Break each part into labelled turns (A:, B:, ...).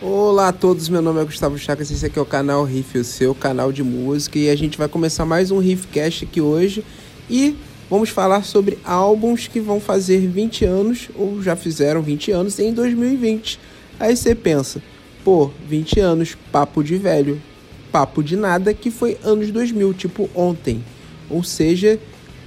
A: Olá a todos, meu nome é Gustavo Chacas, esse aqui é o canal Riff, o seu canal de música, e a gente vai começar mais um Riffcast aqui hoje e vamos falar sobre álbuns que vão fazer 20 anos ou já fizeram 20 anos em 2020. Aí você pensa, pô, 20 anos, papo de velho, papo de nada que foi anos 2000, tipo ontem. Ou seja,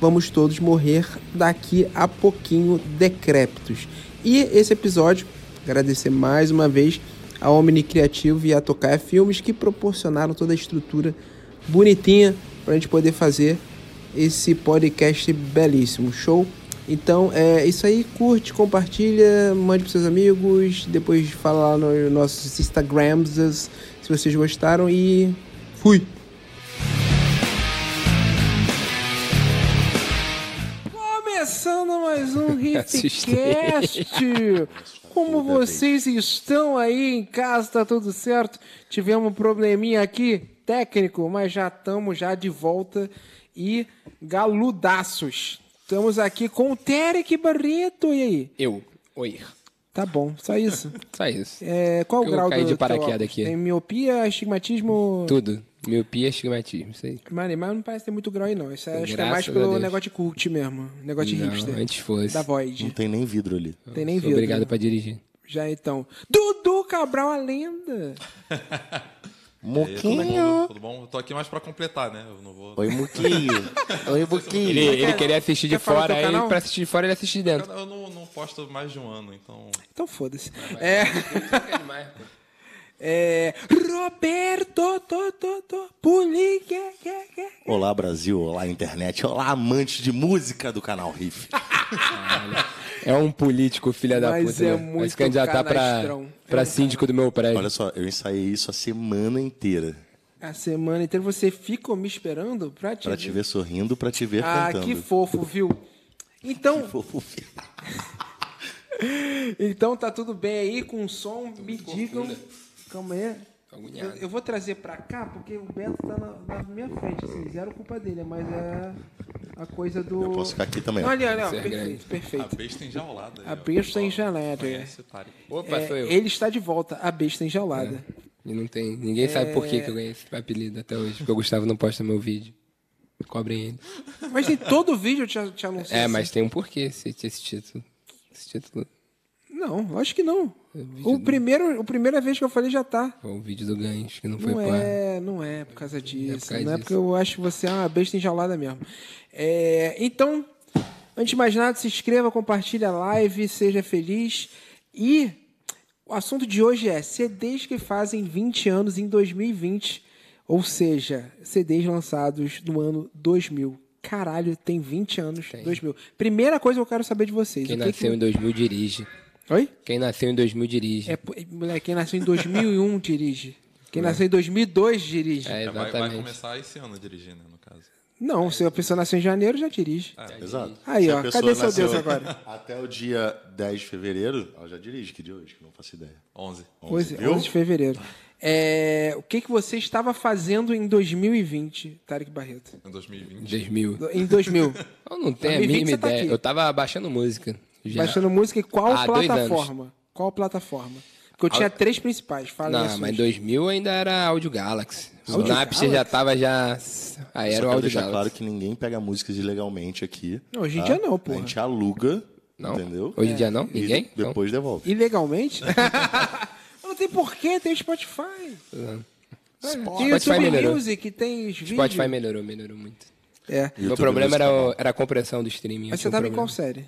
A: vamos todos morrer daqui a pouquinho decrépitos. E esse episódio, agradecer mais uma vez a Omni Criativo e a Tocaia Filmes que proporcionaram toda a estrutura bonitinha para a gente poder fazer esse podcast belíssimo, show? Então é isso aí, curte, compartilha, mande para seus amigos, depois fala lá nos nossos Instagrams se vocês gostaram e fui! Começando mais um Riffcast! Como vocês estão aí em casa? Tá tudo certo? Tivemos um probleminha aqui técnico, mas já estamos já de volta e galudaços. Estamos aqui com o Terek Barreto, e aí?
B: Eu. Oi.
A: Tá bom, só isso.
B: Só isso.
A: É, qual o
B: Eu
A: grau
B: caí
A: do
B: de
A: teu
B: paraquedas
A: óculos?
B: aqui.
A: Tem miopia, estigmatismo...
B: Tudo. Miopia, estigmatismo, isso aí.
A: Mano, mas não parece ter muito grau aí não. Isso é- acho que é
B: Graças
A: mais
B: a
A: pelo
B: Deus.
A: negócio de cult mesmo. Negócio de
B: Não,
A: hipster.
B: antes fosse.
A: Da
C: Não
A: Void.
C: tem nem vidro ali.
A: Tem nem né?
B: Sou
A: vidro.
B: obrigado pra dirigir.
A: Já então. Dudu Cabral, a lenda.
D: E aí, todo
C: Muquinho.
D: mundo, tudo bom? Eu tô aqui mais pra completar, né? Eu não vou.
C: Oi, Muquinho.
A: Então,
C: Oi, Muquinho.
B: Ele, ele queria assistir de
A: quer falar do
B: fora,
A: teu
B: aí
A: canal?
B: pra assistir de fora ele assiste de dentro.
D: Eu não, não posto mais de um ano, então.
A: Então foda-se. É. É. Roberto Toto Puli. que- que- que-
C: Olá, Brasil. Olá, internet. Olá, amante de música do canal Riff.
B: É um político, filha da
A: Mas
B: puta.
A: é
B: né? Vai
A: muito
B: se candidatar
A: canastrão.
B: pra, pra síndico do meu prédio.
C: Olha só, eu ensaiei isso a semana inteira.
A: A semana inteira você ficou me esperando pra te,
C: Pra te ver sorrindo, pra te ver
A: Ah,
C: cantando.
A: que fofo, viu? Então,
C: fofo.
A: então tá tudo bem aí com o som.
B: Tá
A: Me digam. Calma aí. Eu, eu vou trazer pra cá porque o Beto tá na, na minha frente, assim, zero culpa dele, mas é a coisa do.
C: Eu posso ficar aqui também. ó.
A: Olha, olha, ó,
B: Ser grande.
A: perfeito, perfeito.
D: A besta enjaulada. aí,
A: A
D: ó.
A: besta enjaulada.
D: Conhece, pare.
B: Opa,
A: É,
B: sou eu.
A: Ele está de volta, a besta enjaulada.
B: E não tem. Ninguém sabe por
A: É.
B: que que eu ganhei esse apelido até hoje. Porque o Gustavo não posta meu vídeo. Cobrem ele.
A: Mas em todo o vídeo eu te, te anuncio.
B: É,
A: assim.
B: mas tem um porquê esse, esse título. Esse título.
A: Não, acho que não. O primeiro, a primeira vez que eu falei já tá.
B: Foi o vídeo do Gancho, que não foi
A: Não
B: pago.
A: é, não é por causa disso.
B: causa
A: não é
B: disso.
A: porque eu acho que você é uma besta enjaulada mesmo. É, então, antes de mais nada, se inscreva, compartilhe a live, seja feliz. E o assunto de hoje é CDs que fazem 20 anos em 2020. Ou seja, CDs lançados no ano 2000. Caralho, tem 20 anos, 2000. Primeira coisa que eu quero saber de vocês.
B: Quem
A: o que que-
B: nasceu em 2000 dirige.
A: Oi?
B: Quem nasceu em 2000 dirige.
A: É, pô, moleque, quem nasceu em 2001 dirige. Quem nasceu em 2002 dirige.
B: É,
D: É, vai, vai
B: exatamente.
D: começar esse ano dirigindo, né, no caso.
B: É,
A: Não, se a pessoa nasceu em janeiro, já dirige.
C: Exato.
A: Aí,
C: Se
A: ó,
C: a pessoa
A: cadê seu
C: nasceu
A: Deus agora?
C: Até o dia 10 de fevereiro, ela já dirige. Que dia é hoje? Que eu não faço ideia.
D: 11.
A: Hoje,
C: viu?
A: 11 é, de fevereiro. É, o que, que você estava fazendo em 2020, Tarek Barreto?
D: Em 2020.
B: 2000.
A: Do- Em 2000.
B: Eu não tenho a
A: 2020
B: mínima
A: você tá
B: ideia.
A: aqui.
B: Eu tava baixando música. Já.
A: Baixando música e qual
B: Há dois Ah,
A: plataforma? Qual plataforma? Porque eu tinha três principais. Fala
B: Não,
A: aí as
B: mas em
A: suas.
B: 2000 ainda era Audio Galaxy. O
A: Audio
B: Napster já
A: Galaxy?
B: tava já... Aí era
C: Só
B: o
C: quero
B: Audio
C: deixar
B: Galaxy.
C: claro que ninguém pega músicas ilegalmente aqui. tá?
A: Não, hoje em dia não,
C: A
A: porra.
C: gente aluga,
B: Não?
C: entendeu? É.
B: Hoje em dia não?
C: E
B: Ninguém? Então,
C: depois devolve.
A: Ilegalmente? não tem porquê, tem Spotify. É, Tem
B: Ah. Spotify
A: YouTube
B: melhorou.
A: Music, tem os vídeos.
B: Spotify melhorou, melhorou muito.
A: É.
B: Meu
C: YouTube
B: problema era,
C: musical.
B: o- era a compressão do streaming. eu
A: Mas você
B: tinha um
A: tava em qual
B: problema.
A: série?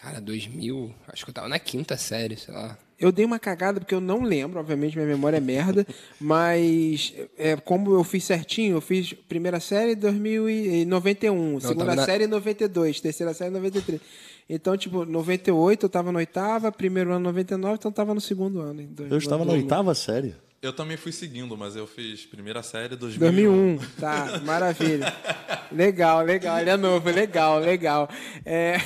B: Cara, 2000... Acho que eu tava na quinta série, sei lá.
A: Eu dei uma cagada porque eu não lembro, obviamente minha memória é merda, mas é, como eu fiz certinho, eu fiz primeira série em 2091, segunda
B: tava na-
A: série em 92, terceira série em 93. Então, tipo, 98 eu tava na oitava, primeiro ano 99, então eu tava no segundo ano. em dois-
C: Eu estava na
A: dois-
C: oitava série.
D: Eu também fui seguindo, mas eu fiz primeira série 2001.
A: 2001, tá, maravilha. Legal, legal, ele é novo, legal, legal. É...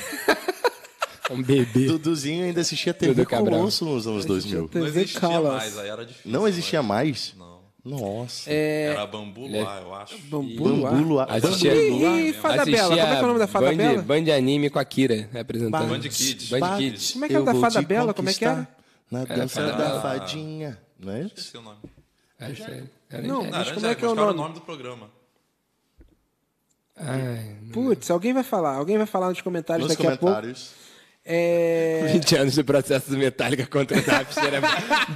B: Um bebê.
C: Duduzinho ainda assistia TV
B: Dudu Cabral.
C: Colosso nos anos 2000.
D: Não
A: TV
D: existia
A: Calas.
D: mais, aí era difícil.
C: Não existia mais? É.
D: Não.
C: Nossa.
D: Era bambu lá, eu acho.
A: É. Bambu,
C: Bambu
A: Luar.
C: Luar.
B: Assistia-
C: Bambu Luar.
A: E, e Fada
B: Assistia
A: Bela, como é que é o nome da Fada
B: Band,
A: Bela?
B: Band Anime com a Kira apresentando.
D: Band Kids.
B: Band
D: Band
B: Kids.
A: Como é que era
C: Eu
A: da
C: vou
A: Fada
C: te
A: Bela? Como é que era?
C: conquistar Na dança da fadinha. Não é isso?
D: Esqueci o nome.
B: Acho que é- era
A: Não,
B: Angélica.
D: Não,
A: mas
D: era
A: como é
D: Angélica,
A: que é o
D: mas qual era o
A: nome?
D: nome do programa?
B: Ai,
A: Putz, alguém vai falar. Alguém vai falar nos comentários
C: Nos
A: daqui a pouco.
C: comentários.
A: É...
B: 20 anos de processo do Metallica contra o Napster era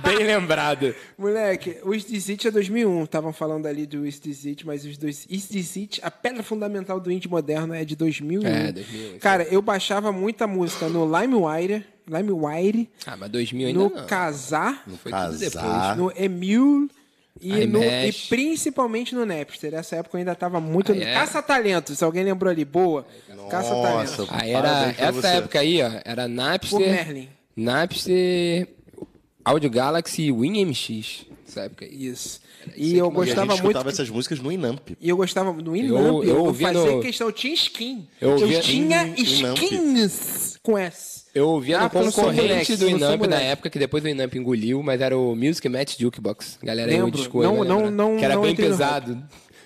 B: bem lembrado.
A: Moleque, os Dizit é 2001. Estavam falando ali do East Dizit, mas os dois. East Dizit, a pedra fundamental do indie moderno é de 2001.
B: É, 2001,
A: Cara, eu baixava muita música no LimeWire, LimeWire,
B: Ah, mas 2000 ainda
A: no
B: não.
A: Casar,
B: Foi tudo depois.
C: Casar.
A: no Emule e, no- e
B: iMesh.
A: principalmente no Napster. Essa época eu ainda tava muito.
B: Ah, é?
A: Caça-talentos, alguém lembrou ali? Boa. Caça-talentos.
C: Nossa,
B: Ah, era
C: parabéns pra
B: essa
C: você.
B: época aí, ó, era Napster,
A: O Merlin.
B: Napster, Audio Galaxy e WinMX. Essa época aí.
A: Isso.
B: isso
A: E
B: é
A: eu
B: que maneiro.
A: gostava
C: a gente
A: muito.
C: escutava essas músicas no Inamp.
A: E eu gostava do Inamp, eu,
B: Eu- eu ouvi
A: fazia
B: no-
A: questão, eu tinha skin.
B: Eu
A: Eu,
B: ouvia-
A: tinha
C: Inamp.
A: skins com S.
B: Eu ouvia no
A: Ah, porque eu não sou
B: concorrente
A: moleque,
B: do
A: eu não sou
B: Inamp na
A: moleque.
B: época, que depois o Inamp engoliu, mas era o Music Match Jukebox. Galera, eu
A: Lembro.
B: disco,
A: Não- não- não-
B: Que era
A: não
B: bem
A: entrei no
B: pesado.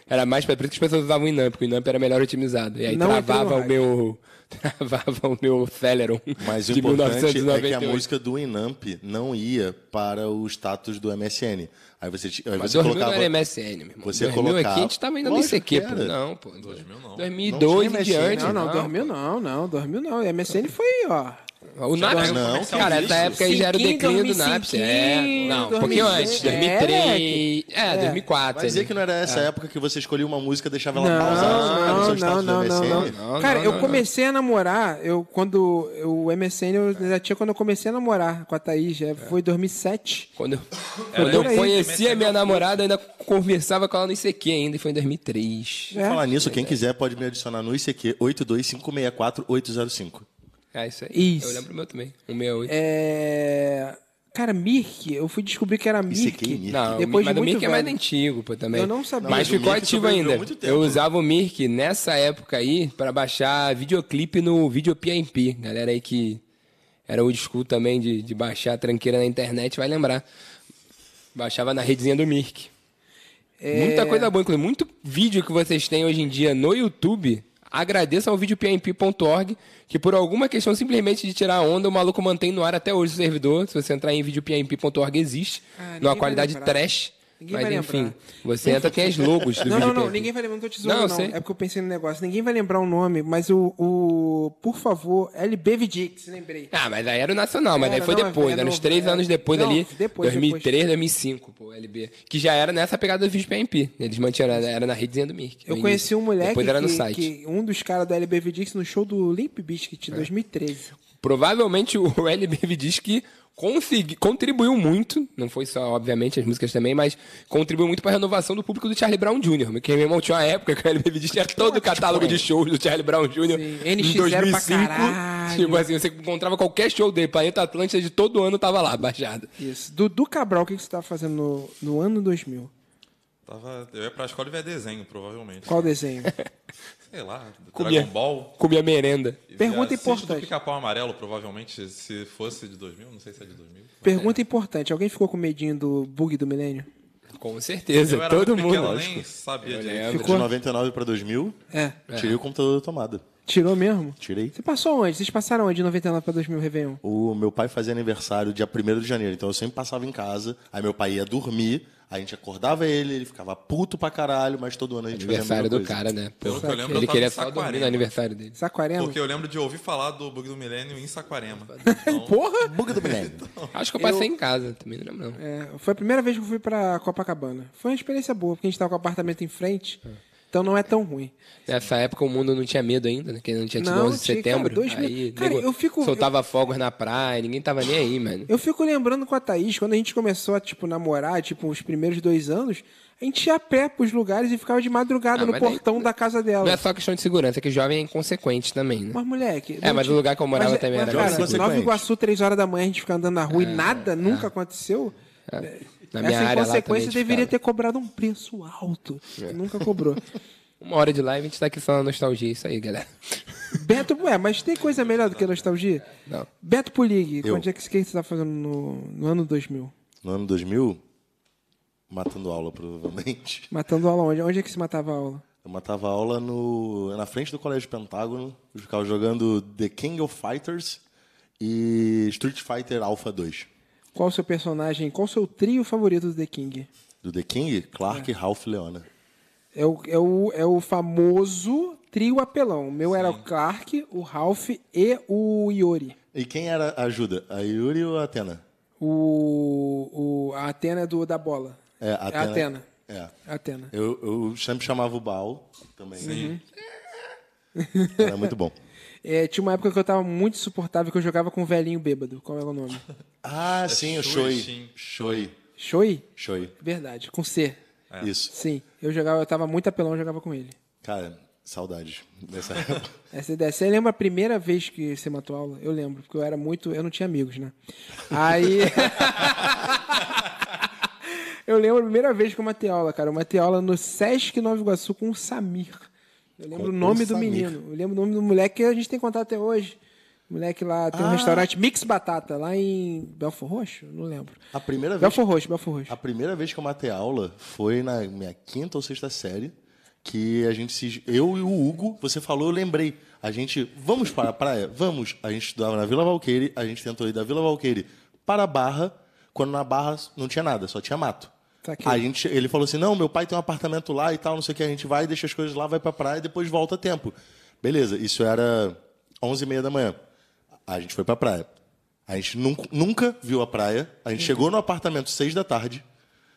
B: Era mais pra por isso que as pessoas usavam o Inamp, porque o Inamp era melhor otimizado. E aí
A: Não entrei no
B: travava o
A: hype.
B: meu. Travava o meu Celeron.
C: Mas o
B: de
C: importante é que a
B: 1998.
C: música do Inamp não ia para o status do MSN. Aí você, ti- aí
B: Mas
C: você
B: 2000
C: colocava.
B: não era MSN, meu irmão.
C: Você
B: 2000 aqui
C: colocava-
B: a gente tava ainda no
C: Lógico
B: ICQ,
C: que
B: pô.
C: era.
B: Não, pô.
D: 2000 não.
B: 2002
C: Não
B: em
C: tinha
B: diante.
A: Não,
C: MSN,
A: não, dormiu não, não, dormiu não. MSN foi, ó.
B: O Napster,
C: Não,
B: não,
C: que
B: cara,
C: isso.
B: essa época aí já era o
A: Cinquinho,
B: declínio do
A: 2005,
B: Napster. É, não, um
A: 2006,
B: pouquinho antes, 2003, é, 2004.
C: Vai dizer
B: ali.
C: que não é era essa época que você escolhia uma música e deixava ela
B: tá
A: Não,
C: pausada só pra ver
A: não,
C: seu status
A: não,
C: do
A: não,
C: MSN?
A: não,
B: não.
A: Cara, eu
B: não.
A: comecei a namorar, eu quando eu- o MSN eu já tinha quando eu comecei a namorar com a Thaís,
B: É.
A: já foi 2007.
B: Quando eu,
D: Era
B: quando eu
A: por aí.
B: conheci a minha namorada, eu ainda conversava com ela no ICQ ainda, e foi em 2003.
A: É.
C: Por Falar nisso, quem quiser pode me adicionar no ICQ 82564-805.
B: É isso aí.
A: Isso.
B: Eu lembro o meu também. O meu.
A: É, cara, Mirk, eu fui descobrir que era Mirk.
C: ICQ e Mirk.
B: Não,
A: Depois
B: mas
A: de
B: o
A: muito
B: Mirk é mais
A: velho.
B: antigo, pô, também.
A: Eu não sabia.
B: Mas
C: Mas o
B: ficou
C: Mirk
B: ativo
C: sobreviveu
B: ainda.
C: muito tempo.
B: Eu usava o Mirk nessa época aí pra baixar videoclipe no VideoPMP. Galera aí que era old school também de, de baixar tranqueira na internet, vai lembrar. Baixava na redezinha do Mirk.
A: É.
B: Muita coisa boa, inclusive muito vídeo que vocês têm hoje em dia no YouTube. Agradeço ao videopmp.org, que por alguma questão simplesmente de tirar a onda, o maluco mantém no ar até hoje o servidor. Se você entrar em videopmp.org, existe.
A: Ah, ninguém
B: numa
A: vai
B: qualidade
A: lembrar.
B: trash.
A: Ninguém
B: mas
A: vai
B: enfim,
A: lembrar.
B: você entra, tem as logos do
A: Não, não,
B: VideoPMP.
A: não, ninguém vai lembrar, não tô te zoando,
B: Não, eu
A: não.
B: sei.
A: É porque eu pensei no negócio. Ninguém vai lembrar o nome, mas o, o por favor, LB Vidix, lembrei.
B: Ah, mas aí era o nacional, mas
A: Era,
B: aí foi
A: não,
B: depois,
A: é
B: era uns
A: novo,
B: três
A: é.
B: anos depois
A: Não,
B: ali,
A: depois,
B: 2003, 2005, pô, LB, que já era nessa pegada do VideoPMP. Eles mantiveram, era na redezinha do Mirk.
A: Eu
B: no
A: conheci
B: início.
A: um moleque
B: Depois era no
A: que,
B: site. É.
A: que- um dos caras da LB Vidix no show do Limp Bizkit em 2013.
B: Provavelmente o LBV diz que consegui- contribuiu muito, não foi só, obviamente, as músicas também, mas contribuiu muito para a renovação do público do Charlie Brown Jr. Porque meu irmão tinha uma época que o LBV diz tinha todo o catálogo de shows do Charlie Brown Jr.
A: Sim,
B: em
A: NX zero pra
B: 2005.
A: caralho.
B: Tipo assim, você encontrava qualquer show dele, Planeta Atlântida de todo ano tava lá, baixado.
A: Isso. Dudu Cabral, o que que você tava fazendo no, no ano 2000?
D: Tava, eu ia pra escola e ver desenho, provavelmente.
A: Qual desenho?
D: Sei lá,
B: Comia.
D: Dragon Ball.
B: Comia merenda.
A: Pergunta
D: Assiste do
A: importante.
D: Pica-pau amarelo, provavelmente, se fosse de 2000, não sei se é de 2000.
A: Pergunta importante. Alguém ficou com medinho do bug do milênio?
B: Com certeza,
D: Eu era
B: todo
D: muito
B: mundo.
D: pequeno,
B: lógico.
D: nem sabia
B: Eu
D: disso.
B: lembro.
C: De 99 para 2000,
A: É.
C: tirei o computador da tomada.
A: Tirou mesmo?
C: Tirei.
A: Você passou onde? Vocês passaram onde? De 99 pra 2000 Réveillon?
C: O meu pai fazia aniversário dia 1 de janeiro, então eu sempre passava em casa, aí meu pai ia dormir, a gente acordava ele, ele ficava puto pra caralho, mas todo ano a gente fazia a
B: Aniversário
C: mesma
B: do
C: coisa.
B: cara, né?
D: Pelo que eu lembro, eu
B: ele
D: tava
B: queria
D: em
B: só dormir
D: Saquarema.
B: no aniversário dele.
A: Saquarema?
D: Porque eu lembro de ouvir falar do Bug do Milênio em Saquarema.
B: um
D: Então,
A: Porra!
C: Bug do milênio.
B: Acho que eu passei em casa, também não lembro não.
A: É, foi a primeira vez que eu fui pra Copacabana. Foi uma experiência boa, porque a gente tava com o apartamento em frente, então não é tão ruim.
B: Nessa época o mundo não tinha medo ainda, né? Que não tinha tido
A: Não,
B: 11 de
A: tinha,
B: setembro.
A: cara, dois mil-
B: aí,
A: Cara,
B: nego
A: eu fico-
B: soltava fogos na praia, ninguém tava nem aí, mano.
A: Eu fico lembrando com a Thaís, quando a gente começou a, tipo, namorar, tipo, os primeiros dois anos, a gente ia a pé pros lugares e ficava de madrugada
B: Ah,
A: no
B: mas daí-
A: portão da casa dela.
B: Não é só questão de segurança, é que jovem é inconsequente também, né?
A: Mas, moleque...
B: É,
A: não
B: mas
A: tinha-
B: o lugar que eu morava também era assim. É,
A: Cara,
C: inconsequente.
A: Nova Iguaçu, três horas da manhã, a gente fica andando na rua e nada nunca aconteceu... É,
B: Na minha
A: Essa
B: área lá
A: inconsequência
B: também
A: deveria
B: ficava.
A: ter
B: É.
A: cobrado um preço alto. Nunca cobrou.
B: Uma hora de live, a gente tá aqui só na nostalgia, isso aí, galera.
A: Beto, ué, mas tem coisa melhor do que nostalgia?
B: Não.
A: Beto Pulig,
C: Eu.
A: quanto é que o que você tá fazendo no, no ano 2000?
C: No ano 2000, matando aula provavelmente,
A: Matando aula onde? Onde é que se matava a aula?
C: eu matava aula no, na frente do Colégio Pentágono, eu ficava jogando The King of Fighters e Street Fighter Alpha 2.
A: Qual o seu personagem, qual o seu trio favorito do The King?
C: Do The King, Clark, Ralph e Leona.
A: É o, é o, é o famoso trio apelão. O meu era o Clark, o Ralph e o Iori.
C: E quem era a ajuda? A Yuri ou a Atena?
A: O, o, a Atena é do, da bola.
C: É, a Atena.
A: Atena.
C: É.
A: Atena.
C: Eu, eu sempre chamava o Baal também.
D: Uhum.
C: Sim. Era muito bom.
A: É, tinha uma época que eu tava muito insuportável que eu jogava com um velhinho bêbado. Qual era o nome?
C: Ah, sim, o
D: É Shoi,
C: Shoi.
D: sim.
C: Shoi.
A: Shoi?
C: Shoi.
A: Verdade, com C.
D: É.
C: Isso.
A: Sim, eu jogava, eu tava muito apelão, eu jogava com ele.
C: Cara, saudade dessa época.
A: Essa ideia. Você lembra a primeira vez que você matou aula? Eu lembro, porque eu era muito. Eu não tinha amigos, né? Aí. eu lembro a primeira vez que eu matei aula, cara. Eu matei aula no Sesc Nova Iguaçu com o Samir. Eu lembro
C: Com
A: o
C: o
A: nome do
C: Samir.
A: menino. Eu lembro o nome do moleque que a gente tem contato até hoje. O moleque lá
C: Ah.
A: tem um restaurante Mix Batata, lá em Belfor Roxo? Não lembro.
C: A primeira vez,
A: Belfor Roxo, Belfor Roxo.
C: a primeira vez que eu matei aula foi na minha quinta ou sexta série, que a gente se. Eu e o Hugo, você falou, eu lembrei. A gente. Vamos para a praia? Vamos. A gente estudava na Vila Valqueire, a gente tentou ir da Vila Valqueire para a Barra, quando na Barra não tinha nada, só tinha mato.
A: Saquei.
C: A gente, ele falou assim: não, meu pai tem um apartamento lá e tal, não sei o que, a gente vai, deixa as coisas lá, vai pra praia e depois volta a tempo. Beleza, isso era 11h30 da manhã. A gente foi pra praia. A gente nunca, nunca viu a praia. A
A: Uhum.
C: gente chegou no apartamento 6 da tarde,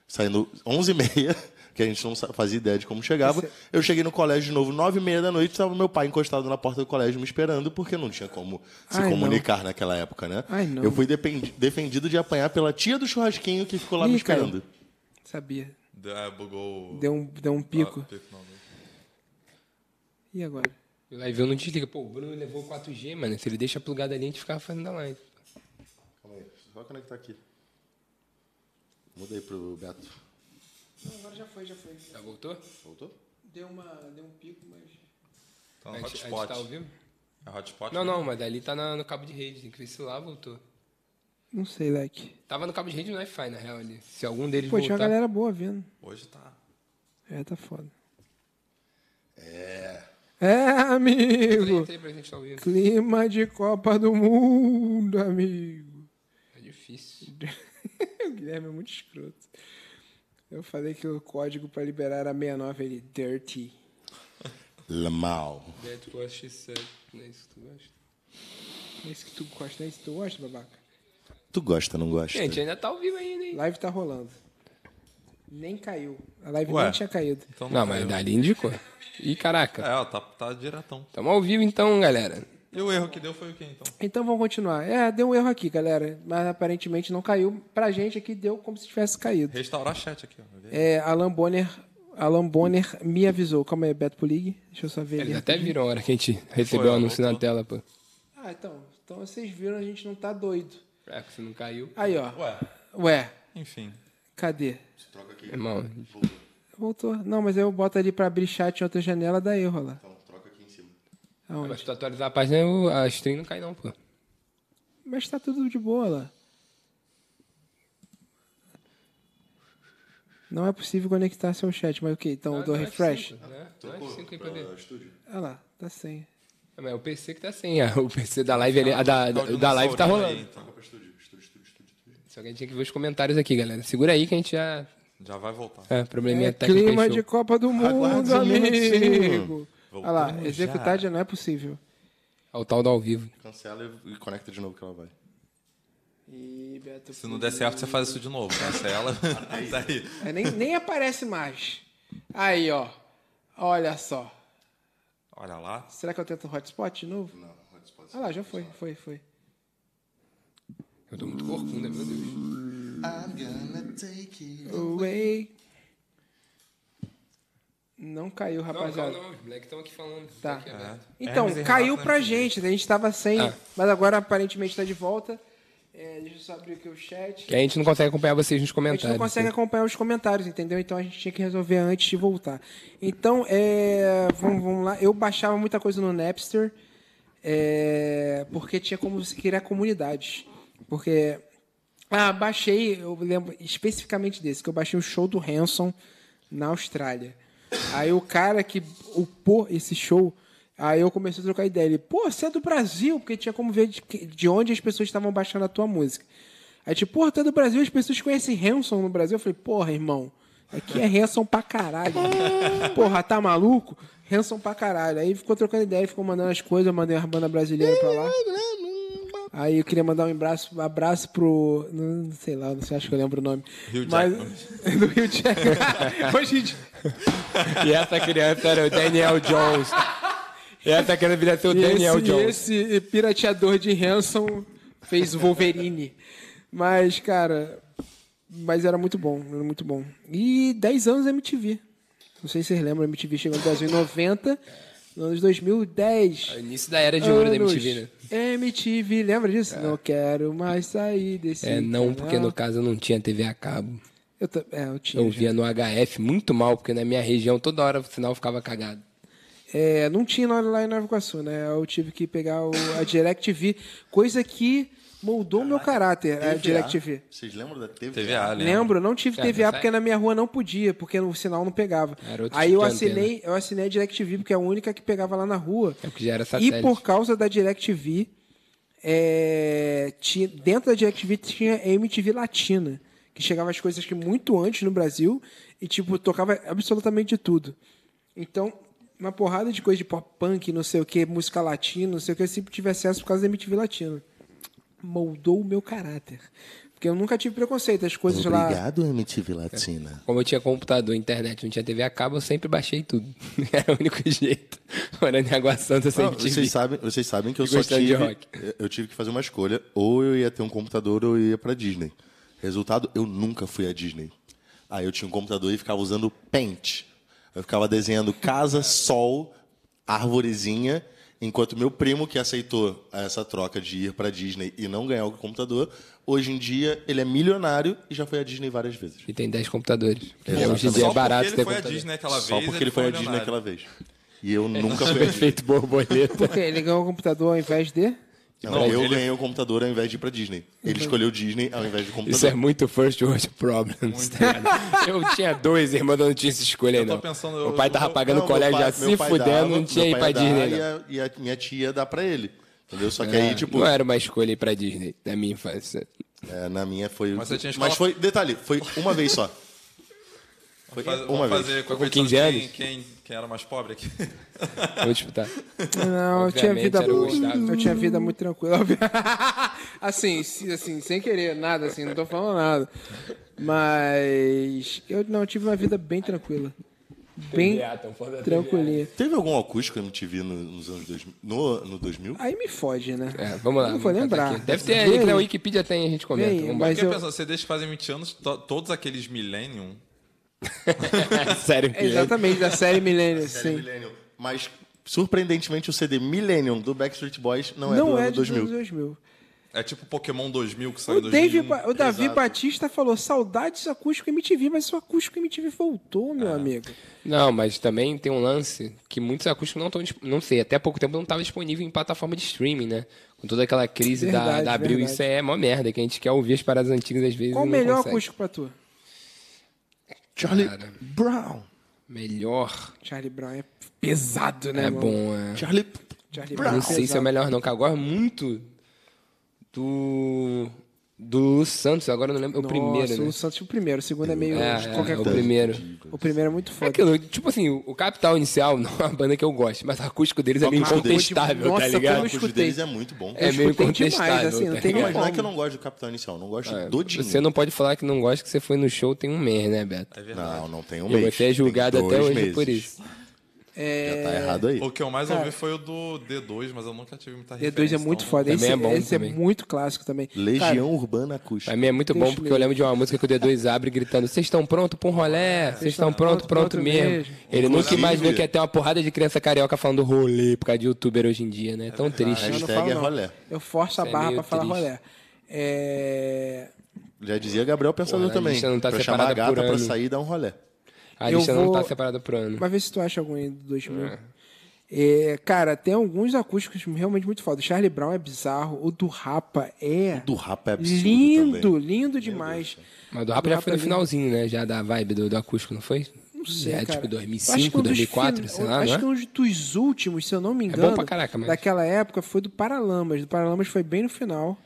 C: saindo 11h30, que a gente não sa- fazia ideia de como chegava. Eu cheguei no colégio de novo, 9h30 da noite, estava meu pai encostado na porta do colégio me esperando, porque não tinha como se
A: Ai, não.
C: comunicar naquela época, né?
A: Ai, não.
C: Eu fui dependi- defendido de apanhar pela tia do churrasquinho que ficou lá me
A: Ih, cara.
C: esperando.
A: Sabia.
D: Ah, bugou. o-
A: Deu um, deu um pico.
D: Ah, pico não, não.
A: E agora?
B: O live eu não desliga. Pô, o Bruno levou o 4G, mano. Se ele deixa plugado ali, a gente ficava fazendo a live.
C: Calma aí, só conectar aqui. Mudei pro Beto.
A: Agora já foi, já foi.
B: Já voltou?
C: Voltou?
A: Deu, uma, deu um pico, mas.
D: Tá
B: A
D: no
B: gente, a gente tá
D: hotspot.
B: ouvindo?
D: É hotspot?
B: Não,
D: né?
B: não, mas ali tá na- no cabo de rede. Tem que ver se lá voltou.
A: Não sei, Leque.
B: Tava no cabo de rede e no Wi-Fi, na real, ali. Se algum deles
A: Pô, tinha
B: voltar...
A: uma galera boa vendo.
D: Hoje tá.
A: É, tá foda. É. É,
B: Entra aí,
A: amigo.
B: entra aí pra gente tá ouvindo.
A: Clima de Copa do Mundo, amigo.
B: É difícil.
A: o Guilherme é muito escroto. Eu falei que o código pra liberar era 69, ele dirty.
C: Lamal.
B: Daí tu gosta de ser... Não é isso que tu gosta?
A: Não é isso que tu gosta, não é isso que tu gosta, babaca?
C: Tu gosta, não gosta?
B: Gente, ainda tá ao vivo ainda, hein?
A: Live tá rolando. Nem caiu. A live
D: Ué.
A: nem tinha caído.
D: Então
B: Não, mas
D: caiu.
B: dali indicou. Ih, caraca.
D: É, ó, tá, tá diretão.
B: Tamo ao vivo então, galera.
D: E o erro que deu foi o quê, então?
A: Então vamos continuar. É, deu um erro aqui, galera. Mas aparentemente não caiu. Pra gente aqui deu como se tivesse caído.
D: Restaurar chat aqui, ó.
A: É, Alan Bonner. Alan Bonner me avisou. Calma aí, Beto Pulig. Deixa eu só ver
B: Eles
A: ele.
B: até viram a hora que a gente recebeu
D: Foi,
B: o anúncio
D: voltou.
B: na tela, pô.
A: Ah, então. Então vocês viram, a gente não tá doido.
B: É, que se não caiu...
A: Aí, ó. Ué,
D: Ué, enfim.
A: cadê?
C: Troca aqui.
B: Irmão,
A: Voltou. Não, mas aí eu boto ali pra abrir chat em outra janela, dá erro lá.
C: Então, troca aqui em cima.
A: Aonde?
B: mas tu atualizar a página, eu- a stream não cai não, pô.
A: Mas tá tudo de boa lá. Não é possível conectar seu chat, mas ok,
B: Ah,
A: então eu
B: tá é
A: dou refresh.
B: né?
C: É estúdio?
A: Ah lá, tá sem.
B: É, mas é o PC que tá sem, ah, o PC da live ali, a da, da,
D: Áudio
B: da live tá
D: dinossauro
B: rolando.
D: aí, então.
C: Troca pra estúdio. Estúdio, estúdio, estúdio. estúdio.
B: Só que a gente tem que ver os comentários aqui, galera. Segura aí que a gente já...
D: Já vai voltar.
B: É, probleminha
A: É
B: técnica.
A: clima
B: show.
A: de Copa do Mundo,
C: Aguarde um
A: amigo.
C: minutinho.
A: Olha lá,
D: Voltamos
A: executar
D: já.
A: já não é possível.
B: É o tal do ao vivo.
C: Cancela e, e conecta de novo que ela vai.
A: Ih, Beto.
D: Se não der certo, você faz isso de novo. Cancela. tá aí.
A: É, nem, nem aparece mais. Aí, ó. Olha só.
D: Olha lá.
A: Será que eu tento hotspot de novo? Não, hotspot. Ah lá, já foi, foi, foi.
B: Eu tô muito corcunda, meu Deus.
C: I'm gonna take it.
A: Away. Não caiu,
B: Não, calma,
A: rapaziada.
B: não. Os moleques estão aqui falando. é
A: Tá.
B: Aqui aberto.
A: Então,
D: É Hermes e
A: caiu
D: Renato,
A: pra
D: né?
A: gente, né? a gente tava sem,
B: Ah.
A: mas agora aparentemente tá de volta. É, deixa eu só abrir aqui o chat.
B: Que a gente não consegue acompanhar vocês nos
A: A
B: comentários.
A: gente não consegue acompanhar os comentários, entendeu? Então a gente tinha que resolver antes de voltar. Então, é, vamos, vamos lá. Eu baixava muita coisa no Napster, é, porque tinha como se criar comunidades. Porque. Ah, baixei, eu lembro especificamente desse, que eu baixei o show do Hanson na Austrália. Aí o cara que upou esse show, aí eu comecei a trocar ideia. Ele, pô, você é do Brasil, porque tinha como ver de, que- de onde as pessoas estavam baixando a tua música. Aí É tipo, porra, tá do Brasil, as pessoas conhecem Hanson no Brasil. Eu falei, porra, irmão, aqui é Hanson pra caralho. porra, tá maluco? Hanson pra caralho. Aí ficou trocando ideia, ficou mandando as coisas, eu mandei uma banda brasileira pra lá. Aí eu queria mandar um abraço, um abraço pro. Não não sei lá, não sei, acho que eu lembro o nome.
D: Hugh
A: Mas, do Rio Jackman. Hoje em dia.
B: E essa criança era o Daniel Jones. E essa criança viria a ser o
A: E
B: Daniel
A: esse,
B: Jones.
A: esse pirateador de Hanson fez Wolverine. mas, cara. Mas era muito bom, era muito bom. E 10 anos MTV. Não sei se vocês lembram, MTV chegou no Brasil em 90, nos anos 2010.
B: É Início da era de ouro da
A: anos.
B: MTV, né?
A: MTV, lembra disso? Não quero mais sair desse.
B: É, não, porque
A: canal.
B: no caso eu não tinha TV a cabo.
A: Eu, ta- é, eu tinha.
B: Eu via no HF muito mal, porque na minha região toda hora o sinal ficava cagado.
A: É, não tinha na- lá em Nova Iguaçu, né? Eu tive que pegar o, a DirecTV, coisa que moldou meu caráter, a DirecTV.
C: Vocês lembram da TV?
D: TVA, lembra?
A: Lembro, não tive
B: É,
A: TVA
B: nessa
A: porque na minha rua não podia, porque o sinal não pegava.
B: Era outro
A: Aí
B: tipo
A: eu
B: de antena.
A: assinei, eu assinei a DirecTV porque é a única que pegava lá na rua.
B: É porque já era
A: E
B: satélite.
A: por causa da DirecTV, é, ti- dentro da DirecTV tinha a MTV Latina, que chegava as coisas que muito antes no Brasil e, tipo, tocava absolutamente de tudo. Então, uma porrada de coisa de pop punk, não sei o que, música latina, não sei o que, eu sempre tive acesso por causa da MTV Latina. Moldou o meu caráter. Porque eu nunca tive preconceito, as coisas lá.
C: Obrigado, MTV Latina.
B: Como eu tinha computador, internet, não tinha TV a cabo, eu sempre baixei tudo. Era o único jeito. Morando em Água Santa,
C: Não,
B: sempre tive.
C: vocês, sabem, vocês sabem que eu
B: E
C: só
B: gostando de
C: tive.
B: rock.
C: eu- Eu tive que fazer uma escolha. Ou eu ia ter um computador ou eu ia pra Disney. Resultado, eu nunca fui à Disney. Aí eu tinha um computador e ficava usando Paint. Eu ficava desenhando casa, sol, arvorezinha. Enquanto meu primo, que aceitou essa troca de ir pra Disney e não ganhar o computador, hoje em dia ele é milionário e já foi à Disney várias vezes.
B: E tem 10 computadores. Porque
C: Exatamente.
B: Hoje em dia
D: Só
B: é barato
D: porque
B: ter
D: ele foi à
B: computador.
D: Disney aquela
C: Só
D: vez.
C: porque ele foi à Disney
D: milionário. É.
C: aquela vez. E eu nunca fui à Disney.
B: Efeito borboleta.
A: Porque ele ganhou o computador ao invés de.
C: Não,
D: Não,
C: eu
D: ele-
C: ganhei o computador ao invés de ir pra Disney. Ele escolheu Disney ao invés de computador.
B: Isso é muito first world problems. tá ligado? eu tinha dois irmãos, eu não tinha essa escolha aí,
D: Eu tô
B: não.
D: pensando,
B: o
D: eu-
B: pai tava
D: eu-
B: pagando
C: Não,
B: o
C: meu
B: colégio
C: pai-
B: já
C: meu
B: se
C: pai
B: fudendo,
C: dava,
B: não tinha
C: meu
B: ir pra
C: pai dava
B: Disney, não.
C: E a, e a minha tia ia dar pra ele. Entendeu? Só que
B: É,
C: aí, tipo,
B: Não era uma escolha ir pra Disney na minha infância.
C: é, na minha foi.
D: Mas você tinha
C: Mas
D: escola-
C: foi. Detalhe, foi uma vez só. Foi
D: Faz-
C: uma
D: Vamos
C: vez.
D: fazer com
B: Com 15
D: quem,
B: anos?
D: quem, quem era mais pobre aqui.
B: Eu Vou disputar.
A: Não, eu tinha
B: Obviamente,
A: vida
B: era o
A: muito,
B: Gustavo.
A: eu tinha vida muito tranquila. assim, se- assim, sem querer, nada assim, não tô falando nada. Mas eu não eu tive uma vida bem tranquila. Bem
B: TVA, É, tão falando da
A: tranquilinha.
C: Teve algum acústico MTV no, nos anos 2000? No, no 2000?
A: Aí me fode, né?
B: É, vamos lá.
A: Não vou
B: vamos catar
A: lembrar.
B: aqui. Deve ter
A: Vê
B: aí, que na
A: aí.
B: Wikipedia tem, a gente comenta.
A: Vem aí,
B: Vamos
A: mas
D: Porque
A: eu-
D: pensa, você desde que fazem 20 anos, to- todos aqueles Millennium.
B: embora. Sério,
A: É,
B: que
A: Exatamente, da série Millennium,
C: Série
A: sim.
C: Millennium. Mas, surpreendentemente, o CD Millennium do Backstreet Boys não é do
A: Não
C: ano
A: é de
C: 2000.
A: 2000.
D: É tipo Pokémon 2000 que
A: O,
D: saiu em 2001.
A: Dave, Ba- o Davi
C: um. Exato.
A: Batista falou saudades do acústico MTV, mas o acústico MTV voltou,
B: Ah,
A: meu amigo.
B: Não, mas também tem um lance que muitos acústicos não estão. disp- Não sei, até há pouco tempo não estava disponível em plataforma de streaming, né? Com toda aquela crise da,
A: Verdade,
B: da Abril,
A: verdade.
B: isso é mó merda, que a gente quer ouvir as paradas antigas às vezes.
A: Qual
B: e
A: o
B: não
A: melhor
B: consegue.
A: acústico pra tu?
C: Charlie
B: Cara.
C: Brown.
B: Melhor.
A: Charlie Brown é pesado, né,
B: É
A: mano?
B: bom, é.
C: Charlie
A: Charlie
C: Brown.
A: Brown.
B: Não sei se é o melhor, não, que eu gosto muito do. Do Lu Santos, agora eu não lembro. É o
A: Nossa,
B: primeiro,
A: o
B: né?
A: Lu Santos, o primeiro. O segundo é meio
B: É,
A: qualquer
B: é, o
A: coisa.
B: primeiro.
A: O primeiro é muito
B: É
A: foda.
B: aquilo, tipo assim, o Capital Inicial não é uma banda que eu gosto, mas o acústico deles é meio
C: Acústico deles,
B: incontestável,
A: nossa,
B: tá
A: como
B: ligado?
A: eu
C: O acústico
A: escutei.
C: deles é muito bom.
B: É meio
A: escutei demais,
B: incontestável.
A: assim, não
B: tá
A: tem
B: ligado?
C: Não, mas não é
A: como.
C: que eu não gosto do Capitão Inicial, eu não gosto do Dinho.
B: É. Você não pode falar que não gosta que você foi no show tem um mês, né, Beto?
D: É verdade.
C: Não, não tem um
B: E
C: mês.
B: você é julgado
C: Tem
B: até
C: dois
B: hoje
C: meses.
B: por isso.
A: É,
B: É.
C: Já tá errado aí.
D: O que eu mais ouvi foi o do D2, mas eu nunca tive muita
A: D2
D: referência. então
A: é muito
D: não.
A: foda. Esse,
B: Também é bom
A: esse é
B: também.
A: muito clássico também.
C: Legião Urbana Acústica.
B: Pra mim é muito
A: Deixa
B: bom porque
A: eu
B: eu lembro de uma música que o D2 abre gritando: Vocês estão prontos pra um rolé? Vocês estão prontos pra outro mesmo. Ele nunca
C: Inclusive-
B: imaginou que ia ter uma porrada de criança carioca falando rolê por causa de youtuber hoje em dia, né? É tão triste.
A: Cara, eu não
C: Hashtag
A: falo,
C: é
A: não.
C: rolé.
A: Eu forço a
B: Isso é
A: barra pra
B: meio
A: falar
B: triste.
A: rolé. É...
C: Já dizia Gabriel Pensador
B: Porra, a
C: também.
B: lista não tá
C: pra chamar a
B: separada por
C: gata pra
B: ano.
C: sair e dar um rolé.
B: A
A: eu
B: lista não
A: vou-
B: tá separada por ano.
A: Mas vê se tu acha algum aí do 2000. É, cara, tem alguns acústicos realmente muito foda. O Charlie Brown é bizarro. O do Rapa é...
C: Do Rapa é absurdo
A: lindo,
C: também.
A: lindo demais.
B: Mas do Rapa já foi no
A: é lindo.
B: finalzinho, né? Já da vibe do, do acústico, não foi? Não
A: sei,
B: Já é
A: cara.
B: tipo
A: Acho que
B: 2005,
A: um dos
B: 2004,
A: fin-
B: sei lá,
A: Acho
B: né?
A: que um dos últimos, se eu não me engano,
B: pra caraca, mas-
A: daquela época foi do Paralamas. Do Paralamas foi bem no final.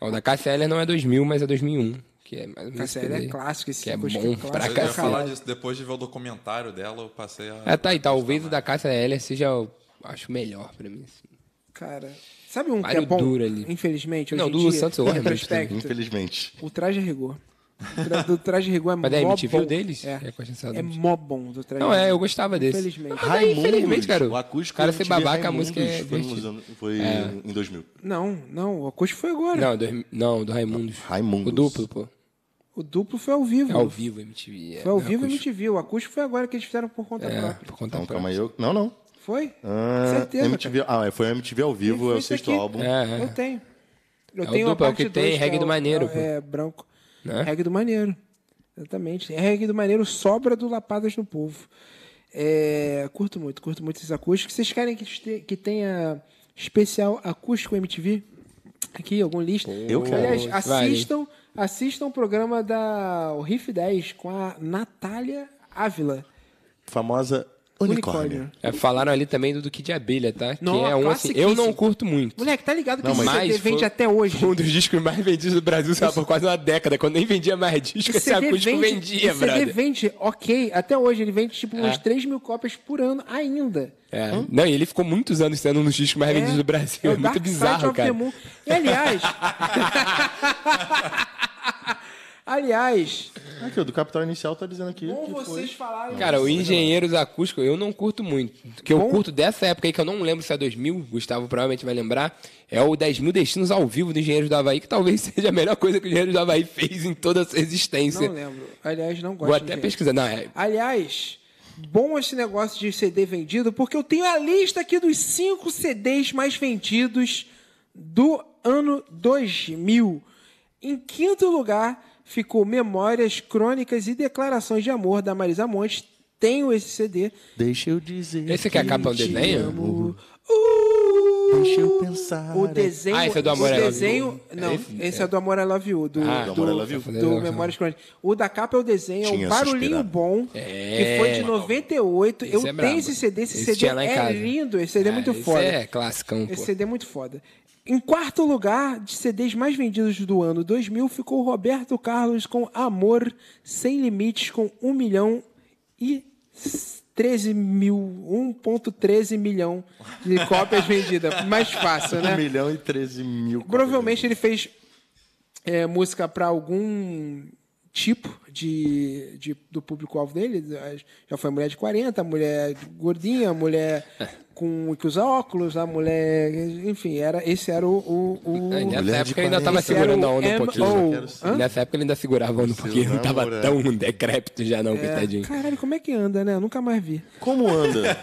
B: Ó, O da Cassia Eller não é 2000, mas é 2001. Que é mais ou menos
A: Essa
B: esse
A: série é
B: dele.
A: clássica, esse
B: Que é
A: disco acho
B: bom
A: clássico, né?
B: pra
D: Mas eu ia
B: cacete.
D: falar
A: cara.
D: disso depois de ver o documentário dela, eu passei a.
B: É, tá aí. Talvez o da Cassia Eller seja, o- acho, melhor pra mim. assim.
A: Cara, sabe um que
B: Pare
A: é bom,
B: duro ali.
A: infelizmente,
B: Não,
A: hoje em
B: do
A: dia,
B: Santos eu gosto muito
A: retrospecto,
C: Infelizmente.
A: o Traje a Rigor. O tra- Do Traje a Rigor é
B: Mas da
A: mó
B: MTV
A: bom.
B: deles?
A: É,
B: É com a extensão da
A: é
B: MTV.
A: mó bom do Traje
B: Não,
A: a
B: é, eu
A: Rigor.
B: gostava desse.
A: Infelizmente.
B: Mas aí,
C: Raimundos,
B: infelizmente, cara.
C: O acústico
B: cara
C: eu
B: ser
C: tive
B: babaca, a música é.
C: Raimundos, foi, nos
B: divertida. É. Tá
C: anos- foi em 2000.
A: Não, não, o acústico foi agora.
B: Não, do, não, do Raimundos.
C: Raimundos.
B: O duplo, pô.
A: O duplo foi ao vivo.
B: É ao vivo MTV. É,
A: Foi ao
B: né,
A: vivo e
B: acústico.
A: MTV. O acústico foi agora que eles fizeram por conta própria.
B: É, por conta
C: Então,
B: própria.
C: calma aí. Eu... Não, não.
A: Foi?
C: Ah,
A: Certeza,
C: MTV... Ah, é, foi MTV ao vivo, é
A: Foi
C: o
A: isso
C: sexto
A: aqui.
C: álbum.
B: É, é.
A: Eu tenho. Eu
B: É o
A: tenho a
B: duplo, é o
A: parte
B: que tem
A: dois,
B: reggae
A: é
B: do
A: o-
B: maneiro, pô.
A: É, branco.
B: Né?
A: Reggae do maneiro. Exatamente. É Reggae do maneiro sobra do Lapadas no Povo. É, curto muito, curto muito esses acústicos. Vocês querem que, este- que tenha especial acústico MTV? Aqui, algum lista?
C: Eu quero.
A: Aliás,
B: Vale.
A: assistam, assistam o programa da o Riff 10 com a Natália Ávila.
C: Famosa Unicórnio.
B: É, falaram ali também do, do Kid Abelha, tá? que
A: Não,
B: é um assim. Eu não
A: classiquíssimo.
B: curto muito.
A: Moleque, tá ligado que
B: Não,
A: esse
B: mas-
A: CD
B: Mas
A: vende
B: foi-
A: até hoje?
B: Foi um dos discos mais vendidos do Brasil, sabe, por quase uma década. Quando nem vendia mais disco, esse acústico vendia,
A: o CD
B: brother. Ah.
A: vende, ok. Até hoje ele vende tipo umas 3 mil cópias por ano ainda.
B: É. Não, e ele ficou muitos anos sendo um dos discos mais vendidos do Brasil. É,
A: o
B: muito
A: Dark Side
B: bizarro,
A: of the
B: cara.
A: Moon. E aliás. aliás,
C: Aqui, o do Capital Inicial tá dizendo aqui.
A: como
C: que foi.
A: vocês falaram.
B: Cara, o Engenheiros Acústico eu não curto muito. O que eu curto dessa época aí, que eu não lembro se é 2000, Gustavo provavelmente vai lembrar, é o 10 mil Destinos ao vivo do Engenheiros do Havaí, que talvez seja a melhor coisa que o Engenheiros do Havaí fez em toda a sua existência.
A: Não lembro. Aliás, não gosto
B: Vou
A: de
B: até
A: gente.
B: pesquisar. Não, é,
A: Aliás, bom esse negócio de CD vendido, porque eu tenho a lista aqui dos cinco CDs mais vendidos do ano 2000. Em quinto lugar ficou Memórias, Crônicas e Declarações de Amor da Marisa Monte. Tenho esse CD.
C: Deixa eu dizer.
B: Esse aqui é a capa do
C: te
B: desenho?
C: amo.
A: Uh!
C: Deixa eu pensar.
A: O desenho.
B: Ah, esse é do Amor
A: o
B: I Love
A: desenho,
B: You.
A: Não,
B: É
A: esse,
B: esse?
A: é do Amor I Love You, do,
B: Ah,
A: do,
C: do Amor I Love You.
A: do Memórias Crônicas. O da capa é o desenho, é
C: Tinha
A: o Barulhinho
C: suspirado.
A: Bom, que foi de 98.
B: É. Esse
A: Eu
B: é
A: tenho
B: brabo.
A: esse CD, esse,
B: Esse
A: CD
B: tinha lá em
A: é
B: casa.
A: lindo, esse CD é
B: Ah,
A: muito
B: esse
A: foda.
B: é classicão, pô.
A: Esse CD é muito foda. Em quarto lugar, de CDs mais vendidos do ano 2000, ficou Roberto Carlos com Amor Sem Limites, com 1 milhão e 13 mil, 1.13 milhão de cópias vendidas. Mais fácil,
C: 1
A: né?
C: milhão e 13 mil.
A: Provavelmente ele fez é, música para algum tipo de, de- do público-alvo dele. Já foi mulher de 40, mulher gordinha, mulher com que usa óculos, a mulher. Enfim, era, esse era o. o- o-
B: Aí, nessa
C: Mulher de
B: época ele ainda
C: 40.
B: tava
A: Esse era
B: segurando a
A: o
B: onda um pouquinho.
A: M.O..
B: né? Nessa época ele ainda segurava a onda um pouquinho. Não tava
C: namorar.
B: tão um decrépito já, não, coitadinho.
A: Caralho, como é que anda, né? Eu nunca mais vi.
C: Como anda?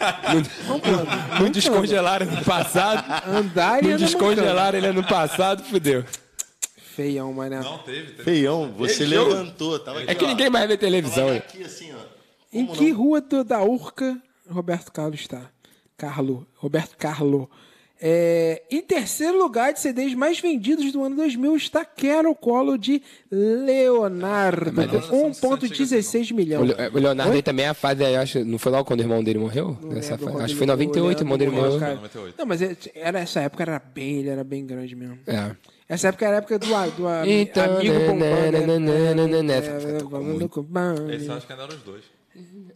A: Como anda?
B: Não descongelaram no passado.
A: Andar e
B: Não
A: anda mancando.
B: descongelaram ele ano passado, fudeu.
A: Feião, mané.
D: Não, teve, teve.
C: Feião, você
B: Ele joga.
C: levantou. Tava aqui,
B: É que
C: ó.
B: ninguém mais vê televisão.
C: Tava
B: né?
C: aqui assim, ó.
A: Em que rua do- da Urca Roberto Carlos está? Carlo, Roberto Carlo. É, em terceiro lugar de CDs mais vendidos do ano 2000 está Quero Colo de Leonardo, Um
D: mas É, essa
A: com
D: não se
A: 1,16
D: sente
B: O
A: milhões.
B: Le- o Leonardo aí também é a fase, eu acho, não foi logo quando o irmão dele morreu? Nessa
A: Lembro
B: fase?
A: quando
B: Acho que
A: ele-
B: foi em 98, o irmão dele
A: Leonardo
B: morreu.
A: cara.
D: 98.
A: Não, mas é- era, essa época era bem, ele era bem grande mesmo.
B: É.
A: Essa época era a época do, a- do a-
B: Então,
A: amigo É,
B: né,
A: bombando.
B: né, né, né, né, né.
A: né?
D: Esse eu acho que ainda eram os dois.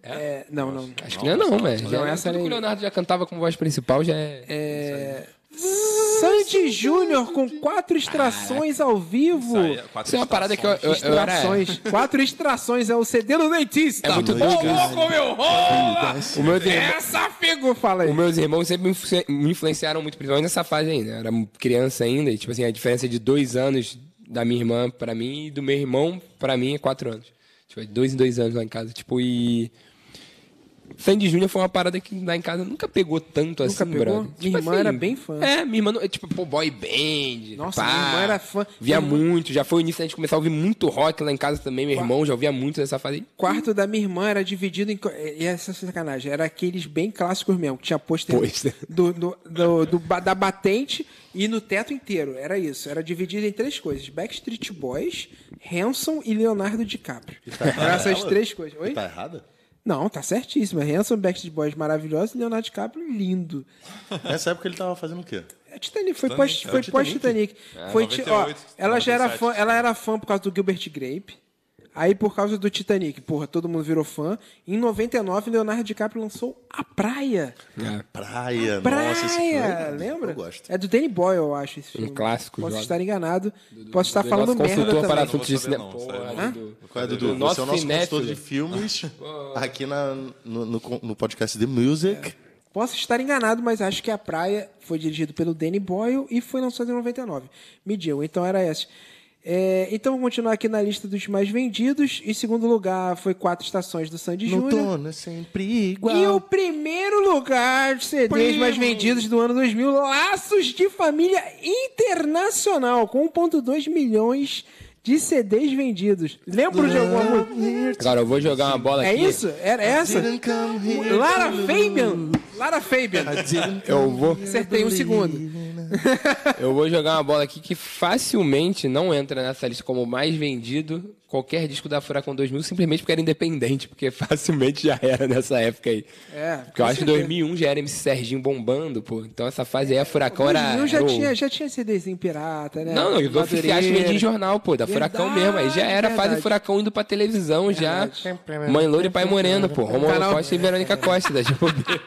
A: É, Não, não.
B: Acho que não, é não, mas. já-
A: essa
B: tudo
A: aí.
B: que o Leonardo já cantava com voz principal já é.
A: Sandy Júnior com quatro extrações ao vivo.
D: Aí, quatro
B: Isso é uma parada que eu, eu, eu era.
A: Extrações. Quatro extrações. É o CD do dentista.
B: É muito
A: Ô,
B: doido, cara.
A: louco, meu rola!
B: O meu,
A: Essa figo, fala aí.
B: Os meus irmãos sempre me influ- me influenciaram muito, principalmente nessa fase ainda. Eu era criança ainda, e, tipo assim, a diferença de dois anos da minha irmã pra mim e do meu irmão pra mim é quatro anos. Tipo, é dois em dois anos lá em casa. Tipo, e. Sandy Júnior foi uma parada que lá em casa nunca pegou tanto assim,
A: pegou?
B: brother.
A: Minha irmã era bem fã.
B: É, minha irmã, não- é, tipo, pô, boy band.
A: Nossa,
B: pá.
A: minha irmã era fã.
B: Via
A: Minha
B: muito, já foi o início da gente começar a ouvir muito rock lá em casa também. Meu irmão já ouvia muito nessa fase.
A: quarto da minha irmã era dividido em. co- E essa é sacanagem. Era aqueles bem clássicos mesmo, que tinha pôster
B: Pôster.
A: do, do- do- do ba- da batente e no teto inteiro. Era isso. Era dividido em três coisas: Backstreet Boys, Hanson e Leonardo DiCaprio.
B: Tá,
A: Eram essas três coisas. Oi?
C: Tá errada?
A: Não, tá certíssimo. É Hanson, Backstreet Boys maravilhoso e Leonardo DiCaprio lindo.
C: Nessa época ele tava fazendo o quê?
A: É Titanic, foi
D: Titanic,
A: pós-
D: é o
A: foi pós-Titanic. foi ti- ó,
D: 98,
A: ela já era
D: 97.
A: fã, ela era fã por causa do Gilbert Grape. Aí por causa do Titanic, porra, todo mundo virou fã. Em 99, Leonardo DiCaprio lançou A Praia.
C: Praia, nossa, esse filme. é
A: Praia, lembra?
C: Eu gosto.
A: É do Danny Boyle, eu acho esse filme.
B: clássico,
A: Posso
B: jovem.
A: estar enganado, posso estar Tá
B: do
A: falando
B: nosso
A: merda
B: consultor é
A: também.
B: para
D: Não vou
B: assuntos de
D: saber
B: cinema.
D: não,
B: Pô,
D: isso aí
B: aí
D: não.
B: do-
C: Qual é,
B: do
C: Dudu? Você é o
B: nosso
C: nosso consultor
B: cinéfilo.
C: de filmes aqui na, no, no- no podcast The Music.
A: Posso estar enganado, mas acho que A Praia foi dirigido pelo Danny Boyle e foi lançado em 99. Me diga, então era essa. É, então, vou continuar aqui na lista dos mais vendidos. Em segundo lugar, foi Quatro Estações do Sandy
C: No
A: Júnior.
C: outono é sempre igual.
A: E o primeiro lugar de CDs
C: Primo.
A: mais vendidos do ano 2000, Laços de Família Internacional, com 1,2 milhões de CDs vendidos. Lembro de alguma música?
B: Agora, eu vou jogar uma bola
A: É
B: Tá aqui.
A: isso? Era essa?
C: Didn't come here
A: Lara
C: to
A: Fabian! Lara Fabian!
C: I didn't
B: Eu vou,
A: Acertei um segundo.
C: né?
B: eu vou jogar uma bola aqui que facilmente não entra nessa lista como mais vendido qualquer disco da Furacão 2000, simplesmente porque era independente, porque facilmente já era nessa época aí.
A: É,
B: Porque eu
A: com
B: acho que
A: certeza.
B: 2001 já era MC Serginho bombando, pô. Então essa fase aí, a Furacão era...
A: Mas eu já
B: era o-
A: tinha, já tinha CDzinho pirata, né?
B: Não, não, e os oficiais
A: Madureira.
B: vendiam em jornal, pô, da Furacão
A: Verdade,
B: mesmo. Aí já era a fase
A: verdade.
B: Furacão indo pra televisão, já. Mãe Loura e Pai Moreno, pô. Romulo
A: Canal-
B: Costa e Verônica Costa, da GBB.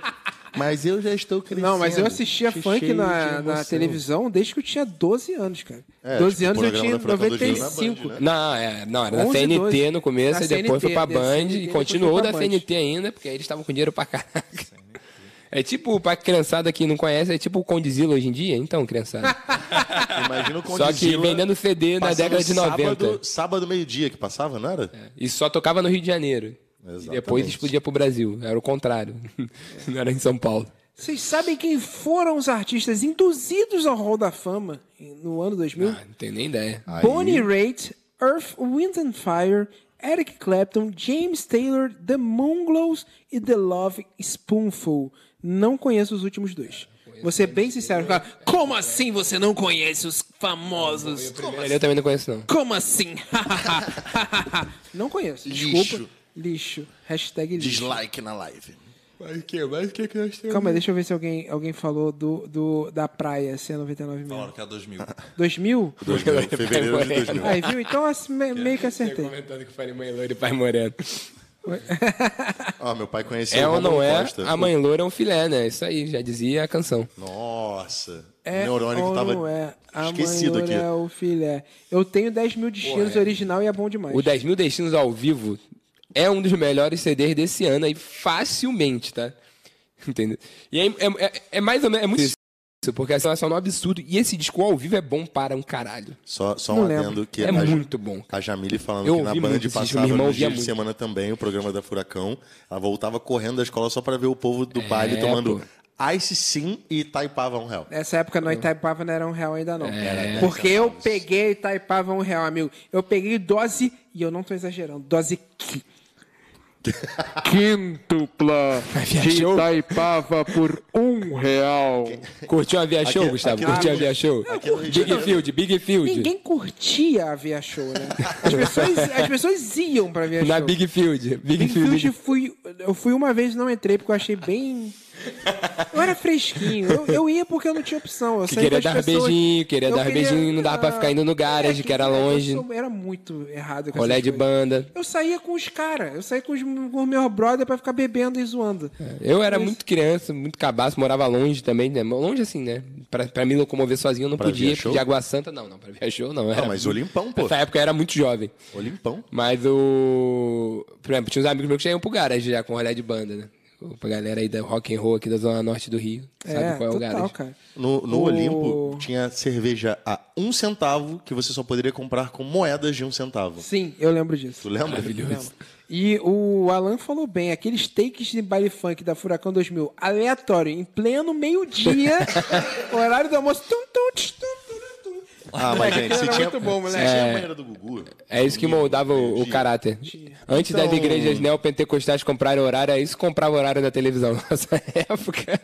C: Mas eu já estou crescendo.
A: Não, mas eu assistia
C: Cheio
A: funk
C: de
A: na, na
C: emoção.
A: televisão desde que eu tinha 12 anos, cara.
C: É,
A: 12
C: tipo,
A: anos eu
C: programa
A: tinha
C: da Furacão dos Dias na
A: 95.
C: Band, né?
B: Não, é, não, era da
A: 11,
B: CNT
A: 12.
B: no começo,
A: Da
B: e depois foi pra
A: CNT,
B: Band,
A: depois
B: e
A: foi
B: continuou
A: pra
B: da
A: Band.
B: CNT ainda, porque aí eles estavam com dinheiro pra caraca. É tipo, pra criançada que não conhece, é tipo o Condizila hoje em dia, então, criançada.
C: Imagina o
B: Só que
C: Condizila
B: vendendo CD na
C: passando
B: década de 90.
C: Sábado, sábado meio-dia que passava, não era?
B: E só tocava no Rio de Janeiro. E depois
C: Exatamente.
B: explodia pro Brasil. Era o contrário. Não era em São Paulo.
A: Vocês sabem quem foram os artistas induzidos ao Hall da Fama no ano 2000?
B: Ah, não tenho nem ideia.
A: Bonnie Raitt, Earth, Wind and Fire, Eric Clapton, James Taylor, The Mongols e The Love Spoonful. Não conheço os últimos
B: É,
A: dois. Vou ser bem sincero. cara. Como assim você não conhece os famosos?
B: Primeiro, eu também não conheço, não.
A: Como assim? não conheço. Desculpa.
C: Lixo.
A: Lixo. Hashtag lixo.
C: Dislike na live.
B: Mas o que? Mas o que, que nós temos?
A: Calma, aí, deixa eu ver se alguém, alguém falou do, do, da praia, se é 99 mil.
D: Falaram que é 2000.
A: 2000?
C: 2000, fevereiro de 2000.
B: É,
A: Aí, viu? Então assim, me- meio que acertei.
B: Comentando que eu falei mãe loira e pai moreno.
C: Ó, Ah, meu pai conheceu
B: É
C: o
B: ou não
C: Romulo
B: é,
C: Costa.
B: a mãe loira é um filé, né? Isso aí, já dizia a canção.
C: Nossa.
A: É
C: o neurônio
A: ou
C: que tava
A: não é? A
C: esquecido aqui.
A: manhora é o filé. Eu tenho 10 mil destinos original e é bom demais.
B: O 10 Mil Destinos ao vivo é um dos melhores CDs desse ano aí, facilmente, tá? Entendeu? E aí, é, é- é mais ou menos, é muito isso, porque a situação é um absurdo. E esse disco ao vivo é bom para um caralho.
C: Só, só
A: Não
C: um
A: lembro.
C: adendo que
B: É
C: a,
B: muito bom.
C: a Jamile falando
B: Eu
C: que na
B: ouvi
C: Band
B: muito esse disco,
C: passava
B: meu irmão
C: no dia
B: ouvia
C: de
B: muito.
C: semana também o programa da Furacão. Ela voltava correndo da escola só pra ver o povo do baile
B: É,
C: tomando Ice Sim e Taipava um real.
A: Nessa época
B: É.
A: não Itaipava não era um real ainda não. Porque eu peguei Itaipava um real, amigo. Eu peguei dose, e eu não tô exagerando, dose qui-
E: Quíntupla de
B: Show?
E: Itaipava por um real.
B: Curtiu a Via Show,
C: Aqui-
B: Gustavo?
C: aqui no
B: Curtiu a
C: Rio-
B: Via Show?
C: aqui no Rio de
B: Big
C: Janeiro.
B: Field, Big Field.
A: Ninguém curtia a Via Show, né? As pessoas, as pessoas iam pra Via
B: Na
A: Show.
B: Big Field. Big,
A: Big
B: Field.
A: Field eu fui, eu fui uma vez e não entrei porque eu achei bem. Eu era fresquinho. Eu, eu ia porque eu não tinha opção. Eu
B: Que
A: saía
B: queria
A: com as
B: dar
A: pessoas-
B: beijinho, queria
A: eu
B: dar beijinho, não dava pra
A: Ah,
B: ficar indo no garage, que era
A: eu
B: longe.
A: sou- Era muito errado. com
B: Olé
A: essas
B: de
A: coisas.
B: banda.
A: Eu saía com os caras, eu saía com os, com os meus brother pra ficar bebendo e zoando.
B: Eu era muito criança, muito cabaço, morava longe também, né? Longe assim, né? Pra, pra me locomover sozinho eu não
C: Pra
B: podia,
C: Via
B: porque
C: Show?
B: de Água Santa não, não, pra Via Show não. Era...
C: Ah, mas Olimpão, pô.
B: Nessa época eu era muito jovem.
C: Olimpão.
B: Mas o. Por exemplo, tinha uns amigos meus que já iam pro garage já com rolé de banda, né? Pra galera aí da rock and roll aqui da Zona Norte do Rio. Sabe
A: é,
B: qual é o
A: total,
B: garage?
A: cara.
C: No, no
A: O-
C: Olimpo tinha cerveja a um centavo que você só poderia comprar com moedas de um centavo.
A: Sim, eu lembro disso.
C: Tu lembra?
B: Maravilhoso.
A: E o Alan falou bem, aqueles takes de baile funk da Furacão 2000, aleatório, em pleno meio-dia, horário do almoço. Tum, tum, tch, tum, tum, tum, tum.
C: Ah, mas gente,
A: Aquilo
C: se
A: era
C: tinha,
A: muito bom,
C: se
A: moleque.
C: tinha a banheira do Gugu.
B: É isso que moldava o, o caráter. Antes das
C: Então-
B: igrejas neopentecostais comprarem horário, é isso que comprava horário na televisão nessa época.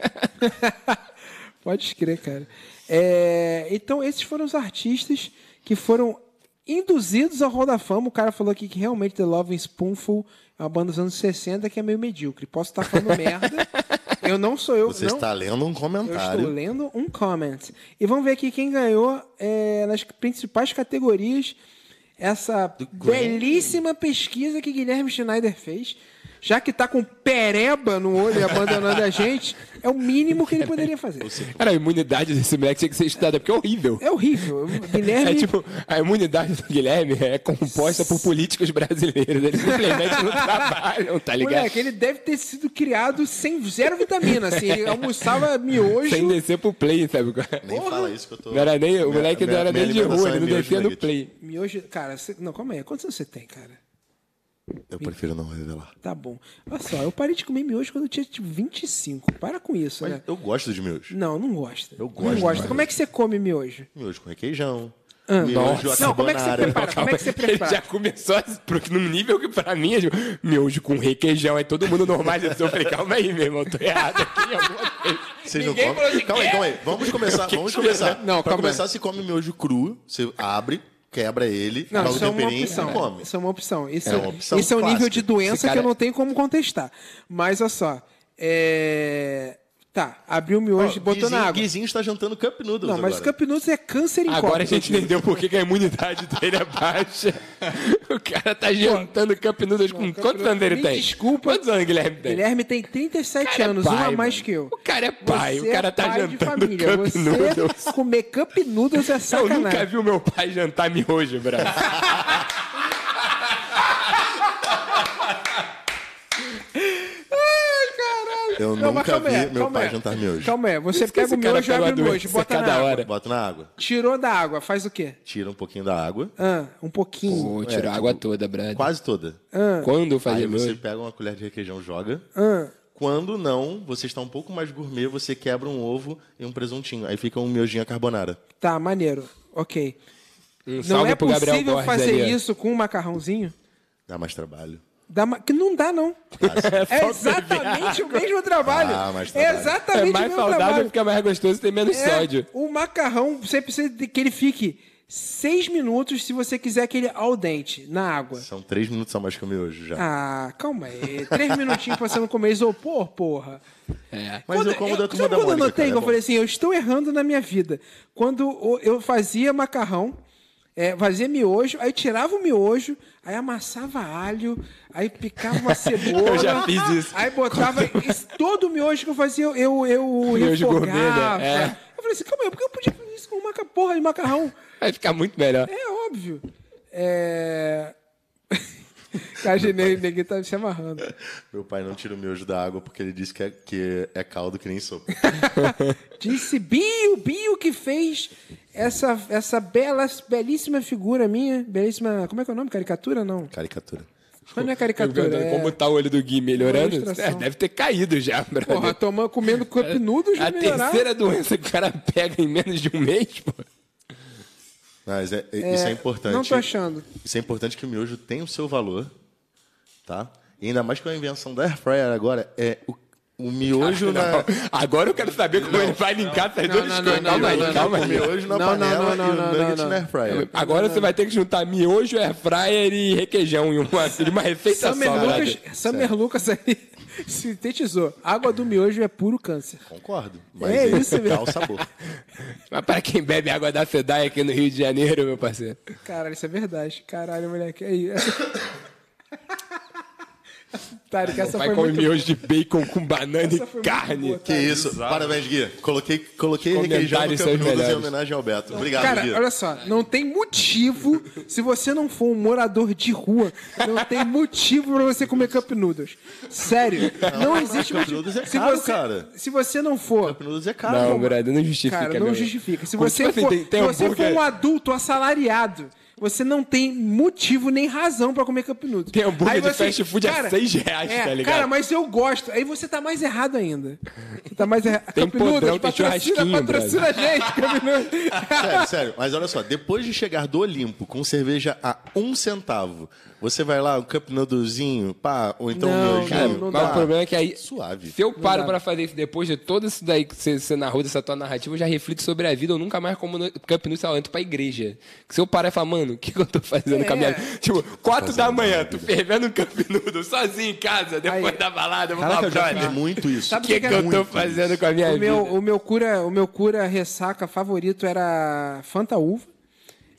A: Pode escrever, cara. É, então, esses foram os artistas que foram induzidos ao Hall da Fama. O cara falou aqui que realmente The Loving Spoonful é uma banda dos anos 60 que é meio medíocre. Posso estar falando merda. Eu não sou eu,
C: Você
A: não.
C: está lendo um
A: Eu estou
C: comentário.
A: lendo um comment. E vamos ver aqui quem ganhou é, nas principais categorias essa belíssima pesquisa que Guilherme Schneider fez. Já que tá com pereba no olho e abandonando a gente, é o mínimo que ele poderia fazer.
B: Cara, a imunidade desse moleque tinha que ser estudada, porque é horrível.
A: É horrível. O Guilherme.
B: É tipo, a imunidade do Guilherme é composta por políticos brasileiros. Eles simplesmente não trabalham, tá ligado?
A: Moleque, ele deve ter sido criado sem zero vitamina, assim. Ele almoçava miojo.
B: Sem descer pro play, sabe? qual é?
C: Nem fala isso que eu tô.
B: Não era nem, o
C: Minha-
B: moleque não
C: minha-
B: era
C: minha
B: nem de rua,
C: alimentação
B: ele não
C: é miojo
B: descia no
C: nuggets.
B: play.
A: Miojo. Cara, você- não, calma aí. Quantos anos você tem, cara?
C: Eu prefiro não revelar.
A: Tá bom. Olha só, eu parei de comer miojo quando eu tinha tipo 25. Para com isso,
B: É.
A: né?
C: Eu gosto de miojo.
A: Não, não gosta. Eu
C: gosto
A: Não gosta.
C: demais.
A: Como é que você come miojo?
C: Miojo com requeijão.
B: Ah.
C: Miojo à
A: Não, como é que você
C: carbonara.
A: prepara? Como é que você
B: né? Ele já
A: prepara?
B: começou a- pro- no nível que pra mim, é tipo, miojo com requeijão, aí todo mundo normalizou. Eu falei, calma aí, meu irmão, tô errado aqui em alguma coisa.
C: Vocês
B: Ninguém
C: não
B: falou
C: comem?
B: de
C: Calma aí, calma aí. Vamos começar, vamos começar.
A: Não,
C: pra
A: calma
C: começar, se come miojo cru, você abre, quebra ele,
A: Não,
B: um
C: joga o
A: isso é uma
C: temperinho e
A: opção.
C: come.
A: Isso é uma opção. Isso
C: É uma opção
A: isso é um nível
C: clássica.
A: de doença
B: Esse cara
A: que eu não tenho como contestar. Mas olha só. É... Tá, abriu o miojo,
C: Ó,
A: botou
C: Guizinho-
A: na água.
C: Guizinho está jantando Cup Noodles
A: Não, mas
C: agora.
A: Cup Noodles é câncer em
B: Agora a
A: copo.
B: gente entendeu por que que a imunidade dele é baixa. O cara tá jantando Cup Noodles com quantos anos ele
A: Me
B: tem?
A: desculpa. é
B: Quantos anos o Guilherme tem?
A: Guilherme tem 37
B: O cara é
A: anos, um
B: pai,
A: a mais
B: mano.
A: que eu.
B: O cara é pai,
A: Você
B: o cara tá
A: pai de
B: jantando
A: família.
B: Cup
A: Você
B: Noodles.
A: comer Cup Noodles é
B: Eu
A: sacanagem.
B: nunca vi o meu pai jantar miojo, Brasil.
C: Eu
A: Não, mas
C: nunca
A: calma
C: vi
A: aí,
C: meu
A: calma
C: pai
A: aí.
C: jantar miojo.
A: Calma aí, você
B: que
A: pega
B: esse
A: o
B: cara
A: miojo,
B: pega uma
A: abre o miojo,
B: doença
A: bota
B: cada
A: na água.
B: hora.
C: Bota na água.
A: Tirou da água, faz o quê?
C: Tira um pouquinho da água,
A: Ah, um pouquinho.
B: Pô, tirou a água toda, Brad.
C: quase toda.
B: Quando fazer
C: Aí você
B: miojo?
C: pega uma colher de requeijão joga. Quando não, você está um pouco mais gourmet, você quebra um ovo e um presuntinho. Aí fica um miojinho à carbonara.
A: Tá, maneiro. Ok.
B: Um
A: Não
B: salve
A: é
B: pro Gabriel
A: possível
B: Borges
A: fazer
B: ali. ó.
A: isso com um macarrãozinho?
C: Dá mais trabalho.
A: Dá ma- Que não dá, não. É exatamente o mesmo trabalho.
C: Ah, mas
A: é
C: trabalho.
B: É
A: exatamente
B: mais
A: o mesmo
B: saudável,
A: trabalho.
B: fica mais gostoso e tem menos
A: É,
B: sódio.
A: o macarrão, você precisa de que ele fique seis minutos se você quiser aquele al dente na água.
C: São três minutos a mais que o miojo já.
A: Ah, calma aí. Três minutinhos pra você não comer isopor, porra.
B: É.
C: Mas eu como da turma
A: sabe
C: da
A: quando eu
C: Mônica,
A: notei
C: cara,
A: que
C: é
A: eu
C: bom.
A: falei assim, eu estou errando na minha vida. Quando o- eu fazia macarrão, é, fazia miojo, aí tirava o miojo, aí amassava alho, aí picava uma cebola.
B: Eu já fiz isso.
A: Aí botava. isso- todo o miojo que eu fazia, eu, eu
B: Miojo gourmet, né?
A: refogava.
B: É.
A: Eu falei assim, calma aí, por que eu podia fazer isso com uma ca- porra de macarrão?
B: Vai ficar muito melhor.
A: É óbvio. É. Cara, ninguém tá se amarrando.
C: Meu pai não tira o miojo da água porque ele disse que é, que é caldo que nem sopa.
A: Disse Bio, Bio que fez essa, essa bela, belíssima figura minha, belíssima, como é que é o nome? Caricatura não.
C: Caricatura.
A: Mas não é
B: Perguntando
A: caricatura,
B: Como
A: é.
B: tá o olho do Gui melhorando?
A: Uma ilustração.
B: É, deve ter caído já, brother.
A: Porra, tomando, comendo cup noodles
B: a
A: vai melhorar.
B: terceira doença que o cara pega em menos de um mês, pô.
C: Mas é- é- isso é importante.
A: não tô achando.
C: Isso é importante que o miojo tem o seu valor, tá? E ainda mais com a invenção da Air Fryer agora, é o, o miojo na...
B: Não, Agora eu quero saber como ele vai linkar essas duas
A: não,
B: coisas.
A: não,
B: Calma
A: não,
B: aí,
A: não,
B: calma
C: O
B: aí.
C: miojo na
A: Não, não,
C: panela
A: não,
C: e
A: não,
C: o nugget
A: não, não.
C: na Air Fryer.
B: Agora você vai ter que juntar miojo, air fryer e requeijão em uma, de uma receita só,
A: Summer
B: brother.
A: Lucas, Summer Lucas aí sintetizou. Água do miojo é puro câncer.
C: Concordo. Mas
A: É
C: ele
A: isso mesmo.
C: dá o sabor.
B: Mas para quem bebe água da Fedai aqui no Rio de Janeiro, meu parceiro.
A: Caralho, isso é verdade. Caralho, moleque. Aí. Tá, que essa
B: Vai
A: foi
B: comer
A: muito...
B: miojo de bacon com banana
A: Essa foi muito
B: e carne.
A: boa, tá?
C: Que isso. Parabéns, Gui. Coloquei, coloquei
B: Os
C: requeijão
B: É
C: no
B: comentários são os
C: campeonato em
B: melhores.
C: homenagem ao Beto. Obrigado,
A: Cara,
C: Gui.
A: olha só, não tem motivo, se você não for um morador de rua, não tem motivo pra você comer cup noodles. Sério, não, existe
C: cup
A: motivo.
C: noodles é
A: se
C: caro,
A: você,
C: cara.
A: Se você não for,
C: Cup noodles é caro.
B: Não,
C: pô.
B: brother, não justifica.
A: cara, não
B: meu.
A: justifica. Se
B: Como,
A: você,
B: tipo assim,
A: for,
B: tem- tem
A: se você for
B: hambúrguer-
A: um adulto assalariado, você não tem motivo nem razão pra comer cup noodles.
B: Tem hambúrguer
A: Aí
B: de
A: você-
B: fast food a
A: cara,
B: seis reais,
A: é,
B: tá ligado?
A: Cara, mas eu gosto. Aí você tá mais errado ainda. Você tá mais errado.
B: Tem
A: cup
B: podrão,
A: noodles,
B: tem
A: patrocina,
B: churrasquinho,
A: patrocina a gente, cup noodles.
C: Sério, sério. Mas olha só, depois de chegar do Olimpo com cerveja a um centavo, você vai lá, o Cup Noodlezinho, pá, ou então
A: Não,
C: o
A: cara,
C: miojinho,
A: não
B: Mas
C: pá.
B: o problema é que aí.
C: Suave.
B: Se eu paro pra fazer isso depois de todo isso daí que você, você narrou dessa tua narrativa, eu já reflito sobre a vida. Eu nunca mais como no- Cup Noodles, sei lá, eu entro pra igreja. Se eu parar e falar, mano, mano, o que, que eu tô fazendo com a
C: É.
B: minha vida? Tipo, quatro da manhã, tu fervendo um campinudo, sozinho em casa, depois
A: Aí.
B: da balada, eu vou
C: Caraca, eu já
B: falar,
C: fiz
B: brother,
C: muito isso.
B: o que, que eu
C: Muito
B: tô
C: isso.
B: fazendo com a minha
A: O
B: vida?
A: meu, o meu cura, o meu cura ressaca favorito era Fanta Uva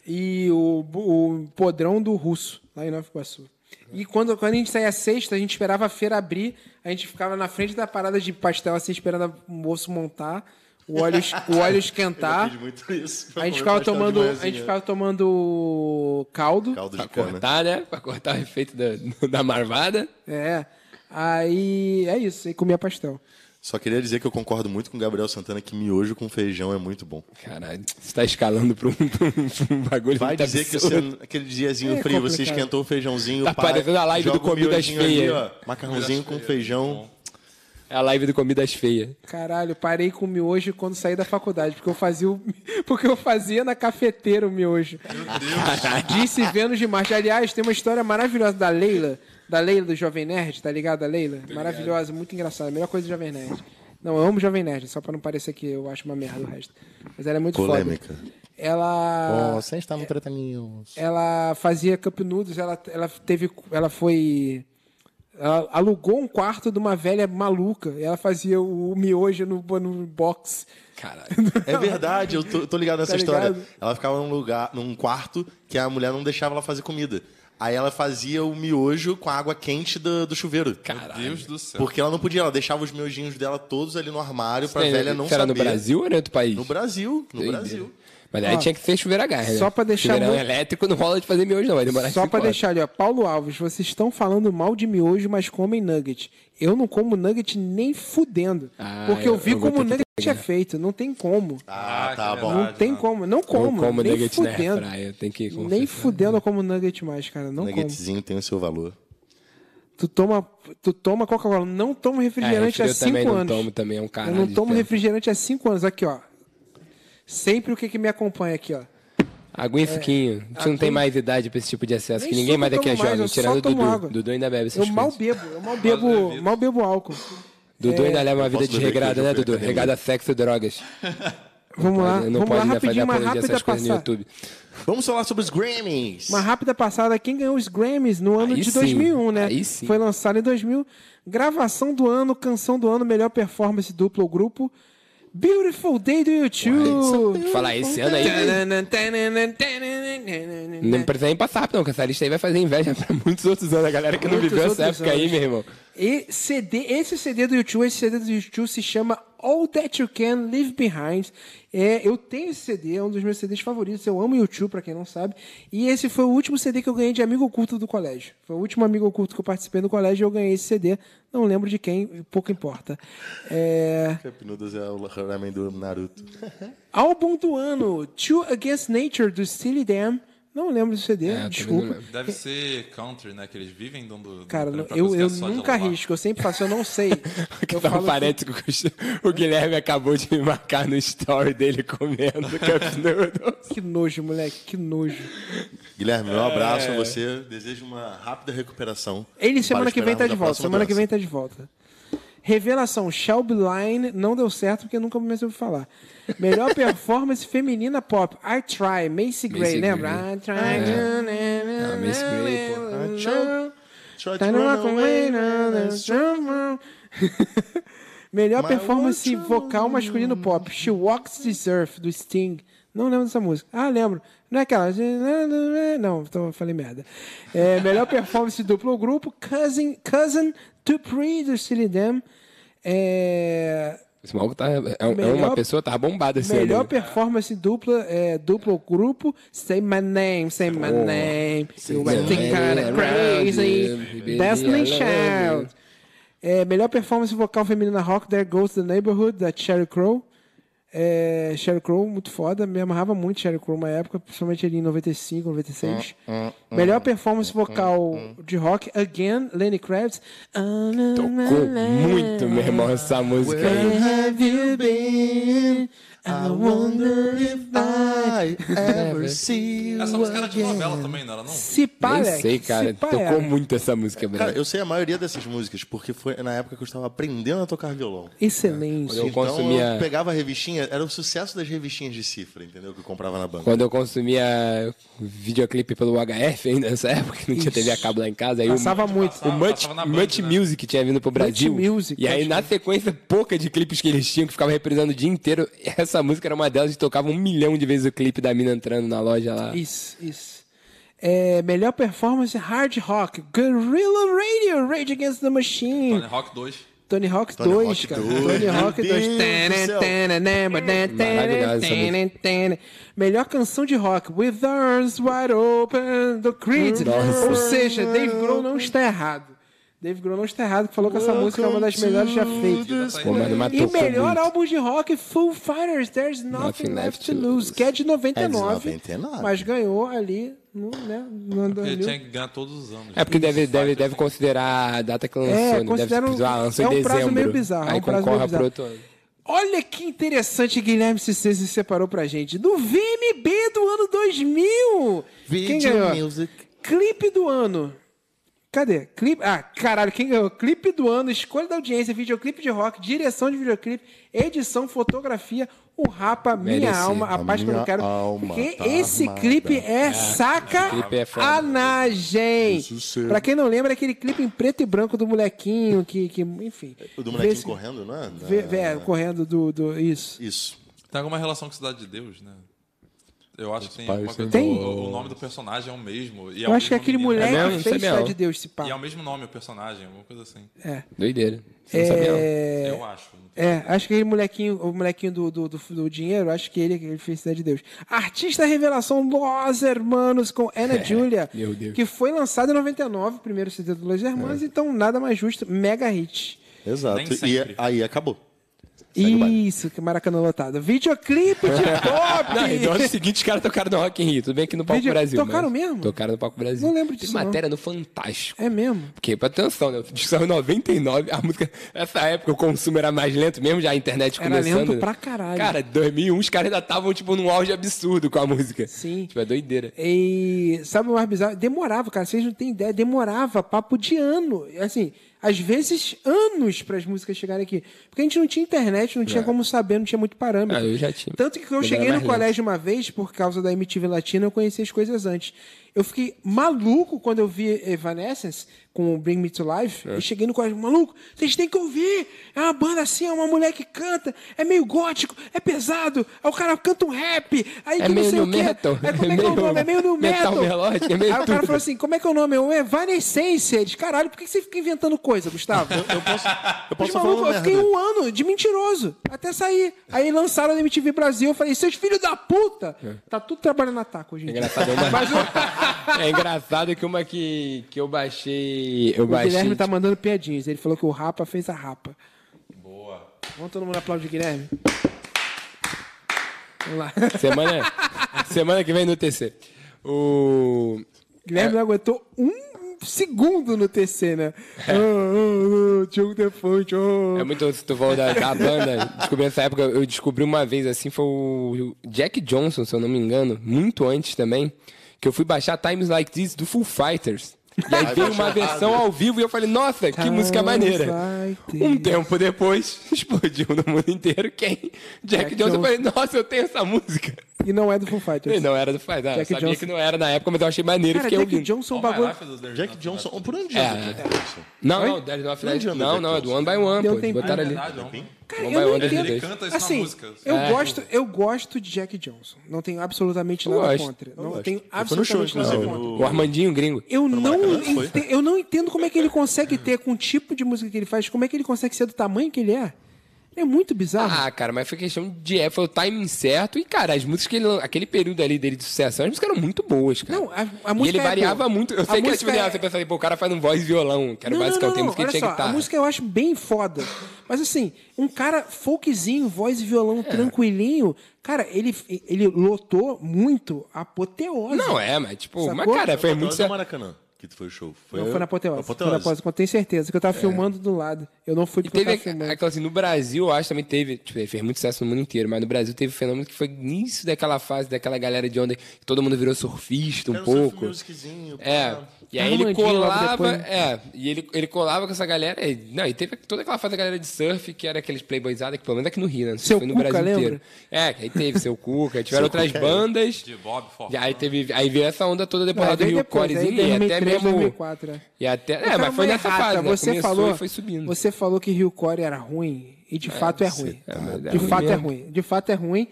A: e o, o podrão do russo, lá em Nova Iguaçu. E quando, quando a gente saía sexta, a gente esperava a feira abrir, a gente ficava na frente da parada de pastel, assim, esperando o moço montar, o óleo, es- o óleo
B: tá?
C: Eu
A: esquentar.
C: fiz muito isso.
A: A gente,
C: Eu
A: ficava
C: gostava de
A: tomando, a
C: manhãzinha.
A: gente ficava tomando caldo.
C: Caldo de
B: Pra
C: cana.
B: cortar, né? Pra cortar o efeito da, da marvada.
A: É. Aí é isso, e comia pastel.
C: Só queria dizer que eu concordo muito com o Gabriel Santana que miojo com feijão é muito bom.
B: Caralho, você tá escalando pra um, pra um- pra um bagulho
C: Vai
B: muito
C: dizer que
B: absurdo.
C: você, aquele diazinho
A: É
C: frio, você
A: complicado.
C: esquentou o feijãozinho.
B: Tá
C: pá,
B: parecendo a live
C: joga
B: do
C: o
B: Comidas
C: miojinho ali,
B: Feias.
C: ó, Macarrãozinho com feijão.
B: É a live do Comidas Feias.
A: Caralho, parei com o miojo quando saí da faculdade, porque eu fazia, o- porque eu fazia na cafeteira o miojo. Disse Vênus de Marte. Aliás, tem uma história maravilhosa da Leila, da Leila do Jovem Nerd, tá ligado? A Leila? Maravilhosa, muito engraçada, a melhor coisa do Jovem Nerd. Não, eu amo Jovem Nerd, só pra não parecer que eu acho uma merda o resto. Mas ela é muito
C: Polêmica.
A: foda. É. Ela
C: Você está no tratamento.
A: ela fazia cup noodles, ela, ela teve. Ela foi. Ela alugou um quarto de uma velha maluca. E ela fazia o, o miojo no, no box.
B: Caralho.
C: É verdade, eu tô, tô ligado nessa
A: Tá
C: história.
A: ligado?
C: Ela ficava num lugar, num quarto, que a mulher não deixava ela fazer comida. Aí ela fazia o miojo com a água quente do, do chuveiro.
D: Meu Deus do céu.
C: Porque ela não podia, ela deixava os miojinhos dela todos ali no armário pra
B: Tem-
C: velha não
B: Era
C: saber.
B: no Brasil ou era em outro país?
C: No Brasil, no
B: Doideira.
C: Brasil.
B: Mas aí tinha que ser chuveiro a gás, né?
A: só pra deixar
B: Chuveirão
A: muito-
B: elétrico não rola de fazer miojo, não. Vai demorar
A: Só
B: cinco
A: pra
B: horas.
A: deixar ali, ó. Paulo Alves, vocês estão falando mal de miojo, mas comem nugget. Eu não como nugget nem fudendo.
B: Ah,
A: porque eu vi
B: eu- eu vou
A: como
B: ter que
A: nugget
B: pegar.
A: é feito. Não tem como.
C: Ah,
D: Ah,
C: tá
D: que
C: bom.
A: não
D: verdade,
A: tem
D: mano.
A: como. Não como.
B: como
A: nem
B: nugget na
A: fudendo.
B: airfryer, tem que
A: nem
B: confessar.
A: fudendo eu como nugget mais, cara. Não como.
C: Nuggetzinho tem o seu valor.
A: Tu toma, tu toma Coca-Cola, não tomo refrigerante
B: É, eu
A: há
B: também
A: 5
B: não
A: anos.
B: tomo também, é um caralho
A: Eu não
B: de
A: tomo
B: tempo.
A: refrigerante há 5 anos. Aqui, ó. Sempre o que, que me acompanha aqui, ó.
B: Aguinha e Fiquinho. A gente não tem mais idade pra esse tipo de acesso,
A: Nem
B: que ninguém
A: suco
B: mais
A: eu
B: daqui é
A: tomo mais,
B: jovem,
A: eu só
B: tirando o
A: tomo
B: Dudu.
A: água.
B: Dudu ainda bebe essas
A: Eu mal
B: coisas.
A: bebo, eu mal bebo,
D: evito.
A: mal bebo álcool.
B: Dudu ainda leva uma vida
C: posso beber que
B: desregrada,
C: eu
B: né,
C: fui
B: Dudu?
C: academia.
B: Regada a sexo e drogas.
A: Vamos lá,
B: não
A: vamos
B: pode
A: lá
B: ainda fazer
A: rapidinho, uma
B: apologia a
A: rápida
B: essas coisas no
A: passada.
B: YouTube.
C: Vamos falar sobre os Grammys.
A: Uma rápida passada, quem ganhou os Grammys no ano
B: Aí
A: de
B: sim,
A: 2001, né?
B: aí sim.
A: Foi lançado em 2000. Gravação do ano, canção do ano, melhor performance duplo ou grupo. Beautiful Day do YouTube.
B: Falar esse ano aí, Não precisa nem passar rápido, não, que essa lista aí vai fazer inveja pra muitos outros anos. A galera que não
A: Muitos
B: viveu essa
A: outros
B: época aí,
A: anos.
B: meu irmão.
A: E CD, esse CD do YouTube, esse CD do YouTube se chama All That You Can Leave Behind. É, eu tenho esse CD, é um dos meus CDs favoritos. Eu amo YouTube, pra quem não sabe. E esse foi o último CD que eu ganhei de amigo oculto do colégio. Foi o último amigo oculto que eu participei no colégio e eu ganhei esse CD. Não lembro de quem, pouco importa. É,
C: Capinudas é o ramen do Naruto.
A: álbum do ano: Two Against Nature do Steely Dan. Não lembro do CD,
B: É, também não
A: desculpa.
B: lembro.
D: Deve ser country, né? Que eles vivem dando. dando
A: Cara,
D: prêmio pra
A: eu,
D: música
A: eu
D: só de
A: nunca
D: lá.
A: arrisco, eu sempre faço, eu não sei.
B: Que
A: eu
B: tá um
A: falo assim, que-
B: parênteses que o Guilherme acabou de me marcar no story dele comendo Cup Noodles.
A: Que nojo, moleque, que nojo.
C: Guilherme, meu abraço
B: É.
C: a você. Desejo uma rápida recuperação.
A: Ele
C: Para
A: semana que vem tá de
C: esperarmos a
A: volta.
C: próxima
A: Semana que
C: dança.
A: vem tá de volta. Revelação, Shelby Line não deu certo porque eu nunca mais ouvi falar. Melhor performance feminina pop, I Try, Macy Gray,
B: Macy
A: lembra? I Try. na, na,
B: Ah, Macy
A: na,
B: Gray, pô.
A: na, na,
C: Try to
A: tá no
C: run
A: rock and
C: away,
A: roll, na, na, na, na. Melhor performance vocal masculino pop, She Walks This Earth, do Sting. Não lembro dessa música. Ah, lembro. Não é aquela. Não, então eu falei merda. É, melhor performance duplo ou grupo, Cousin, Cousin Dupree, do Steely Dan. É,
B: Esse maluco tá. É, é
A: Melhor-
B: uma pessoa, tá bombada esse
A: melhor
B: ano.
A: performance dupla, é, duplo ou grupo, Say My Name, Say My
B: Oh,
A: Name. You
B: my
A: might think kinda
B: name,
A: crazy.
B: baby,
A: Destiny
B: I love
A: Child. É, melhor performance vocal feminina rock, There Goes the Neighborhood, da Sheryl Crow. É, Sheryl Crow, muito foda, me amarrava muito Sheryl Crow uma época, principalmente ali em 95, 96.
B: Hum,
A: melhor performance vocal de rock, Again, Lenny Kravitz. Ah,
B: Tocou muito, meu irmão, essa música aí.
A: Have you been? I wonder if I
C: I ever see you
D: Essa É, música era de novela também, não era não?
A: Se pá,
B: Nem
A: Lex,
B: sei, cara.
A: se pá,
B: Tocou
A: era.
B: muito essa música, Bruno.
C: Cara, eu sei a maioria dessas músicas, porque foi na época que eu estava aprendendo a tocar violão.
A: Excelente.
B: Eu
C: então
B: consumia-
C: eu pegava a revistinha, era o sucesso das revistinhas de cifra, entendeu? Que eu comprava na banca.
B: Quando eu consumia videoclipe pelo HF ainda nessa época, que não tinha TV a cabo lá em casa, aí
A: Passava
B: o,
A: muito.
B: o Much,
D: passava na Band,
B: Much
D: né?
B: Music tinha vindo pro Brasil.
A: Music,
B: e aí,
A: pode
B: na sequência, pouca de clipes que eles tinham, que ficava reprisando o dia inteiro, essa música era uma delas e tocava um milhão de vezes o clipe da mina entrando na loja lá.
A: Isso, isso. É, melhor performance hard rock. Guerrilla Radio, Rage Against the Machine.
D: Tony Tá Rock 2.
A: Tony Hawk
C: Tony
A: 2,
C: Hawk
A: cara.
C: 2.
A: Tony Hawk
C: Meu
A: 2.
C: Deus do céu.
B: Maravilhosa essa
A: Melhor canção de rock. With Arms Wide Open, do Creed.
B: Nossa.
A: Ou seja, Dave Grohl não está errado. Dave Grohl não está errado, que falou que essa música é uma das melhores já feitas.
B: Pô, mano, mas
A: E
B: tocou
A: melhor
B: muito.
A: álbum de rock, Full Fighters, There's Nothing,
B: Nothing
A: Left
B: Left
A: to
B: to
A: Lose, que é de 99,
C: 99.
A: mas ganhou ali no, né, no
D: Ele
A: ali.
D: tinha que ganhar todos os anos.
B: É porque deve, deve, deve considerar a data que lançou,
A: É,
B: né?
A: considera
B: Deve
A: um-
B: tipo, ah,
A: é
B: lançou em
A: um prazo
B: dezembro.
A: meio bizarro, é
B: aí
A: um prazo meio
B: concorre
A: bizarro.
B: pro outro ano.
A: Olha que interessante Guilherme Cicês se separou pra gente. Do VMB do ano 2000. quem ganhou? Clipe do ano. Cadê? Clipe... Ah, caralho, quem ganhou? Clipe do ano, escolha da audiência, videoclipe de rock, direção de videoclipe, edição, fotografia, o Rapa, Minha
B: Merecido.
A: Alma, A Paz Que Eu Não
C: minha
A: Quero.
C: alma
A: porque
C: tá
A: esse
C: armada.
A: clipe é
B: clipe é foda.
A: sacanagem.
C: Isso sim.
A: pra quem não lembra, é aquele clipe em preto e branco do molequinho que, que enfim.
C: O do molequinho
A: Vê se-
C: correndo, não é?
A: Vê, vê, correndo do, do. Isso.
C: Isso.
D: Tem alguma relação com Cidade de Deus, né? Eu acho que tem. alguma coisa-
A: Tem?
D: O, o nome do personagem é o mesmo. E é
A: Eu
D: o
A: acho que é
D: mesmo
A: aquele
D: menino.
A: moleque
B: É mesmo?
A: que
B: Não
A: fez
B: sabia,
A: Cidade
B: não.
A: de Deus se pá.
D: E é o mesmo nome, o personagem, alguma coisa assim.
B: Doideira. Você não sabia, não.
A: É...
D: Eu acho. não tem-
A: é, acho que aquele molequinho, o molequinho do, do, do, do dinheiro, acho que ele, ele fez Cidade de Deus. Artista Revelação Los Hermanos com Ana Julia,
B: É, meu Deus. É.
A: que foi lançado em 99, primeiro CD do Los Hermanos, então nada mais justo, mega hit.
C: Exato.
D: Nem
C: E
D: sempre.
C: aí acabou. o baile.
A: Isso, que maracanã lotado. Videoclipe de pop!
B: Não, e no ano seguinte os caras tocaram no Rock in Rio. Tudo bem que no Palco
A: Vídeo-
B: Brasil.
A: tocaram
B: mas-
A: mesmo?
B: Tocaram no Palco Brasil.
A: Não lembro
B: Tem
A: disso,
B: matéria no Fantástico.
A: É mesmo?
B: Porque, presta atenção, né? O disco saiu em 99, a música... Nessa época o consumo era mais lento mesmo, já a internet
A: Era
B: começando.
A: lento
B: né?
A: pra caralho.
B: Cara, 2001 os caras ainda estavam, tipo, num auge absurdo com a música.
A: Sim.
B: Tipo, é doideira.
A: E sabe o mais bizarro? Demorava, cara. Vocês não têm ideia. Demorava papo de ano. Assim, às vezes anos para as músicas chegarem aqui. Porque a gente não tinha internet, não tinha como saber, não tinha muito parâmetro.
B: Ah, É. eu já tinha.
A: Tanto que quando eu
B: Quando
A: cheguei
B: era
A: no
B: mais
A: colégio uma vez, por causa da MTV Latina, eu conheci as coisas antes. Eu fiquei maluco quando eu vi Evanescence com o Bring Me to Life.
B: É.
A: Eu cheguei no colégio, maluco, vocês têm que ouvir. É uma banda assim, é uma mulher que canta, é meio gótico, é pesado. Aí o cara canta um rap, aí
B: É
A: que não
B: meio
A: sei o
B: nu
A: quê.
B: metal.
A: Aí como é,
B: É
A: que é o
B: meio
A: nome? É meio no metal.
B: metal melódico, é meio
A: aí o cara
B: tudo.
A: falou assim, como é que é o nome? É o Evanescence. Eles, caralho, por que você fica inventando coisa, Gustavo?
C: Eu posso, eu posso
A: Os
C: só falar
A: malucos,
C: uma
A: eu fiquei
C: merda. né?
A: um ano de mentiroso, até sair. Aí lançaram na MTV Brasil, eu falei, seus filhos da puta! Tá tudo trabalhando na taco, gente.
B: É. Engraçado, uma... É engraçado que uma que, que eu baixei... Eu
A: O
B: baixei...
A: Guilherme tá mandando piadinhas, ele falou que o Rapa fez a Rapa.
D: Boa.
A: Vamos todo mundo aplaudir o Guilherme? Vamos lá.
B: Semana, semana que vem no TC. O... É.
A: Guilherme não aguentou um segundo no TC, né? Ah, ah, ah, Diogo Defante, ah.
B: É muito se tu falou da, da banda. Descobri essa época, eu descobri uma vez assim, foi o Jack Johnson, se eu não me engano, muito antes também, que eu fui baixar Times Like This do Full Fighters. E aí veio uma versão ao vivo e eu falei, nossa, que
A: Times
B: música maneira.
A: Like This.
B: Um tempo depois, explodiu no mundo inteiro quem? Jack, Johnson. Eu falei, nossa, eu tenho essa música.
A: E não é do Full
B: E
A: Fighters.
B: não era do Fighters. Ah, eu
A: Jack
B: sabia
A: Johnson.
B: que não era na época, mas eu achei maneiro e
A: Cara,
B: fiquei
A: Jack
B: ouvindo.
A: Johnson é um
D: All my
A: bagulho...
D: life is a Dirty
C: Jack
D: Nothing,
C: Johnson,
D: né?
C: por onde
B: É.
C: anda Jack Johnson?
B: Não, não, Dead Not Dead.
C: anda
B: Não,
C: Jack
B: não, é do
C: Johnson?
B: One by One,
A: Deu um
B: pô.
A: tempo.
B: eles Botaram ali.
D: Verdade, é um-
A: Cara,
B: Bom,
A: eu
B: vai,
A: não
B: Wander,
A: entendo.
B: ele
D: canta isso na
A: assim,
D: música.
A: Eu,
B: É.
A: gosto, eu gosto de Jack Johnson. Não tenho absolutamente
B: Eu
A: nada
B: gosto,
A: contra.
C: eu
A: Não
C: gosto.
A: tenho
C: Eu fui no show,
A: absolutamente nada
C: inclusive,
A: contra.
C: no-
B: O Armandinho gringo.
A: Eu não,
C: Maracanã, foi?
A: ente- eu não entendo como é que ele consegue ter, com o tipo de música que ele faz, como é que ele consegue ser do tamanho que ele é. Ele é muito bizarro.
B: Ah, cara, mas foi questão de época, foi o timing certo. E, cara, as músicas que ele. lan- Aquele período ali dele de sucesso, as músicas eram muito boas, cara.
A: Não, a- a
B: E
A: música
B: ele
A: é
B: variava
A: boa.
B: muito. Eu
A: A
B: sei que é
A: música
B: tipo, né,
A: é-
B: você pensa ali, pô, o cara faz um voz e violão, que era o básico que eu tenho, música que
A: Olha
B: tinha
A: só, a
B: guitarra.
A: música eu acho bem foda. Mas assim, um cara folkzinho, voz e
B: É.
A: violão tranquilinho, cara, ele, ele lotou muito a apoteose.
B: Não, é, mas tipo, mas
A: Sacou?
B: cara, foi muito
C: Dose do
B: certo.
C: Maracanã. Que que foi o show?
A: não foi na Apoteose. Foi na
C: Apoteose.
A: Apoteose, eu tenho certeza, que eu tava filmando do lado. Eu não fui
B: É. E
A: porque eu
B: teve
A: tava
B: aqu-
A: filmando.
B: aquela assim, no Brasil, eu acho também teve, tipo, ele fez muito sucesso no mundo inteiro, mas no Brasil teve um fenômeno que foi início daquela fase, daquela galera de onda, que todo mundo virou surfista um
C: Era um surf
B: pouco.
C: musiczinho,
B: É.
C: pá.
B: E aí ele
A: Armandinho Ah, tá logo
B: colava,
A: depois, né?
B: é, e ele, ele colava com essa galera. e- Não, e teve toda aquela fase da galera de surf, que era aqueles playboyzada, que pelo menos aqui no Rio, né? Não sei se
A: Seu
B: foi no
A: Cuca,
B: Brasil
A: lembra? é.
B: inteiro. É, que aí teve seu Cuca, tiveram outras bandas.
D: De Bob Forte.
B: E aí teve. Aí veio essa onda toda depois
A: Não,
B: lá do
A: aí
B: Rio
A: depois, aí um
B: Corezinho e
A: 2003,
B: até mesmo.
A: 2004, é.
B: E até. É,
A: Eu tava
B: mas foi
A: uma
B: nessa
A: errata.
B: fase, né?
A: Você
B: Começou
A: falou,
B: e foi subindo.
A: Você falou que Rio Core era ruim, e de fato é ruim.
B: tá doido.
A: de
B: É ruim
A: fato é
B: mesmo.
A: ruim. De fato é ruim.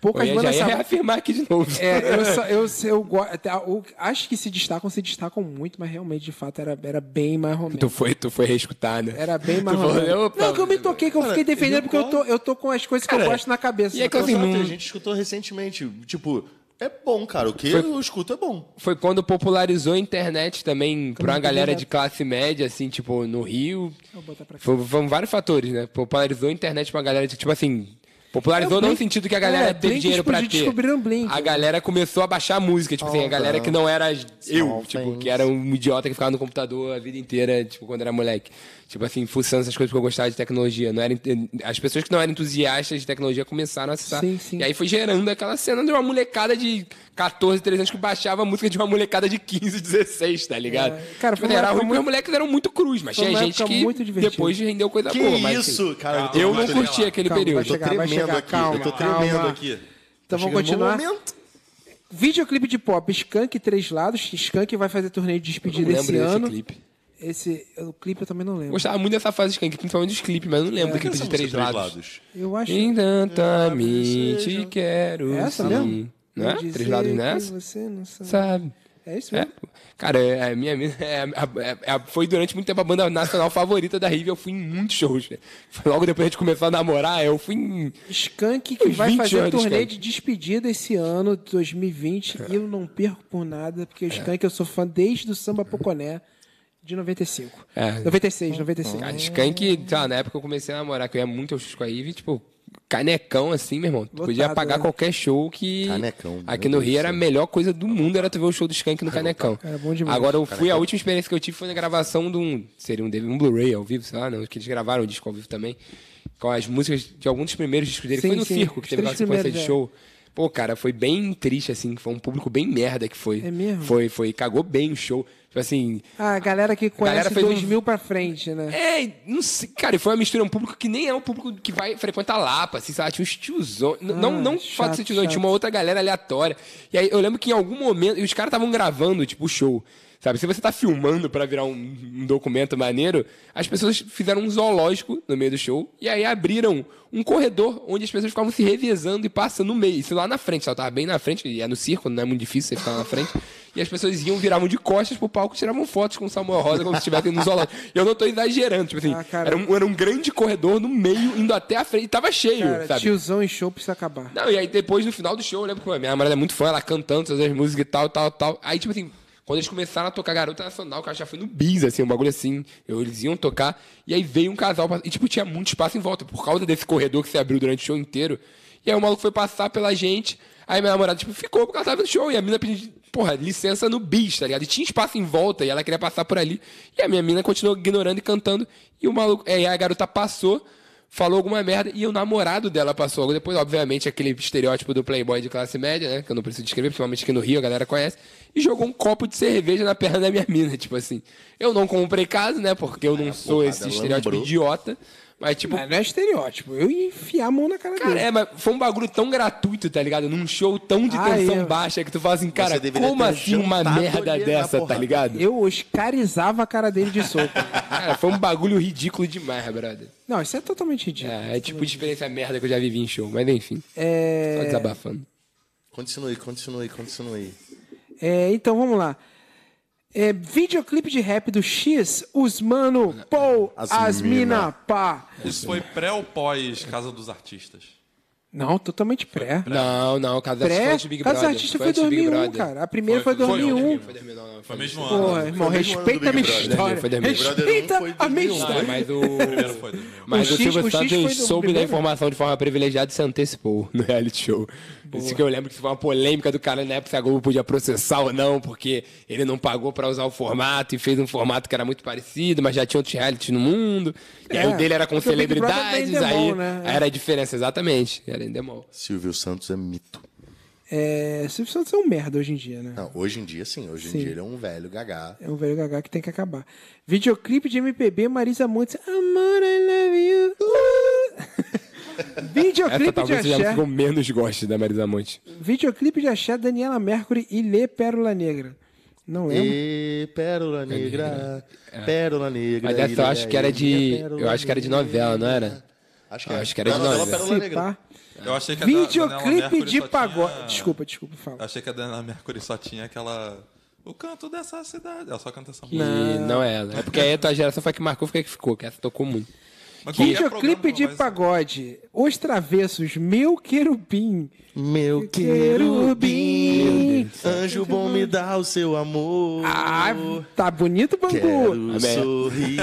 B: Pô,
A: Poucas
B: já-
A: bandas
B: já ia
A: sabem.
B: reafirmar aqui de novo.
A: É, eu, só- eu, eu, go- até- eu acho que se destacam, se destacam muito, mas realmente, de fato, era, era bem mais romântico.
B: Tu foi, tu foi reescutar, né?
A: Era bem mais
B: Tu falou,
A: romântico.
B: opa, é
A: Não, que eu me toquei, que eu fiquei defendendo,
C: Rio
A: porque eu tô, eu tô com as coisas que eu gosto na cabeça.
B: e é que eu-
C: Exato,
B: assim, não-
C: A gente escutou recentemente, tipo, é bom, cara. O que eu escuto é bom.
B: Foi quando popularizou a internet também pra uma
A: entendi
B: galera
A: nada.
B: de classe média, assim, tipo, no Rio.
A: Vou botar pra cá.
B: Foi- Foram vários fatores, né? Popularizou a internet pra uma galera, de, tipo assim. Popularizou
A: É, o
B: não no
A: Blink-
B: sentido que a galera
A: é,
B: teve
A: Blink
B: dinheiro pra ter.
A: explodiu, descobriram Blink.
B: A galera começou a baixar a música, tipo assim, a galera que não era eu, tipo, que era um idiota que ficava no computador a vida inteira, tipo, quando era moleque. Tipo assim, fuçando essas coisas porque eu gostava de tecnologia. Não era, ent- as pessoas que não eram entusiastas de tecnologia começaram a acessar.
A: Sim, sim.
B: E aí foi gerando aquela cena de uma molecada de 14, 13 anos que baixava a música de uma molecada de 15, 16, tá ligado?
A: É, cara,
B: tipo,
A: foi uma
B: era
A: época
B: ruim porque
A: muito-
B: os moleques eram muito cruz, mas
A: foi
B: tinha
A: uma
B: gente
A: época
B: que
A: muito divertida.
B: depois rendeu coisa
C: Que
B: boa. mas, assim,
C: isso, cara?
D: calma,
B: eu
C: tô
B: não
D: Vai
B: curti
D: chegar lá.
B: aquele
A: Calma,
B: período.
A: vai chegar.
C: tremendo
A: chegar,
C: aqui.
A: calma,
C: eu tô
A: calma.
C: tremendo aqui.
A: Então vamos
C: Chegando no
A: continuar.
C: momento.
A: Videoclipe de pop, Skank Três Lados. Skank vai fazer torneio de despedida
B: Eu não
A: esse
B: lembro desse
A: ano.
B: clipe.
A: Esse o clipe eu também não lembro.
B: Gostava muito dessa fase de Skank, principalmente dos clipes, mas eu não lembro
A: É,
B: do
C: Por que
B: clipe
C: essa
B: de
C: música
B: três lados.
A: Eu acho
B: Intentamente quero
A: é essa
B: sim.
A: mesmo.
B: Não é?
A: Vou dizer
B: Três lados
A: que
B: nessa?
A: você não sabe.
B: Sabe?
A: É isso
B: É,
A: mesmo.
B: pô. cara, é, a minha mina é, a- é a- foi durante muito tempo a banda nacional favorita da Rive. Eu fui em muitos shows. né? Foi Logo depois de a gente começar a namorar, eu fui em.
A: Skank que
B: Uns
A: vai
B: 20
A: fazer um
B: anos,
A: turnê
B: Skank.
A: de despedida esse ano, 2020,
B: É.
A: e eu não perco por nada, porque o Skank eu sou fã desde o Samba Poconé de 95.
B: É.
A: 96, 96.
B: Cara, Assim, Skank, sei lá, na época eu comecei a namorar, que eu ia muito aos shows com a Rive, tipo, canecão assim, meu irmão. Tu
A: Lotado,
B: podia pagar
A: né?
B: qualquer show que.
C: Canecão, meu
B: Aqui no
C: Deus
B: Rio
C: do
B: era a
C: céu.
B: melhor coisa do mundo, era tu ver o show do Skank no Canecão.
A: Cara, bom demais.
B: Agora eu fui, a última experiência que eu tive foi na gravação de um. Seria um, DVD, um Blu-ray ao vivo, sei lá, não, que eles gravaram o disco ao vivo também. Com as músicas de alguns dos primeiros discos dele.
A: Sim,
B: foi no
A: sim,
B: circo que
A: os
B: teve
A: três
B: aquela sequência de
A: primeiros, é.
B: show. Pô, cara, foi bem triste, assim, foi um público bem merda que foi.
A: É mesmo?
B: Foi, foi, cagou bem o show. Tipo assim,
A: Ah, a galera que conhece
B: galera fez um-
A: 2000 pra frente, né?
B: é, não sei, cara, e foi uma mistura, um público que nem é um público que vai frequentar Lapa, assim, sabe, tinha uns tiozões, n- não, não
A: chato,
B: fato de ser tiozão,
A: chato.
B: tinha uma outra galera aleatória, e aí eu lembro que em algum momento, e os caras estavam gravando, tipo, o show, sabe, se você tá filmando pra virar um, um documento maneiro, as pessoas fizeram um zoológico no meio do show, e aí abriram um corredor onde as pessoas ficavam se revezando e passando no meio, isso lá na frente, ela tava bem na frente, e é no circo, não é muito difícil você ficar na frente, e as pessoas iam, viravam de costas pro palco, e tiravam fotos com o Samuel Rosa como se estivessem no zoológico. E eu não tô exagerando, tipo assim,
A: Ah, cara.
B: era, um, era um grande corredor no meio, indo até a frente, e tava cheio,
A: Cara,
B: sabe?
A: tiozão e show precisa acabar.
B: Não, e aí depois no final do show, eu lembro que pô, minha namorada é muito fã, ela cantando todas as músicas e tal, tal, tal. Aí, tipo assim, quando eles começaram a tocar Garota Nacional, que eu já foi no bis, assim, um bagulho assim, eu- eles iam tocar, e aí veio um casal, pra- e tipo, tinha muito espaço em volta, por causa desse corredor que se abriu durante o show inteiro. E aí o maluco foi passar pela gente, aí minha namorada, tipo, ficou porque ela tava no show, e a mina pediu, porra, licença no bis, tá ligado? E tinha espaço em volta, e ela queria passar por ali, e a minha mina continuou ignorando e cantando, e o maluco, aí a garota passou, falou alguma merda e o namorado dela passou logo depois, obviamente, aquele estereótipo do playboy de classe média, né? Que eu não preciso descrever, principalmente aqui no Rio, a galera conhece, e jogou um copo de cerveja na perna da minha mina, tipo assim. Eu não comprei casa, né? Porque eu não sou
C: porrada
B: esse estereótipo
C: lambrou.
B: idiota, mas tipo,
A: Mas não é estereótipo. Eu ia enfiar a mão na cara,
B: Cara,
A: dele.
B: é, mas foi um bagulho tão gratuito, tá ligado? Num show tão de
A: Ah,
B: tensão
A: eu-
B: baixa que tu fala assim, cara,
C: deveria
B: como
C: ter
B: assim uma
C: jantado
B: merda
C: ali na
B: dessa, tá
C: porrada.
B: ligado?
A: Eu oscarizava a cara dele de soco.
B: Cara, foi um bagulho ridículo demais, brother.
A: não, isso é totalmente ridículo.
B: É, é tipo de experiência merda que eu já vivi em show, mas enfim,
A: É...
B: só desabafando.
C: Continue, continue, continue.
A: É, então vamos lá. É, videoclipe de rap do X, os mano,
B: É,
A: pô, as,
C: As
A: mina,
C: mina.
A: pá.
D: Isso foi pré ou pós Casa dos Artistas?
A: Não, totalmente pré.
B: Não, não, o caso da
A: Pré?
B: artista foi antes do Big
A: Casa
B: Brother.
A: Artista
B: foi
A: foi
B: antes do Big
A: 2001,
B: Brother.
A: cara. A primeira foi
D: Foi- foi
A: 2001.
D: antes
B: Foi 2009.
D: Foi mesmo ano. né?
A: Porra, irmão,
C: Foi mesmo ano do
A: respeita a minha
C: Big Brother.
A: história.
B: um, né? Foi mesmo.
C: Big Brother
A: Respeita
C: um, foi
A: a minha
C: 2001.
B: Não,
A: história.
B: mas o...
D: Primeiro foi 2000.
B: Mas
A: O
B: o,
A: X- o
B: Silvio
A: X foi né,
B: Santos
A: do
B: soube da
A: primeiro?
B: informação de forma privilegiada e se antecipou no reality show. Isso que eu lembro que foi uma polêmica do cara na época se a Globo podia processar ou não, porque ele não pagou pra usar o formato e fez um formato que era muito parecido, mas já tinha outros realities no mundo. E aí
A: É,
B: o dele era com
A: porque o Big Brother
B: celebridades,
A: era
B: aí
A: endemol, né?
B: era a diferença, exatamente. Era endemol.
C: Silvio Santos é mito.
A: É, Silvio Santos é um merda hoje em dia, né?
C: Não, hoje em dia, sim. Hoje
A: Sim.
C: em dia ele é um velho gagá.
A: É um velho gaga que tem que acabar. Videoclipe de MPB, Marisa Montes. Amor, I love you. Uh!
B: Essa
A: Videoclipe de
B: talvez seja a música
A: axé.
B: que eu menos goste da Marisa Monte.
A: Videoclipe de axé, Daniela Mercury e Lê Pérola Negra. Não
B: É um
A: lembro.
C: E pérola negra, pérola negra.
B: né? Mas essa eu
C: ilha,
B: acho
A: né?
B: que era
C: ilha,
B: de-
C: pérola
B: eu acho que era de novela, não era?
C: negra. Acho que,
A: é.
B: Eu
C: era.
B: acho que era de
C: Não, novela
B: novela.
C: Pérola
A: Se
C: Negra.
A: pá.
D: Eu achei que a da- Daniela
A: Videoclipe
D: Mercury
A: de
D: só
A: pagode.
D: tinha-
A: Desculpa, desculpa, fala.
D: Eu achei que a Daniela Mercury só tinha aquela. O canto dessa cidade. Ela só canta essa
B: E
D: música.
B: não é ela. É porque aí a tua geração foi a que marcou, foi a que ficou, que essa tocou muito.
D: Mas qualquer
A: Videoclipe
D: programa
A: de
D: vai-
A: pagode. Os Travessos, Meu Querubim.
C: Meu
A: Querubim.
C: querubim, anjo bom me dá o seu amor.
A: Ah, tá bonito, Bangu.
C: Quero
B: Amém.
C: sorrir.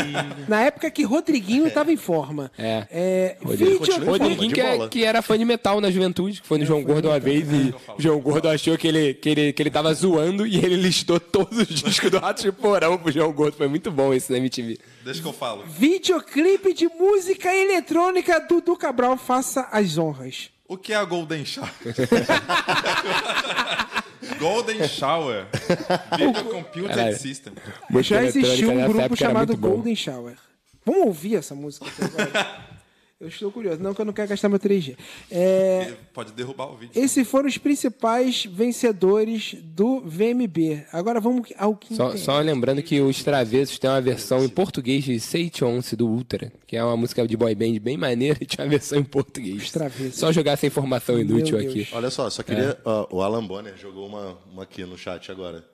A: Na época que Rodriguinho tava em forma.
B: É.
A: Rodriguinho.
C: continua em forma.
B: Rodriguinho,
C: de
B: que, é-
C: bola.
B: que era fã de metal na juventude, que foi no João Gordo uma vez e o João Gordo achou que ele, que, ele, que ele tava zoando e ele listou todos os discos do Rato de Porão pro João Gordo. Foi muito bom isso na MTV.
D: Deixa que eu falo.
A: Videoclipe de música eletrônica, Dudu Cabral, faça as honras.
D: O que é a Golden Shower? Golden Shower. Video Computer
B: Caralho.
D: System.
B: Música
A: Já existiu um
B: eletrônica nessa
A: grupo
B: época era
A: chamado
B: muito bom.
A: Golden Shower. Vamos ouvir essa música aqui agora? Eu estou curioso. Não, que eu não quero gastar meu 3G. É,
D: E Pode derrubar o vídeo.
A: Esses foram os principais vencedores do VMB. Agora vamos ao que
B: Só,
A: interessa.
B: só lembrando que os Travessos tem uma versão em português de Sei Te Once do Ultra, que é uma música de boy band bem maneira e tinha uma versão em português.
A: Os Travessos.
B: Só jogar essa informação inútil
A: Deus.
B: aqui.
C: Olha só, só queria. ó, o Alan Bonner jogou uma, uma aqui no chat agora.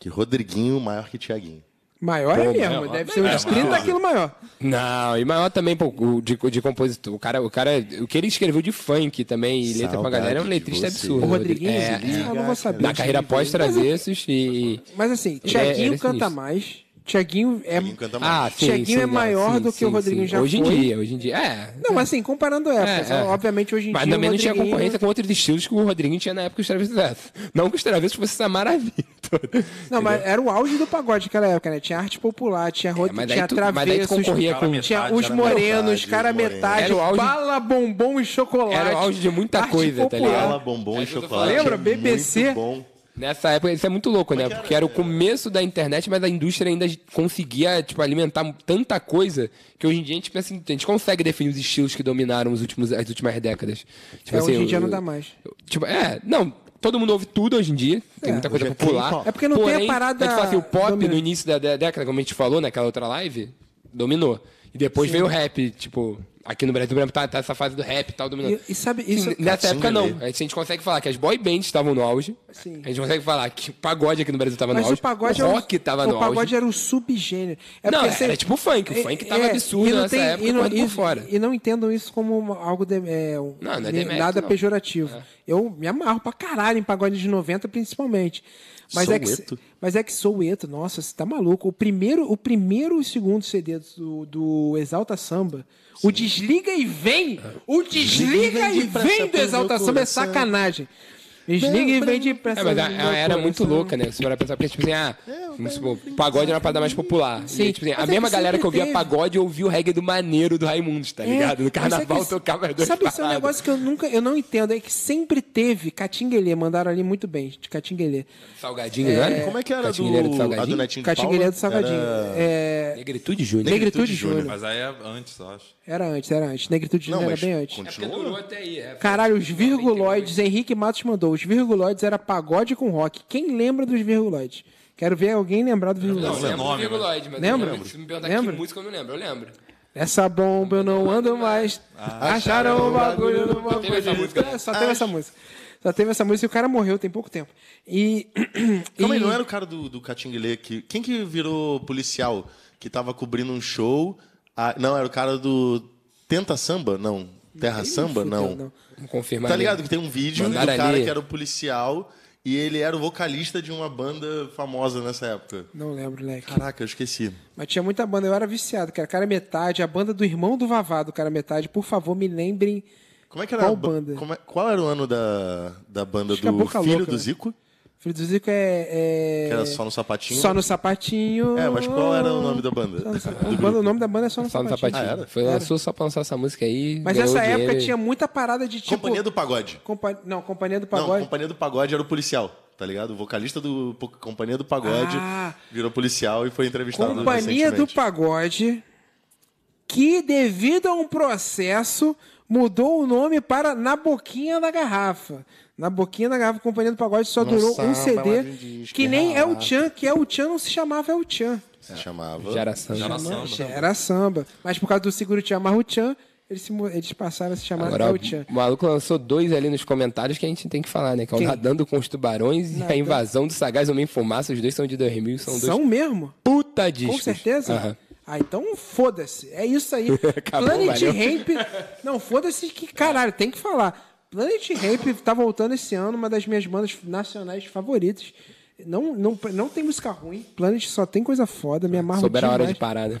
C: Que Rodriguinho maior que Tiaguinho.
A: Maior é
B: Pô,
A: mesmo,
B: maior.
A: deve ser uns 30 quilos maior.
B: Não, e maior também pô, o de, de compositor. O cara, o cara, o que ele escreveu de funk também e letra pra
C: Saudade
B: galera é um
C: de
B: letrista
C: você.
B: absurdo.
A: O Rodriguinho,
B: É,
A: esse cara eu não vou saber.
B: na carreira pós travessos e.
A: Mas assim,
B: É,
A: Tiaguinho
B: era
A: canta
B: sinistro.
A: mais. Tiaguinho é.
C: Tiaguinho canta mais.
B: Ah, sim,
A: Tiaguinho
B: sim,
A: é
B: não,
A: maior
B: sim,
A: do que o
B: sim,
A: Rodriguinho
B: sim.
A: já
B: Hoje
A: foi.
B: em dia, hoje em dia. É.
A: Não, mas assim, comparando épocas,
B: É, é.
A: obviamente hoje em
B: Mas
A: dia.
B: também
A: o
B: não tinha
A: Rodriguinho-
B: concorrência com outros estilos que o Rodriguinho tinha na época que os travessos eram. Não que os travessos fossem essa maravilha toda.
A: Não, mas era o auge do pagode naquela época, né? Tinha arte popular, tinha roda,
B: É, mas daí
A: tinha
B: tu- mas daí tu
A: travessos,
B: concorria
D: com-
A: tinha
D: Cara
A: os
D: metade,
A: morenos, cara
C: cara metade,
A: metade,
B: Era o auge-
A: bala, bombom e chocolate.
B: Era o auge de muita
A: arte
B: coisa, tá
A: popular.
B: ligado?
C: Fala bombom
B: É
C: e
B: que eu tô
C: chocolate.
A: falando. Lembra?
C: é
A: BBC?
C: Muito bom.
B: Nessa época, isso é muito louco, né? Porque era o começo da internet, mas a indústria ainda conseguia, tipo, alimentar tanta coisa que hoje em dia a gente pensa assim, a gente consegue definir os estilos que dominaram os últimos, as últimas décadas. Tipo
A: É, hoje
B: assim,
A: em dia
B: o-
A: não dá mais.
B: o- Tipo, é, não, todo mundo ouve tudo hoje em dia, tem
A: É.
B: muita coisa
C: Hoje é
B: popular.
C: K-pop.
A: É porque não tem a
B: Porém,
A: parada
B: gente fala assim, o pop
A: dominante.
B: no início da, da década, como a gente falou naquela outra live, dominou. E depois veio o rap, tipo, aqui no Brasil, por exemplo, tá, tá essa fase do rap e tal, dominando.
A: E, e sabe, isso.
B: Sim, nessa
C: Sim,
B: época não.
C: beleza.
B: A gente, a gente consegue falar que as boy bands estavam no auge.
A: Sim.
B: A gente consegue falar que o pagode aqui no Brasil estava no
A: Mas
B: auge.
A: o pagode
B: o
A: era um-
B: rock tava
A: o
B: no
A: pagode
B: auge.
A: era um subgênero. É
B: Não,
A: porque é,
B: era tipo funk. O funk tava absurdo
A: e não
B: nessa época,
A: e não,
B: mas por
A: e-
B: fora.
A: E não entendam isso como uma- algo de, é, um-
B: Não, não
A: ne-
B: é demérito,
A: nada
B: não. É.
A: pejorativo. Eu me amarro pra caralho em pagode de 90, principalmente. Mas é que
C: Soueto.
A: mas é que Soueto, nossa, você tá maluco. O primeiro, o primeiro e o segundo CD do, do Exalta Samba, o Desliga e Vem,
B: Ah,
A: o Desliga e
C: Vem de pressa
A: Vem do
C: pro meu
A: Exalta Samba é
C: coração.
A: sacanagem. Desliga e vem de pressa
B: É, mas
A: pro
B: a,
A: meu
B: a era muito
A: coração.
B: louca, né? Se for pensar, porque, tipo assim, ah,
A: É,
B: vamos supor, o pagode era uma parada mais popular. E,
A: Sim.
B: tipo assim, a
A: Mas é
B: mesma
A: que
B: galera que
A: sempre
B: ouvia
A: teve.
B: pagode ouvia o reggae do maneiro do Raimundos, tá
A: É,
B: ligado? No
A: mas
B: carnaval
A: é que-
B: tocava as duas
A: Sabe, isso é um
B: paradas.
A: negócio que eu nunca, eu não entendo, é que sempre teve Catinguelê, mandaram ali muito bem, de Catinguelê.
B: Salgadinho, né?
C: Como é que era
B: Catinguelê do
C: do, a do
B: Salgadinho?
C: Netinho de
A: Catinguelê
C: Paula?
A: do Salgadinho.
C: Era-
A: É,
B: Negritude Júnior.
A: Negritude
C: Negritude
A: Júnior.
D: Mas aí é antes, eu acho.
A: Era antes, era antes. Negritude
C: Não,
A: Júnior era
C: mas
A: bem antes.
C: continua.
B: até aí. É,
A: Caralho, os virguloides, Henrique Matos mandou, os virguloides era pagode com rock. Quem lembra dos virguloides? Quero ver alguém lembrar do
B: Não,
A: virguloide.
B: eu lembro do
C: né?
D: Nome,
B: Virguloide, mas
A: Lembra?
B: eu lembro. Se me perguntar
A: Lembra?
B: que música, eu não lembro. Eu lembro.
A: Essa bomba eu não ando mais.
C: Ah,
A: Acharam o bagulho no
B: Só teve essa música, né?
A: Só teve essa música. Só teve essa música e o cara morreu tem pouco tempo. E.
C: Calma aí,
A: e-
C: não é era o cara do, do Catinguelê que. Quem que virou policial que tava cobrindo um show? Ah, não, era o cara do. Tenta Samba? Não. Terra Samba?
A: fudeu,
C: Não.
A: não.
B: Vamos confirmar.
C: Tá
B: ali.
C: ligado? Que tem um vídeo
B: Mandaram
C: do cara
B: ali.
C: que era o policial e ele era o vocalista de uma banda famosa nessa época.
A: Não lembro, moleque.
C: Caraca, eu esqueci.
A: Mas tinha muita banda, eu era viciado, cara. Cara Metade, a banda do irmão do Vavado, Cara Metade. Por favor, me lembrem.
C: Como é que era
A: Qual
C: a ba-
A: banda?
C: como é- Qual era o ano da, da banda
A: Acho que é
C: do
A: Boca
C: Filho
A: Louca,
C: do
A: né?
C: Zico?
A: Filho do Zico é. é...
C: Que era só no sapatinho?
A: Só no sapatinho.
C: É, mas qual era o nome da banda?
A: Só no Sap- o, banda- o nome da banda é Só no
B: Só no
A: Sapatinho.
B: sapatinho.
C: Ah, era?
B: Foi lançou só pra lançar essa música aí.
A: Mas
B: ganhou
A: nessa época
B: dinheiro e-
A: tinha muita parada de tipo.
C: Companhia do Pagode.
A: Compa- Não, Companhia do
C: Não,
A: Pagode.
C: Companhia do Pagode era o policial, tá ligado? O vocalista do po- Companhia do Pagode
A: Ah.
C: virou policial e foi entrevistado
A: Companhia do
C: recentemente.
A: Pagode, que devido a um processo mudou o nome para Na Boquinha da Garrafa. Na Boquinha da Garrafa, Companhia do Pagode só durou um CD,
C: balada de disco,
A: que nem é
C: garrafa.
A: o Chan, que é o Chan não se chamava é o Chan.
C: Se chamava...
B: Geração.
D: Geração.
A: Era samba. Mas por causa do seguro Chan Amarro Chan, eles, se mu- eles passaram a se chamar
B: Agora, um,
A: El Chan.
B: o maluco lançou dois ali nos comentários que a gente tem que falar, né? Que é o
A: Quem?
B: Nadando com os Tubarões e
A: Nadando.
B: A Invasão do Sagaz Homem em Fumaça. Os dois são de 2000, são dois
A: São mesmo?
B: puta
A: Com
B: discos.
A: certeza?
B: Aham.
A: Ah, então foda-se. É isso aí.
B: Acabou,
A: Planet
B: valeu.
A: Ramp. Não, foda-se que caralho, tem que falar. Planet Ramp tá voltando esse ano, uma das minhas bandas nacionais favoritas. Não, não, não tem música ruim. Planet só tem coisa foda, me amarro
B: Souberam É, a hora de
A: um demais.
B: parar, né?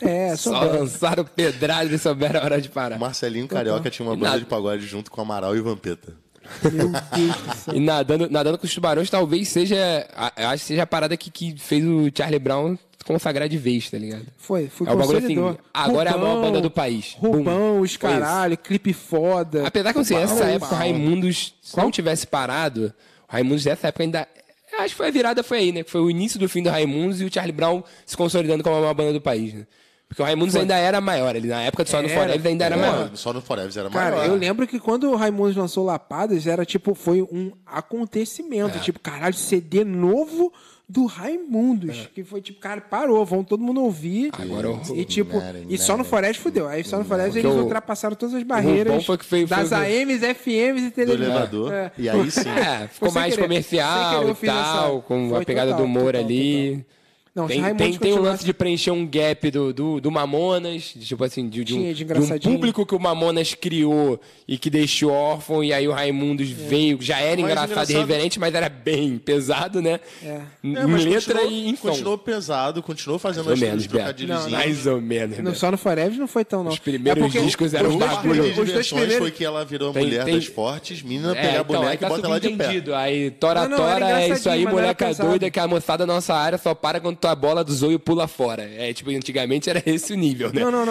A: É,
B: Só
A: souberam.
B: lançaram pedrada e souberam a hora de parar.
C: O Marcelinho Carioca tinha uma banda
B: nada.
C: de pagode junto com Amaral e Vampeta.
A: Meu Deus do céu.
B: E nadando, nadando com os tubarões talvez seja. a- Eu acho que seja a parada que, que fez o Charlie Brown consagrar de vez, tá ligado?
A: Foi, foi
B: É o bagulho assim,
A: consolidor.
B: agora é a maior
A: Rubão,
B: banda do país. Boom.
A: Rubão, os
B: Foi isso.
A: caralho, clipe foda.
B: Apesar que eu não sei, essa
A: Uau.
B: época o Raimundos, se não tivesse parado, o Raimundos dessa época ainda. eu Acho que foi a virada, foi aí, né? Que foi o início do fim do Raimundos e o Charlie Brown se consolidando como a maior banda do país, né? Porque o Raimundos ainda era maior, ele na época do Só no
A: Era.
B: Forever ainda era maior.
C: Não, É, Só no Forever era
A: Cara,
C: maior.
A: eu lembro que quando o Raimundos lançou Lapadas, era tipo, foi um acontecimento.
B: É.
A: Tipo, caralho, CD novo do Raimundos. Que foi tipo, cara, parou, vão todo mundo ouvir.
B: É. Agora o-
A: E tipo, e só no Forest fudeu. Aí só no Forest eles
B: Uhum. o-
A: ultrapassaram todas as
B: bom
A: barreiras
B: foi que foi-
A: das
B: foi-
A: AMs, FMs e
C: Do
A: televisão.
C: elevador.
A: É.
C: E aí sim.
B: né? É,
A: Foi
B: ficou
A: sem querer.
B: mais
A: Sem
B: comercial
A: querer eu
B: e
A: fiz essa-
B: tal, com
A: Foi
B: a pegada
A: total,
B: do humor
A: total,
B: ali.
A: Não, se
B: Tem,
A: Raimundos
B: tem, tem o
A: continuasse-
B: lance de preencher um gap do, do, do Mamonas, de, tipo assim, de, de um,
A: Tinha, de
B: de um
A: engraçadinho.
B: público que o Mamonas criou e que deixou órfão, e aí o
A: É.
B: Raimundos veio, já era
C: Mas
B: engraçado, e
C: engraçado-
B: reverente, mas era bem pesado, né?
A: É.
B: Em
C: É, mas
B: letra
C: continuou,
B: e em som.
C: continuou pesado, continuou fazendo
B: mais ou
C: as
B: menos,
C: os
B: Beto.
C: trocadilhozinhos.
B: Mais ou menos,
A: Não,
B: Beto.
A: só no Forever não foi tão, não. É
B: Os primeiros
A: porque
B: discos eram
A: os
B: um
A: dois
C: Uma coisa
B: bagulho.
A: primeiros-
C: de
A: Os dois
C: diversões
A: primeiros
C: foi que ela virou a
B: Tem-
C: mulher
B: tem-
C: das fortes, menina
B: É,
C: pega
B: então,
C: a
B: aí
C: boneca
B: tá
C: e bota ela de pé.
B: subentendido. Aí, tora,
A: Não, não, era
B: tora, é isso aí,
A: engraçadinho, mas não era
B: moleca
A: pesado.
B: doida, que a moçada da nossa área só para quando tua bola do zoio pula fora. É, tipo, antigamente era esse o nível, né?
A: Não, não,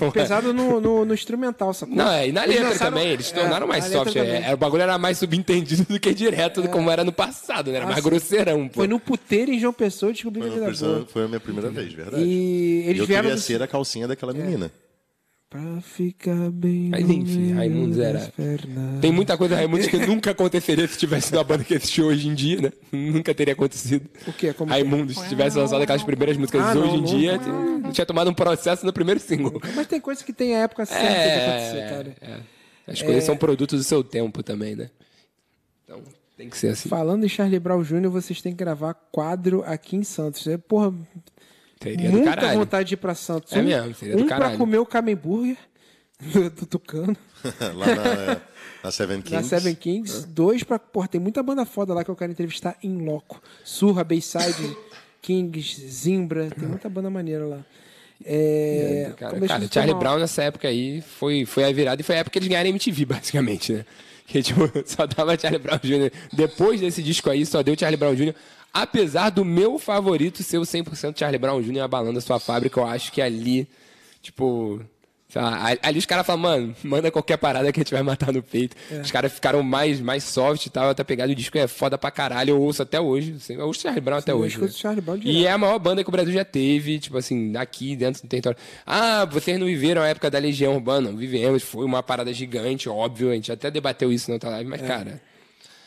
A: não. Pesado no, no, no instrumental, sacou?
B: Não, é, e na
A: Eles
B: letra
A: lançaram-
B: também, eles se
A: é,
B: tornaram mais
A: na letra
B: soft. é,
A: também.
B: é, o bagulho era mais subentendido do que direto, como era no passado, né? Era mais
A: Assim,
B: grosseirão, pô.
A: Foi no puteiro em João Pessoa eu descobri que
B: né,
C: Foi a
A: a vida
C: minha
A: boa.
C: primeira- Foi a minha primeira vez,
B: é
C: verdade.
A: E eles
C: eu
A: vieram.
C: queria
A: do-
C: ser a calcinha daquela menina.
A: Pra ficar bem.
B: Mas
A: no
B: enfim,
A: meio
B: Raimundos
A: das
B: era-
A: pernas.
B: Tem muita coisa, Raimundos, que nunca aconteceria se tivesse sido a banda que existe hoje em dia, né? Nunca teria acontecido.
A: O quê? Como que é?
B: Raimundos, se tivesse lançado aquelas primeiras músicas
A: Ah, não,
B: hoje em
A: não.
B: dia, tinha- tinha tomado um processo no primeiro single.
A: Mas tem coisa que tem a época certa de acontecer,
B: É,
A: cara.
B: é. As coisas são produtos do seu tempo também, né? Então, tem que ser assim.
A: Falando em Charlie Brown Jr., vocês têm que gravar quadro aqui em Santos. É, porra,
B: Teria do
A: muita
B: caralho.
A: vontade de ir pra Santos.
B: É
A: um,
B: mesmo, seria do
A: um pra
B: caralho.
A: comer o Camemburger do, do Tucano,
C: Lá na, é, na Seven
A: da
C: Kings.
A: Seven Kings. Dois pra. Porra, tem muita banda foda lá que eu quero entrevistar em loco. Surra, Bayside, Kings, Zimbra. Tem muita banda maneira lá. É,
B: Cara,
A: como deixa
B: cara,
A: eu
B: Charlie
A: tomar-
B: Brown nessa época aí foi, foi a virada e foi a época que eles ganharam MTV, basicamente, né? Que tipo, só dava Charlie Brown Jr. Depois desse disco aí, só deu Charlie Brown Jr. Apesar do meu favorito ser o 100% Charlie Brown Jr. abalando a sua fábrica, eu acho que ali, tipo. sei lá, a- ali os caras falam, mano, manda qualquer parada que a gente vai matar no peito. Os caras ficaram mais, mais soft e tal, até pegado o disco é foda pra caralho. Eu ouço até hoje. Eu ouço Charlie Brown até
A: eu
B: hoje.
A: escuto
B: né?
A: Charlie Brown direto.
B: e é a maior banda que o Brasil já teve, tipo assim, aqui dentro do território. Ah, vocês não viveram a época da Legião Urbana? Não vivemos, foi uma parada gigante, óbvio, a gente até debateu isso na outra live, mas, cara,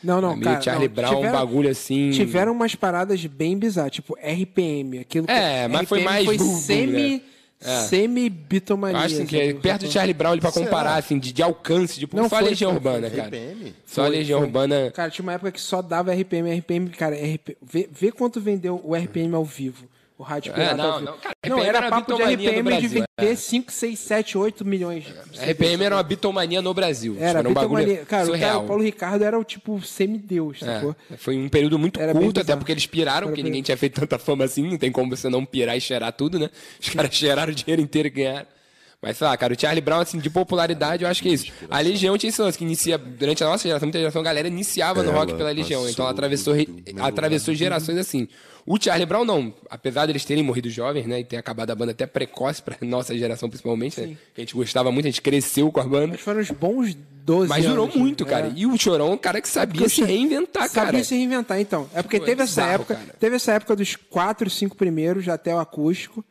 A: Não, É. não,
B: amigo
A: cara,
B: Charlie
A: não.
B: Brown, um
A: Tiveram-
B: bagulho assim.
A: Tiveram umas paradas bem bizarras, tipo RPM, aquilo que-
B: É, mas foi
A: RPM
B: mais
A: foi
B: bum-bum,
A: semi
B: né? É.
A: semi
B: Eu
A: bitomania.
B: acho assim, que
A: sabe?
B: perto do Charlie Brown, ele pra comparar, assim, de, de alcance, tipo,
A: Não
B: só a
A: foi,
B: Legião
A: foi,
B: Urbana,
C: É
B: cara.
C: RPM?
B: Só a Legião Urbana.
A: Cara, tinha uma época que só dava RPM, RPM, cara, RP... vê, vê quanto vendeu o RPM ao vivo. O rádio
B: É,
A: pirata
B: não,
A: ao vivo.
B: não, cara,
A: não,
B: RPM
A: era
B: era a
A: papo de
B: bitomania do
A: RPM de
B: Brasil,
A: vender
B: é.
A: 5, 6, 7, 8 milhões.
B: A RPM era uma bitomania no Brasil.
A: Era,
B: Tipo, um
A: bitomania.
B: bagulho
A: Cara, o cara,
B: surreal.
A: o Paulo Ricardo era o tipo semideus, sacou?
B: É, foi um período muito
A: Era bem
B: curto, até
A: bizarro.
B: porque eles piraram,
A: Era
B: porque
A: bem-
B: ninguém tinha feito tanta fama assim, não tem como você não pirar e cheirar tudo, né? Os caras cheiraram o dinheiro inteiro e ganharam. Mas sei lá, cara, o Charlie Brown, assim, de popularidade, eu acho que é isso. A Legião tinha esse lance, que inicia, durante a nossa geração, muita geração, a galera iniciava no
C: Ela
B: rock pela Legião.
C: passou
B: Então ela atravessou, re-
C: do meu
B: atravessou gerações assim. O Charlie Brown, não. Apesar deles terem morrido jovens, né? E ter acabado a banda até precoce pra nossa geração, principalmente, né? Que a gente gostava muito, a gente cresceu com a banda.
A: Mas foram uns bons 12
B: Mas durou
A: anos,
B: muito,
A: né?
B: cara.
A: É.
B: E o Chorão é um cara que sabia se reinventar, Tá, cara.
A: Sabia se reinventar, então. É porque
B: Pô, é
A: teve essa
B: bizarro,
A: época.
B: cara.
A: Teve essa época dos quatro, cinco primeiros até o acústico.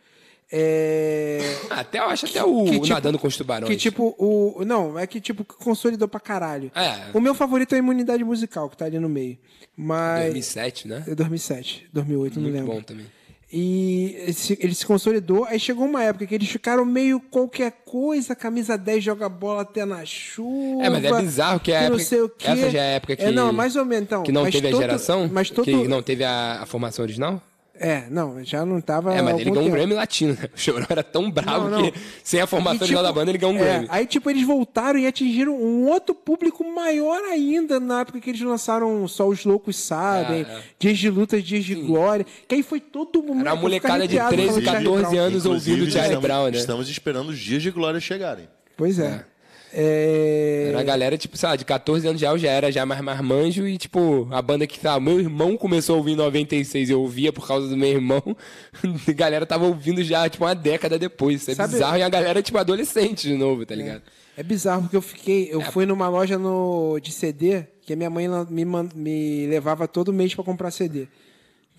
A: É...
B: Até eu acho até o
A: que tipo-
B: Nadando com os Tubarões.
A: Que tipo, o. Não, é que tipo, consolidou pra caralho.
B: É.
A: O meu favorito é a imunidade musical, que tá ali no meio. Mas.
B: 2007, né?
A: É 2007, 2008, não
B: Muito
A: lembro.
B: bom também.
A: E esse- ele se consolidou. Aí chegou uma época que eles ficaram meio qualquer coisa, camisa 10 joga bola até na chuva.
B: É, mas é bizarro que a
A: não
B: época-
A: sei o quê.
B: essa já é a época que-
A: É, não, mais ou menos então.
B: que não
A: mas
B: teve
A: todo-
B: a geração,
A: Mas todo.
B: que não teve a, a formação original.
A: É, não, já não tava.
B: é,
A: há
B: mas
A: Ah, algum
B: ele ganhou um
A: tempo.
B: Grammy latino. né? O Chorão era tão bravo
A: Não, não.
B: que sem a formação
A: E,
B: original da banda ele ganhou um
A: é,
B: Grammy.
A: Aí, tipo, eles voltaram e atingiram um outro público maior ainda na época que eles lançaram Só os Loucos Sabem,
B: É, é.
A: Dias de Luta, Dias de Glória. Que aí foi todo mundo.
B: Era uma
A: que eu fico
B: molecada de
A: arrepiado
B: 13,
A: falando Charlie
B: 14
A: Brown.
B: anos ouvindo o Charlie
C: estamos,
B: Brown, né?
C: Estamos esperando os dias de glória chegarem.
A: Pois é. É.
B: Era a galera, tipo, sei lá, de 14 anos já, eu já era já mais marmanjo e, tipo, a banda que, tá, meu irmão começou a ouvir em 96, eu ouvia por causa do meu irmão, a galera tava ouvindo já, tipo, uma década depois, isso é
A: Sabe-
B: bizarro, e a galera, tipo, adolescente de novo, tá ligado?
A: É bizarro, porque eu fiquei. Eu fui numa loja no, de CD, que a minha mãe lan- me, man- me levava todo mês pra comprar CD.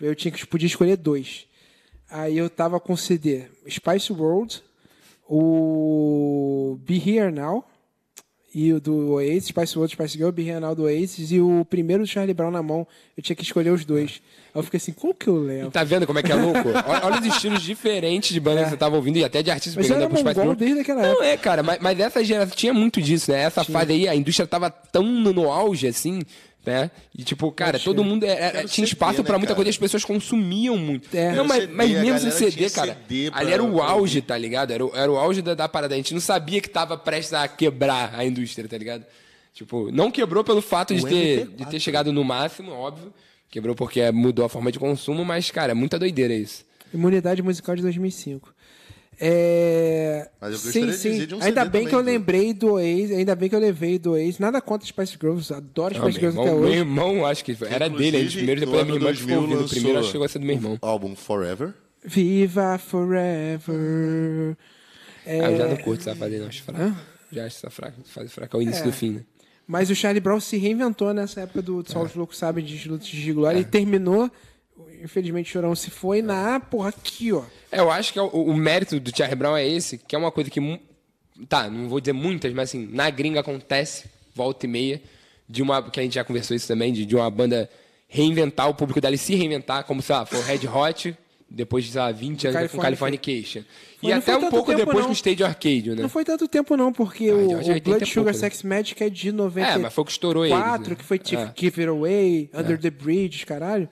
A: Eu tinha que podia escolher dois. Aí eu tava com CD Spice World, o Be Here Now, e o do Oasis, Spice World, Spice Girl, Be Here Now do Oasis, e o primeiro do Charlie Brown na mão. Eu tinha que escolher os dois. Aí eu fiquei assim, qual que eu levo?
B: Tá vendo como é que é louco? Olha, olha os estilos diferentes de banda que você tava ouvindo e até de artistas
A: É. Mas eu era
B: pegando
A: um
B: a Push
A: mongol desde aquela época.
B: Não é, cara, mas, mas essa geração tinha muito disso, né? Essa fase aí, a indústria tava tão no, no auge, assim, né? E tipo, cara, todo mundo é- é-
C: Quero
B: tinha
C: CD,
B: espaço
C: né,
B: pra muita
C: cara?
B: coisa, as pessoas consumiam muito.
A: É.
B: Não, mas,
C: Quero
B: mas
C: CD, a
B: mesmo sem
C: galera
B: CD,
C: tinha
B: cara,
C: CD pra-
B: ali era o
C: pra
B: auge, tá ligado? Era, o- era o auge da, da parada. A gente não sabia que tava prestes a quebrar a indústria, tá ligado? Tipo, não quebrou pelo fato de
C: O
B: ter,
C: MP4.
B: de ter chegado no máximo, óbvio. Quebrou porque mudou a forma de consumo, mas, cara, é muita doideira isso.
A: Imunidade Musical de 2005. É...
C: Mas eu
A: sim,
C: gostaria de
A: sim.
C: dizer de um
A: ainda
C: CD
A: bem que eu
C: também, viu?
A: lembrei do ex, ainda bem que eu levei do ex. Nada contra Spice Girls, adoro
B: Ah,
A: Spice
B: meu,
A: Girls
B: irmão,
A: até
B: meu
A: hoje.
B: irmão, acho que era dele, aí, dos
C: Inclusive,
B: primeiros,
C: no
B: depois a minha
C: ano
B: irmã que ficou
C: 2000
B: ouvindo. O primeiro acho que
C: lançou
B: chegou a ser do meu irmão.
C: O álbum Forever.
A: Viva Forever. É,
B: Ah, eu já não curto essa fase, não, acho fraco. Já acho essa fraca, fase fraca, é o início do fim, né?
A: Mas o Charlie Brown se reinventou nessa época do Sol
B: É.
A: dos Loucos Sabem de Lutas de Glória e terminou. Infelizmente, o Chorão se foi na porra aqui, ó.
B: É, eu acho que o, o mérito do Charlie Brown é esse, que é uma coisa que. mu- Tá, não vou dizer muitas, mas assim, na gringa acontece, volta e meia, de uma. Que a gente já conversou isso também, de, de uma banda reinventar, o público dela se reinventar, como, sei lá, foi o Red Hot, depois de, sei lá, 20 anos com
A: California-
B: Californication.
A: Mas
B: E
A: não foi
B: até um
A: tanto
B: pouco
A: tempo,
B: depois
A: não.
B: com o Stage Arcade, né? Ah,
A: Não foi tanto tempo, não, porque o,
B: já- já
A: o
B: 80
A: Blood
B: e
A: Sugar
B: pouco, né?
A: Sex Magic é de 90
B: É, mas foi o que estourou eles,
A: quatro,
B: né?
A: que foi tipo
B: É.
A: Give It Away, Under the Bridge, caralho.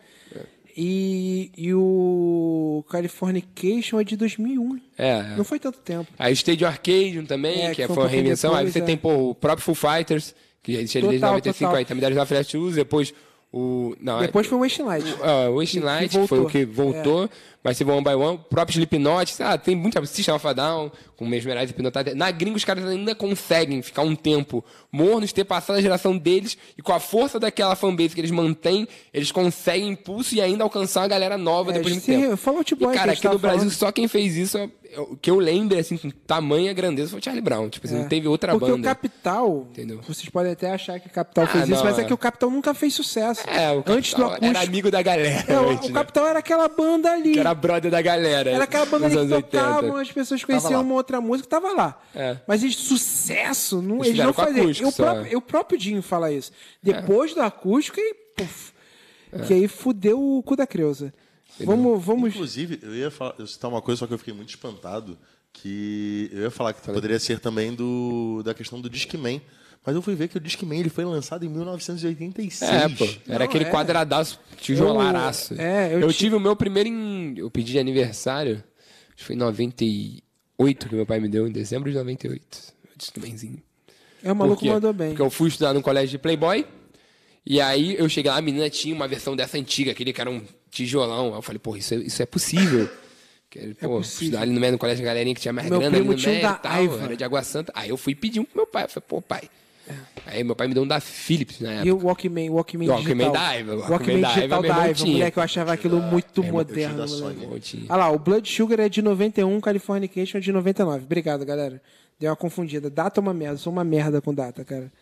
A: E, e o Californication é de 2001.
B: É, é.
A: Não foi tanto tempo.
B: Aí o Stage Arcadium também,
A: É,
B: que,
A: que foi um
B: foi uma
A: pouquinho
B: reinvenção. aí
A: depois,
B: você
A: é.
B: tem, pô, o próprio Full Fighters, que é já existe ali desde
A: Total,
B: 95,
A: total.
B: aí também deram na Flash Shoes, depois o... Não,
A: Depois foi o Westlight.
B: é, o Wishing
A: que
B: Light, que, foi
A: voltou. É.
B: o que voltou, mas teve o One by One, o próprio Slipknot, ah, tem muita System of a Down, com Mesmerize e Slipknot. Na gringa, os caras ainda conseguem ficar um tempo mornos, ter passado a geração deles, e com a força daquela fanbase que eles mantêm, eles conseguem impulso e ainda alcançar a galera nova
A: É,
B: depois de um
A: se-
B: tempo.
A: fala o tipo
B: e,
A: aí que
B: cara,
A: a gente
B: aqui no
A: tava
B: Brasil,
A: falando.
B: só quem fez isso, eu- o que eu lembro, assim, com tamanha grandeza, foi o Charlie Brown. Tipo, assim, não teve outra
A: É. Porque
B: banda.
A: o Capital,
B: Entendeu?
A: vocês podem até achar que o Capital fez
B: não,
A: isso, mas é.
B: é.
A: que o Capital nunca fez sucesso.
B: É, o
A: Antes do
B: Capital
A: acústico.
B: era amigo da galera.
A: É, o,
B: antes,
A: o
B: né?
A: Capital era aquela banda ali.
B: Que era brother da galera.
A: Era aquela banda
B: nos
A: ali que
B: anos 80.
A: tocavam, as pessoas conheciam uma outra música, tava lá.
B: É.
A: Mas eles, sucesso, não, eles,
B: fizeram
A: não
B: com
A: faziam.
B: acústico
A: eu,
B: só,
A: próprio,
B: é.
A: eu próprio Dinho fala isso. Depois do acústico, e puf,
B: É.
A: que aí fudeu o cu da Creuza. Vamos, vamos.
C: Inclusive, eu ia falar, eu citar uma coisa, só que eu fiquei muito espantado, que eu ia falar que poderia ser também do, da questão do Discman. Mas Mas eu fui ver que o Discman ele foi lançado em 1986.
B: É, pô. Era
A: Não,
B: aquele
A: é.
B: quadradaço, tijolaraço.
A: Eu- é, eu
B: eu,
A: ti-
B: tive o meu primeiro em. Eu pedi de aniversário. Acho que foi em 98 que meu pai me deu, em dezembro de 98. Eu disse que benzinho.
A: É, o maluco
B: Por quê?
A: mandou bem.
B: Porque eu fui estudar num colégio de Playboy. E aí eu cheguei lá, a menina tinha uma versão dessa antiga, aquele que era um tijolão. Aí eu falei, pô, isso é, isso é possível. Que, ele, pô,
A: É possível.
B: estudar ali no meio do colégio de galerinha que tinha mais
A: Meu
B: grana ali
A: primo
B: no
A: tinha um
B: meio
A: da
B: e tal,
A: Aiva. É.
B: era de Água Santa. Aí eu fui pedir um pro meu pai. Eu falei, pô, pai. Aí meu pai me deu um da Philips na época.
A: E o Walkman, Walkman,
B: Walkman
A: digital.
B: da Aiva, Walkman é
A: Walkman
B: da Aiva,
A: digital
B: meu
A: da
B: irmão
A: Aiva,
B: tinha.
A: moleque, eu achava aquilo muito
C: É, eu
A: moderno.
C: tive da
A: moleque.
C: Sony.
B: Pô, tinha.
A: Olha lá, o Blood Sugar é de 91, Californication é de 99. Obrigado, galera. Deu uma confundida. Data é uma merda, sou uma merda com data, cara.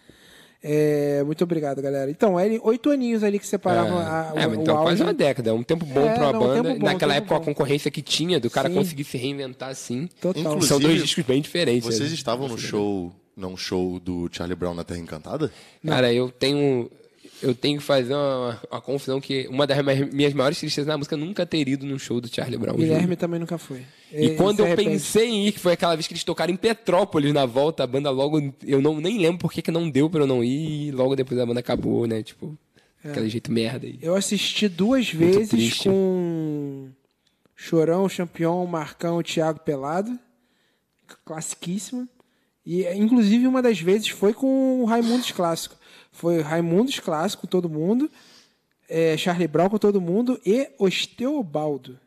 A: É, muito obrigado, galera. Então, ele, oito aninhos ali que separavam a, o,
B: É, mas então
A: o
B: quase
A: auge.
B: uma década, um tempo bom
A: É,
B: pra uma
A: não, um
B: banda.
A: tempo bom,
B: Naquela
A: tempo
B: época,
A: bom.
B: a concorrência que tinha do cara
A: Sim.
B: conseguir se reinventar assim.
A: Total.
C: Inclusive,
B: São dois discos bem diferentes.
C: Vocês
B: né?
C: estavam no show, não show do Charlie Brown na Terra Encantada?
B: Cara, eu tenho. Eu tenho que fazer uma, uma confusão que uma das minhas- minhas maiores tristezas na música é nunca ter ido num show do Charlie Brown. juro.
A: Guilherme também nunca foi.
B: E quando
A: se
B: eu
A: arrepende.
B: pensei em ir, que foi aquela vez que eles tocaram em Petrópolis na volta, a banda logo. Eu não, nem lembro por que que não deu pra eu não ir e logo depois a banda acabou, né? Tipo,
A: É.
B: aquele jeito merda aí.
A: Eu assisti duas vezes
B: triste.
A: com Chorão, Champion, Marcão, Thiago Pelado. Classiquíssima. E, inclusive, uma das vezes foi com o Raimundos Clássico. Foi Raimundos Clássico com todo mundo, é, Charlie Brown com todo mundo e Osteobaldo,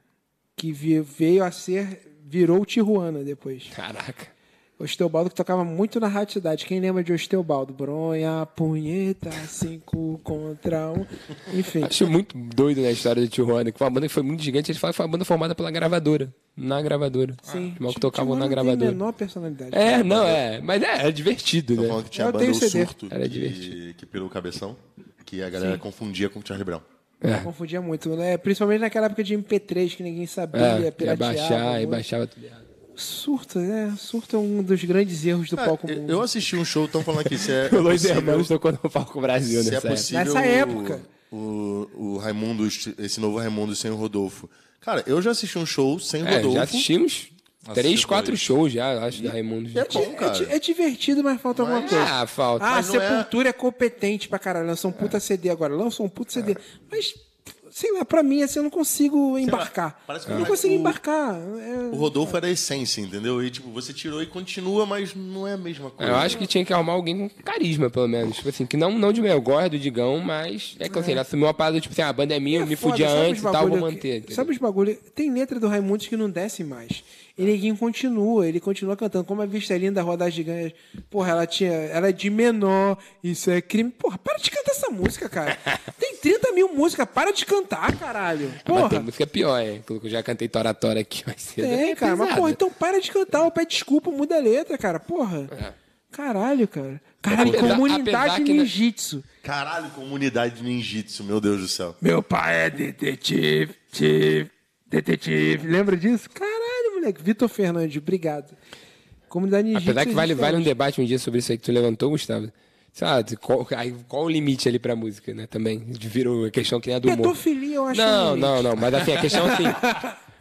A: que vi- veio a ser, virou o Tijuana depois.
B: Caraca.
A: Osteobaldo que tocava muito na Ratidade. Quem lembra de Osteobaldo? Bronha, punheta, cinco contra um. Enfim.
B: Acho muito doido na história do Tijuana, que foi uma banda que foi muito gigante. Eles falam que foi uma banda formada pela gravadora. Na gravadora.
A: Sim.
C: Ah.
B: Mal que
A: Ti-
B: tocavam
A: Tijuana
B: na
A: Tem
B: gravadora.
A: menor personalidade.
B: É, não, é. Mas é, é divertido,
C: Estão
B: né?
C: falando que tinha
A: Eu
C: a banda
A: tenho
C: O
A: CD.
C: Surto,
B: Era
C: que,
B: divertido.
C: que pirou o cabeção, que a galera confundia com o Charlie Brown.
B: É.
A: Confundia muito, né? Principalmente naquela época de MP3 que ninguém sabia,
B: É, ia
A: pirateava.
B: baixar, e
A: muito.
B: baixava tudo. errado.
A: Surto, né? Surto é um dos grandes erros do palco
C: É, eu,
A: mundo.
C: eu assisti um show, estão falando aqui se é
B: O Luiz
C: possível-
B: Hermanos tocou no Palco Brasil
C: se é
B: nessa época.
C: possível
A: Nessa
C: o-
A: época.
C: O, o Raimundo, esse novo Raimundo sem o Rodolfo. Cara, eu já assisti um show sem o
B: É,
C: Rodolfo.
B: já assistimos três,
D: Assisti
B: quatro
D: dois.
B: shows já, acho, da Raimundo.
C: é bom,
A: É, di-
C: cara.
A: é divertido, mas falta alguma coisa.
B: Ah, falta.
A: Ah,
C: mas não é-
A: Sepultura é... competente pra caralho. Lançou um puta CD agora. Lançou um puta
C: É.
A: CD. Mas, sei lá, pra mim, assim, eu não consigo embarcar.
C: parece que
A: eu
C: o
A: não
C: Raimundo-
A: consigo embarcar. É-
C: O Rodolfo era a essência, entendeu? E tipo, você tirou e continua, mas não é a mesma coisa.
B: Eu acho que tinha que arrumar alguém com carisma, pelo menos. Tipo assim, que não, não de mim, eu gosto do Digão, mas é que assim, ele assumiu uma parada, tipo assim, ah, a banda é minha, eu me
A: foda,
B: fudia
A: sabe os
B: antes e tal, vou
A: bagulho que-
B: manter. entendeu?
A: sabe os bagulho? Tem letra do Raimundos que não desce mais. E ninguém continua, ele continua cantando. Como a vista é linda, a roda gigante. Porra, ela tinha. Ela é de menor, isso é crime. Porra, para de cantar essa música, cara. Tem 30 mil músicas, para de cantar, caralho.
B: Ah, Mas tem
A: Porra.
B: música pior, é. Aquilo que eu já cantei Tora Tora aqui mais cedo.
A: Tem,
B: é
A: cara, mas
B: pesado.
A: porra, então para de cantar, ou pede desculpa, muda a letra, cara. Porra. Caralho, cara. Caralho,
B: É. Apesar-
A: comunidade
B: apesar que na-
A: ninjitsu.
C: Caralho, comunidade ninjitsu, meu Deus do céu.
A: Meu pai é detetive, tive, detetive. Lembra disso? Caralho, moleque. Vitor Fernandes, obrigado. Comunidade é Ninjitsu.
B: Apesar que vale,
A: existe
B: vale um
A: hoje.
B: debate um dia sobre isso aí que tu levantou, Gustavo. Sabe, qual, aí, qual o limite ali pra música, né? Também virou a questão que nem a do humor.
A: Pedofilia, eu acho um
B: Não,
A: que
B: não, não. Mas assim, a questão é assim.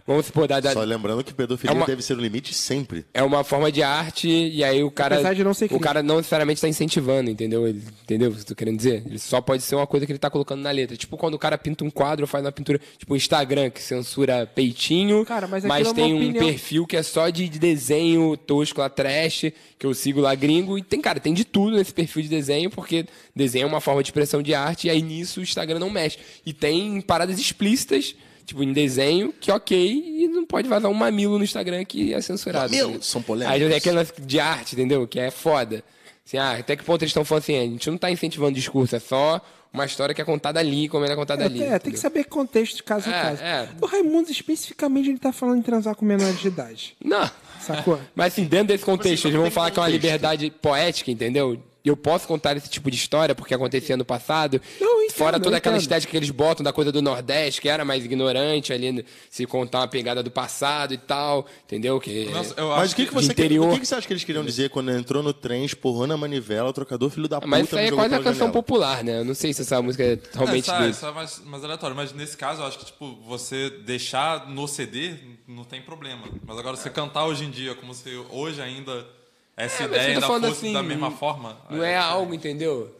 B: Vamos supor, da, da,
C: Só lembrando que pedofilia
B: É uma-
C: deve ser o limite sempre.
B: é uma forma de arte e aí o cara.
A: Apesar de não ser
B: o
A: crime.
B: cara não necessariamente está incentivando, entendeu? Ele, entendeu o que eu tô querendo dizer? Ele só pode ser uma coisa que ele tá colocando na letra. Tipo quando o cara pinta um quadro, faz uma pintura, tipo o Instagram, que censura peitinho,
A: Cara, mas
B: mas,
A: aquilo é
B: tem
A: uma
B: um
A: opinião.
B: perfil que é só de desenho tosco lá, trash, que eu sigo lá gringo. E tem, cara, tem de tudo nesse perfil de desenho, porque desenho é uma forma de expressão de arte, e aí nisso o Instagram não mexe. E tem paradas explícitas. Tipo, em desenho, que ok, e não pode vazar um mamilo no Instagram que é censurado.
C: Mamilos
B: entendeu?
C: são polêmicos.
B: Aí, é aquele lance de arte, entendeu? Que é foda. Assim, ah, até que ponto eles estão falando assim, a gente não tá incentivando discurso, é só uma história que é contada ali, como ela é contada ali.
A: É, tem que saber contexto, caso a
B: É,
A: caso.
B: é.
A: O Raimundo, especificamente, ele tá falando em transar com menores de idade.
B: Não.
A: Sacou?
B: Mas assim, dentro desse contexto,
C: não
B: eles vão
C: tem
B: falar que é uma
C: contexto.
B: liberdade poética, entendeu? Eu posso contar esse tipo de história porque acontecia no passado.
A: Não, eu entendo,
B: fora
A: eu
B: toda aquela
A: entendo.
B: estética que eles botam da coisa do Nordeste, que era mais ignorante ali, né? se contar uma pegada do passado e tal, entendeu? Que...
D: Nossa, eu
C: Mas
D: acho
C: o que, que você
B: de interior.
C: o que, que você acha que eles queriam dizer quando entrou no trem, esporrou na manivela, trocador filho da puta?
B: Mas isso aí
C: me
B: é
C: jogou
B: quase
C: pela
B: a canção
C: janela?
B: popular, né? Eu não sei se essa música é
D: É,
B: totalmente
D: isso, é-
B: deles.
D: isso é mais, mais aleatório, mas nesse caso eu acho que tipo, você deixar no CD não tem problema. Mas agora você cantar hoje em dia, como se hoje ainda
B: É, mas
D: Essa
B: eu
D: ideia
B: tô
D: ainda
B: falando
D: fosse
B: assim,
D: da mesma forma.
B: Não é algo, entendeu?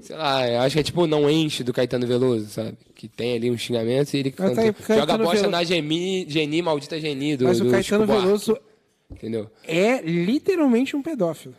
B: Sei lá, eu acho que é tipo não enche do Caetano Veloso, sabe? Que tem ali um xingamento e ele
A: Mas
B: canta,
A: tá aí,
B: joga a
A: Caetano
B: bosta
A: Velo-
B: na Geni, Geni, maldita Geni do,
A: Mas
B: do
A: o Caetano
B: Chico Buarque,
A: Veloso
B: Entendeu?
A: é literalmente um pedófilo.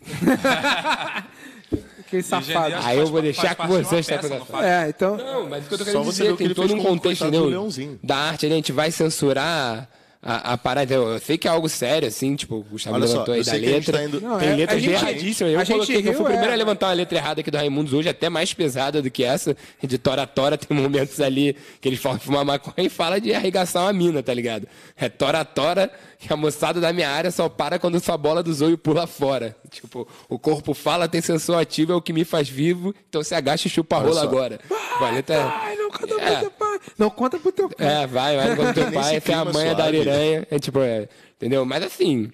A: Aquele safado.
B: Aí eu vou deixar com você esta
A: É, então.
B: Não, mas o que eu tô
C: Só
B: querendo dizer
C: você ver
B: é
C: o que
B: tem
C: ele
B: todo
C: fez
B: um
C: com o
B: contexto
C: coitado do
B: entendeu?
C: Leãozinho.
B: da arte, né? A gente vai censurar a, a parada. Eu, eu sei que é algo sério, assim, tipo, o Gustavo
C: Olha só,
B: levantou aí
C: eu
B: da
C: sei que a gente
B: letra.
C: tá indo-
A: Não,
B: tem
A: é- a
B: letras
A: gente-
B: erradíssimas. Eu
A: a gente
B: coloquei que eu fui o
A: riu,
B: primeiro
A: é,
B: a levantar uma letra errada aqui do Raimundos hoje, até mais pesada do que essa. De Tora Tora tem momentos ali que eles falam de fumar maconha e fala de arregaçar uma mina, tá ligado? É Tora Tora que a moçada da minha área só para quando sua bola do zoio pula fora. Tipo, o corpo fala, tem sensor ativo, é o que me faz vivo, então se agacha e chupa a rola
C: só.
B: agora. Uma letra-
A: Ai, não conta
B: É.
A: pro teu pai. Não conta pro teu pai.
B: É, vai, vai quando teu
C: Nesse
B: pai, tem a
C: clima
B: mãe é da
C: suave.
B: ariranha. É tipo, é, entendeu? Mas assim,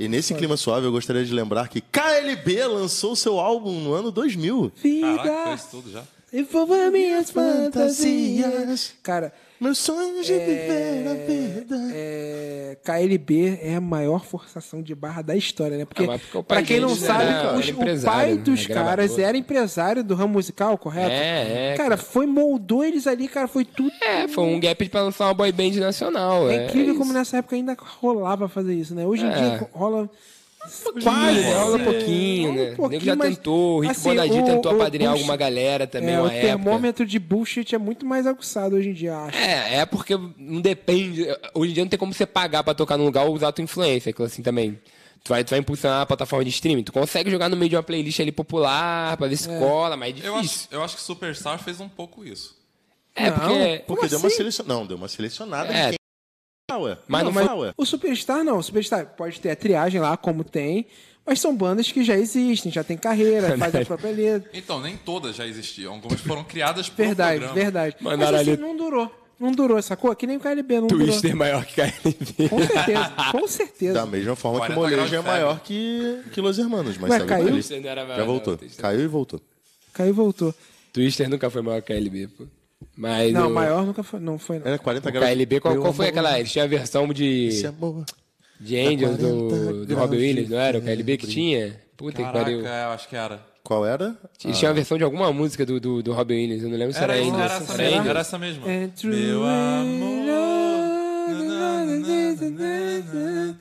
C: E nesse clima suave, eu gostaria de lembrar que KLB lançou seu álbum no ano 2000.
D: Caraca, foi
A: Vida,
D: isso tudo já.
A: envolva minhas fantasias.
C: fantasias.
A: Cara,
C: Meu sonho é de viver a
B: É.
C: vida.
A: é, KLB é a maior forçação de barra da história, né? Porque,
B: Ah, mas porque o pai
A: pra quem não
B: deles
A: sabe,
B: era-
A: os-
B: era
A: o
B: empresário,
A: pai
B: né?
A: dos
B: Era
A: caras
B: gravador.
A: era empresário do ramo musical, correto?
B: É, é,
A: Cara, foi, moldou eles ali, cara, foi tudo.
B: é, foi um gap pra lançar uma boy band nacional.
A: É incrível como
B: isso.
A: nessa época ainda rolava fazer isso, né? Hoje em
B: É.
A: dia rola.
B: Quase,
A: né?
B: rola um
A: É,
B: pouquinho,
A: rola
B: né?
A: Um
B: O nego já
A: mas,
B: tentou, o Rick
A: assim,
B: Bonadinho
A: o-
B: tentou
A: o
B: apadrinhar
A: bullshit-
B: alguma galera também,
A: é,
B: uma
A: o
B: época.
A: termômetro de bullshit é muito mais aguçado hoje em dia, eu acho.
B: É, é porque não depende. Hoje em dia não tem como você pagar pra tocar num lugar ou usar a tua influência, que assim também. Tu vai, tu vai impulsionar a plataforma de streaming. Tu consegue jogar no meio de uma playlist ali popular, pra ver se cola, mas é difícil.
D: Eu acho, eu acho que Superstar fez um pouco isso.
B: É,
A: Não,
B: porque.
A: pô,
C: Porque
A: Como
C: deu uma
A: assim?
C: selecionada. Não, deu uma selecionada
B: É.
C: de quem. Ah, ué.
B: Mas não
C: Ah,
B: foi-
C: ué.
A: O Superstar não, o Superstar pode ter a triagem lá, como tem, mas são bandas que já existem, já tem carreira, fazem a própria letra.
D: Então, nem todas já existiam. Algumas foram criadas por
A: Verdade,
D: programa.
A: verdade. Mas
B: Mandaram
A: assim,
B: ali-
A: não durou. Não durou, sacou? Que nem o KLB, não
B: Twister maior que KLB.
A: durou. Com certeza, com certeza.
C: Da mesma forma que o
D: 40
C: molejo
D: graus de
C: é
D: febre.
C: maior que, que Los Hermanos, mas
A: Ué,
C: saiu
A: caiu?
C: da
B: Twister não era
C: lista.
B: maior,
C: Já
B: não,
C: voltou.
B: Twister.
C: Caiu e voltou.
A: Caiu e voltou.
B: Twister nunca foi maior que KLB, pô. Mas
A: Não,
B: o
A: maior nunca foi. Não foi, não.
C: Era 40 graus. é
B: KLB, qual,
C: Meu
B: qual foi
C: amor,
B: aquela? Eles tinham a versão
C: Esse
B: de,
C: amor.
B: de Angels do,
C: 40
B: do Robbie
C: graus
B: Williams,
C: de
B: não era? O KLB que tinha? Puta que
D: Caraca,
B: pariu.
D: é, eu acho que era.
C: Qual era?
B: Eles tinham a versão de alguma música do, do, do Robbie Williams, eu não lembro se era,
D: Era,
B: Angels.
D: essa- era essa
B: Era
D: mesma.
B: Angels?
D: Era essa mesma.
A: And through
D: Meu amor.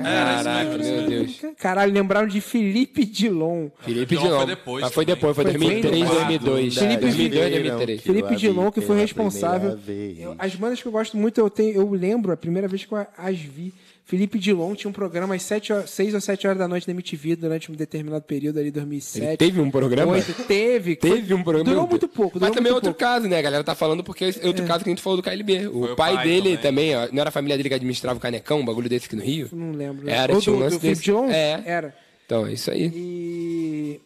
B: Caraca, meu Deus.
A: Caralho, lembraram de Felipe Dilon.
B: Felipe
D: Dilon foi
B: Dilon.
D: depois
B: Mas foi
D: também.
B: depois, foi
A: Foi
B: 2003,
A: bem
B: 2002.
A: Felipe-
B: 2002, 2003.
C: Que eu
A: Felipe
C: a vi
A: Dilon, que foi
C: pela
A: responsável.
C: primeira vez.
A: Eu- as bandas que eu gosto muito, eu, tenho, eu lembro a primeira vez que eu as vi. Felipe Dilon tinha um programa às 7 horas, 6 ou 7 horas da noite na MTV durante um determinado período ali, 2007.
B: Ele teve um programa?
A: Oito, teve.
B: Teve um programa.
A: Durou
B: meu
A: muito
B: Deus.
A: pouco.
B: Mas
A: durou
B: também é
A: muito pouco.
B: outro caso, né? A galera tá falando porque esse é outro caso que a gente falou do KLB. O,
D: o
B: pai,
D: pai
B: dele também,
D: também.
B: ó, não era a família dele que administrava o Canecão, um bagulho desse aqui no Rio?
A: Não lembro.
B: Era,
A: Ou
B: tinha um
A: do-
B: lance
A: do Felipe
B: desse.
A: Dilon?
B: É.
A: Era.
B: Então, é isso aí.
A: E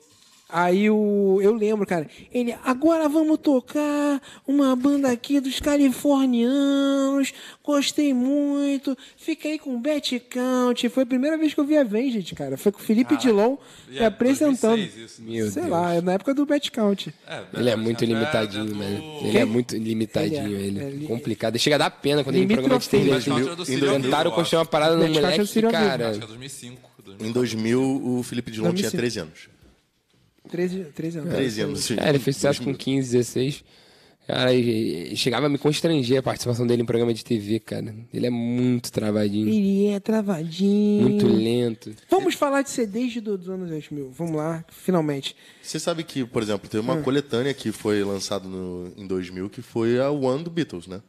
A: aí o eu lembro, cara, ele agora vamos tocar uma banda aqui dos californianos. Gostei muito. Fiquei com Betty Count. Foi a primeira vez que eu vi a Venged, cara. Foi com o Felipe Dilon me
D: é,
A: apresentando.
D: 2006 isso, né?
B: Meu
A: Sei
B: Deus.
A: lá, é na época do Betty Count.
B: Ele é muito limitadinho,
D: né?
B: mano. Ele é muito limitadinho,
A: Ele é-
B: ele.
A: é li-
B: Complicado. Chega a dar pena quando ele
A: Limítrofe,
B: programa de TV.
A: Mas
D: na altura do Círio
B: Tentaram
D: Abreu,
B: construir uma parada no
A: Betty Couch é
B: moleque
A: do Círio
B: que,
A: Abreu.
B: cara.
D: Acho que é 2005. 2005.
C: Em 2000, o Felipe Dilon tinha
A: 2005.
C: 13 anos.
A: 13, 13 anos.
C: 13 anos.
B: É, ele fez sucesso com 15, 16. Cara, e- e chegava a me constranger a participação dele em programa de TV, cara. Ele é muito travadinho,
A: Ele é travadinho.
B: muito lento.
A: Vamos falar de CDs do- dos anos 2000. Vamos lá, finalmente.
C: Você sabe que, por exemplo, teve uma coletânea que foi lançada no- em 2000, que foi a One do Beatles, né?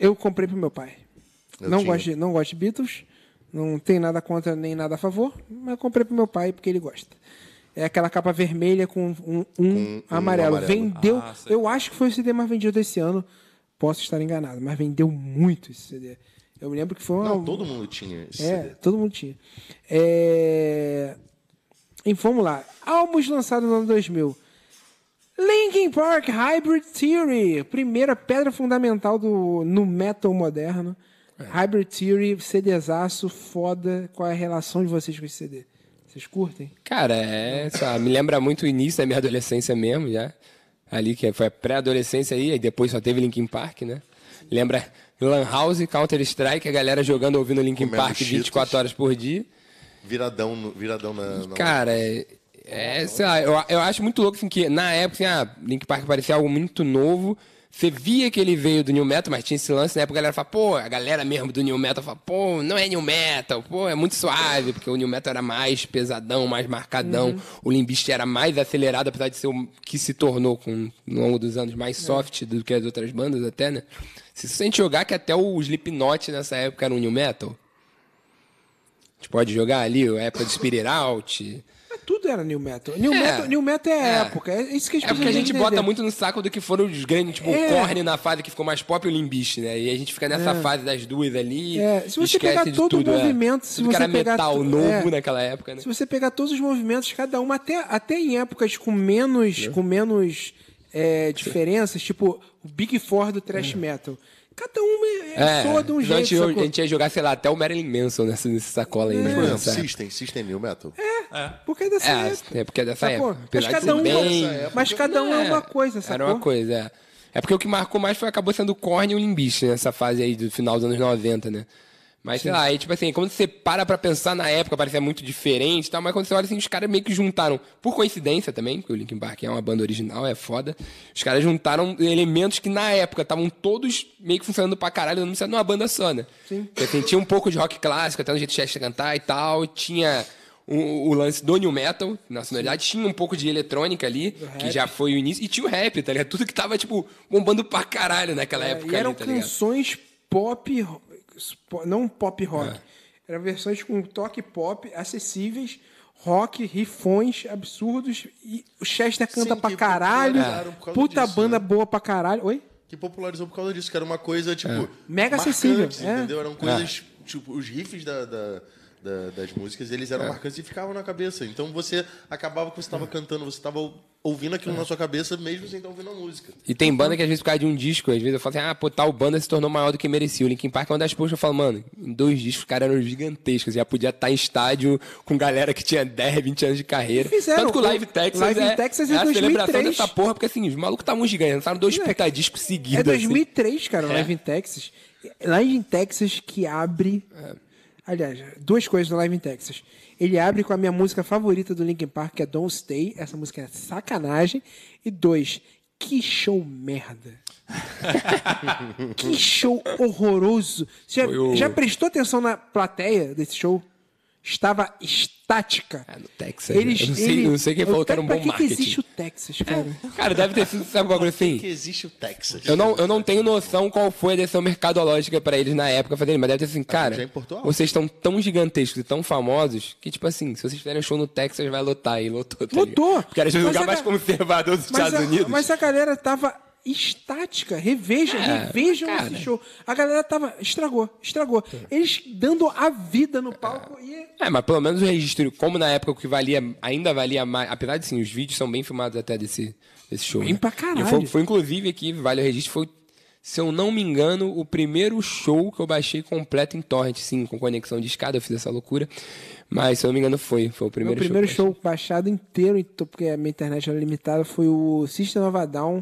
A: Eu comprei pro meu pai.
C: Eu
A: não,
C: tinha.
A: gosto de, não gosto de Beatles, não tem nada contra nem nada a favor, mas eu comprei pro meu pai porque ele gosta. É aquela capa vermelha com um, um amarelo.
C: amarelo.
A: Vendeu.
D: Ah, sei.
A: eu acho que foi o CD mais vendido desse ano. Posso estar enganado, mas vendeu muito esse CD. Eu me lembro que foi uma.
C: Não, todo mundo tinha esse
A: é,
C: CD.
A: todo mundo tinha. É... E vamos lá. Álbuns lançados no ano 2000. Linkin Park Hybrid Theory, primeira pedra fundamental do no metal moderno. Hybrid Theory, CDzaço, foda. Qual é a relação de vocês com esse CD? Vocês curtem?
B: Cara, é, sei lá, me lembra muito o início da minha adolescência mesmo, já. Ali que foi a pré-adolescência aí, aí depois só teve Linkin Park, né? Lembra Lan House, Counter Strike, a galera jogando, ouvindo Linkin
C: Comendo
B: Park
C: Cheetos.
B: 24 horas por dia.
C: viradão, no- viradão na, na-
B: Cara, é, é, sei lá, eu, eu acho muito louco assim, que na época, assim, ah, Link Park parecia algo muito novo. Você via que ele veio do New Metal, mas tinha esse lance na época, a galera fala, pô, a galera mesmo do New Metal fala, pô, não é New Metal, pô, é muito suave, porque o New Metal era mais pesadão, mais marcadão, o Limbist era mais acelerado, apesar de ser o que se tornou com, no longo dos anos mais soft do que as outras bandas até, né? Se você jogar que até o Slipknot nessa época era um New Metal, a gente pode jogar ali a época de Spirit Out,
A: Mas É, Tudo era New Metal. New,
B: É.
A: Metal, new metal é,
B: É.
A: época. É isso que as
B: É
A: pessoas
B: porque a gente
A: entendem.
B: bota muito no saco do que foram os grandes, tipo,
A: É.
B: o Korn na fase que ficou mais pop e o Limbiche, né? E a gente fica nessa fase das duas ali.
A: É, se você
B: esquece
A: pegar
B: de
A: todo o
B: tudo, é.
A: movimento, se
B: tudo que
A: você
B: era
A: pegar
B: metal
A: tu-
B: novo
A: é.
B: naquela época, né?
A: Se você pegar todos os movimentos, cada uma, até, até em épocas com menos,
B: Né?
A: com menos é, diferenças, tipo o Big Four do
B: É.
A: thrash metal. Cada uma é, é, soa de um
B: então a,
A: jeito.
B: gente, a
A: sacou? É.
B: gente ia jogar, sei lá, até o Marilyn Manson nessa, nessa sacola aí. né?
C: Por exemplo,
B: Nessa época.
C: System, System New Metal.
A: Porque é dessa época.
B: É, é porque é dessa
A: Sacou?
B: época.
A: Mas
B: Apesar de
A: cada
B: ser
A: um,
B: bem-
A: mas cada um é, uma coisa, sacou?
B: Era uma coisa, é. É porque o que marcou mais foi acabou sendo o Korn e o Limbiche nessa fase aí do final dos anos 90, né? Mas sei lá, aí tipo assim, quando você para pra pensar na época, parecia muito diferente e tal, mas quando você olha assim, os caras meio que juntaram, por coincidência também, porque o Linkin Park é uma banda original, é foda, os caras juntaram elementos que na época estavam todos meio que funcionando pra caralho, não sendo uma banda só, né? Sim. Assim, tinha um pouco de rock clássico, até no jeito de Chester cantar e tal, tinha o, o lance do New Metal, na sonoridade, tinha um pouco de eletrônica ali, que já foi o início, e tinha o rap, tá ligado? Tudo que tava, tipo, bombando pra caralho naquela
A: É,
B: época
A: e eram
B: ali, tá ligado?
A: canções pop, ro- po- não pop rock.
B: É.
A: Eram versões com toque pop, acessíveis, rock, rifões absurdos. E o Chester canta
C: Sim,
A: pra
C: que
A: caralho.
C: popularizaram por causa
A: Puta
C: disso,
A: banda
C: né?
A: boa pra caralho. Oi?
C: Que popularizou por causa disso, que era uma coisa, tipo.
A: Mega
C: marcantes,
A: acessível, é.
C: Entendeu? Eram coisas. Tipo, os riffs da. da- da- das músicas, eles eram marcantes e ficavam na cabeça. Então você acabava que você estava cantando, você estava ouvindo aquilo na sua cabeça, mesmo sem estar ouvindo a música.
B: E tem banda que às vezes por causa de um disco, às vezes eu falo assim, ah, pô, tal banda se tornou maior do que merecia. O Linkin Park é uma das poucas que eu falo, mano, em dois discos os caras eram gigantescos, já podia estar em estádio com galera que tinha 10, 20 anos de carreira.
A: E fizeram,
B: Tanto que o Live
A: o
B: Texas
A: Live
B: é,
A: in Texas é
B: é a celebração
A: 2003.
B: dessa porra, porque assim, os malucos estavam gigantes, lançaram dois
A: Não, é-
B: puta discos seguidos.
A: é
B: assim.
A: 2003, cara, o Live in Texas. Live in Texas que abre. Aliás, duas coisas do Live in Texas. Ele abre com a minha música favorita do Linkin Park, que é Don't Stay. Essa música é sacanagem. E dois, que show merda. que show horroroso. Você já,
B: Foi o-
A: já prestou atenção na plateia desse show? Estava estática.
B: Ah, no Texas, né? Eu não sei- não sei quem
A: eu
B: falou que era um
A: pra
B: bom
A: que que
B: marketing.
A: existe o Texas, cara?
B: Cara, deve ter sido, sabe alguma coisa assim?
C: Que existe o Texas.
B: Eu não, eu não tenho noção qual foi a decisão mercadológica pra eles na época fazerem, mas deve ter
A: Ah,
B: assim, cara,
C: já importou algo.
B: vocês estão tão gigantescos e tão famosos que, tipo assim, se vocês fizerem um show no Texas, vai lotar. E lotou, tá ligado?
A: Lotou.
B: Porque era o
A: Mas
B: lugar
A: a
B: mais
A: ga-
B: conservador dos
A: Mas
B: Estados
A: a-
B: Unidos.
A: Mas a galera tava estática. Revejam, revejam
B: É, cara.
A: esse show. A galera tava. Estragou, estragou. Eles dando a vida no palco e.
B: É, mas pelo menos o registro, como na época o que valia, ainda valia mais. Apesar de sim, os vídeos são bem filmados até desse, desse show.
A: Bem
B: né?
A: pra caralho.
B: E Foi, foi, inclusive aqui, vale o registro, foi, se eu não me engano, o primeiro show que eu baixei completo em Torrent, sim, com conexão de escada, eu fiz essa loucura. Mas se eu não me engano, foi. Foi o
A: Meu
B: primeiro,
A: É primeiro
B: show. que eu
A: show baixado inteiro, então, porque a minha internet era limitada, foi o System of a Down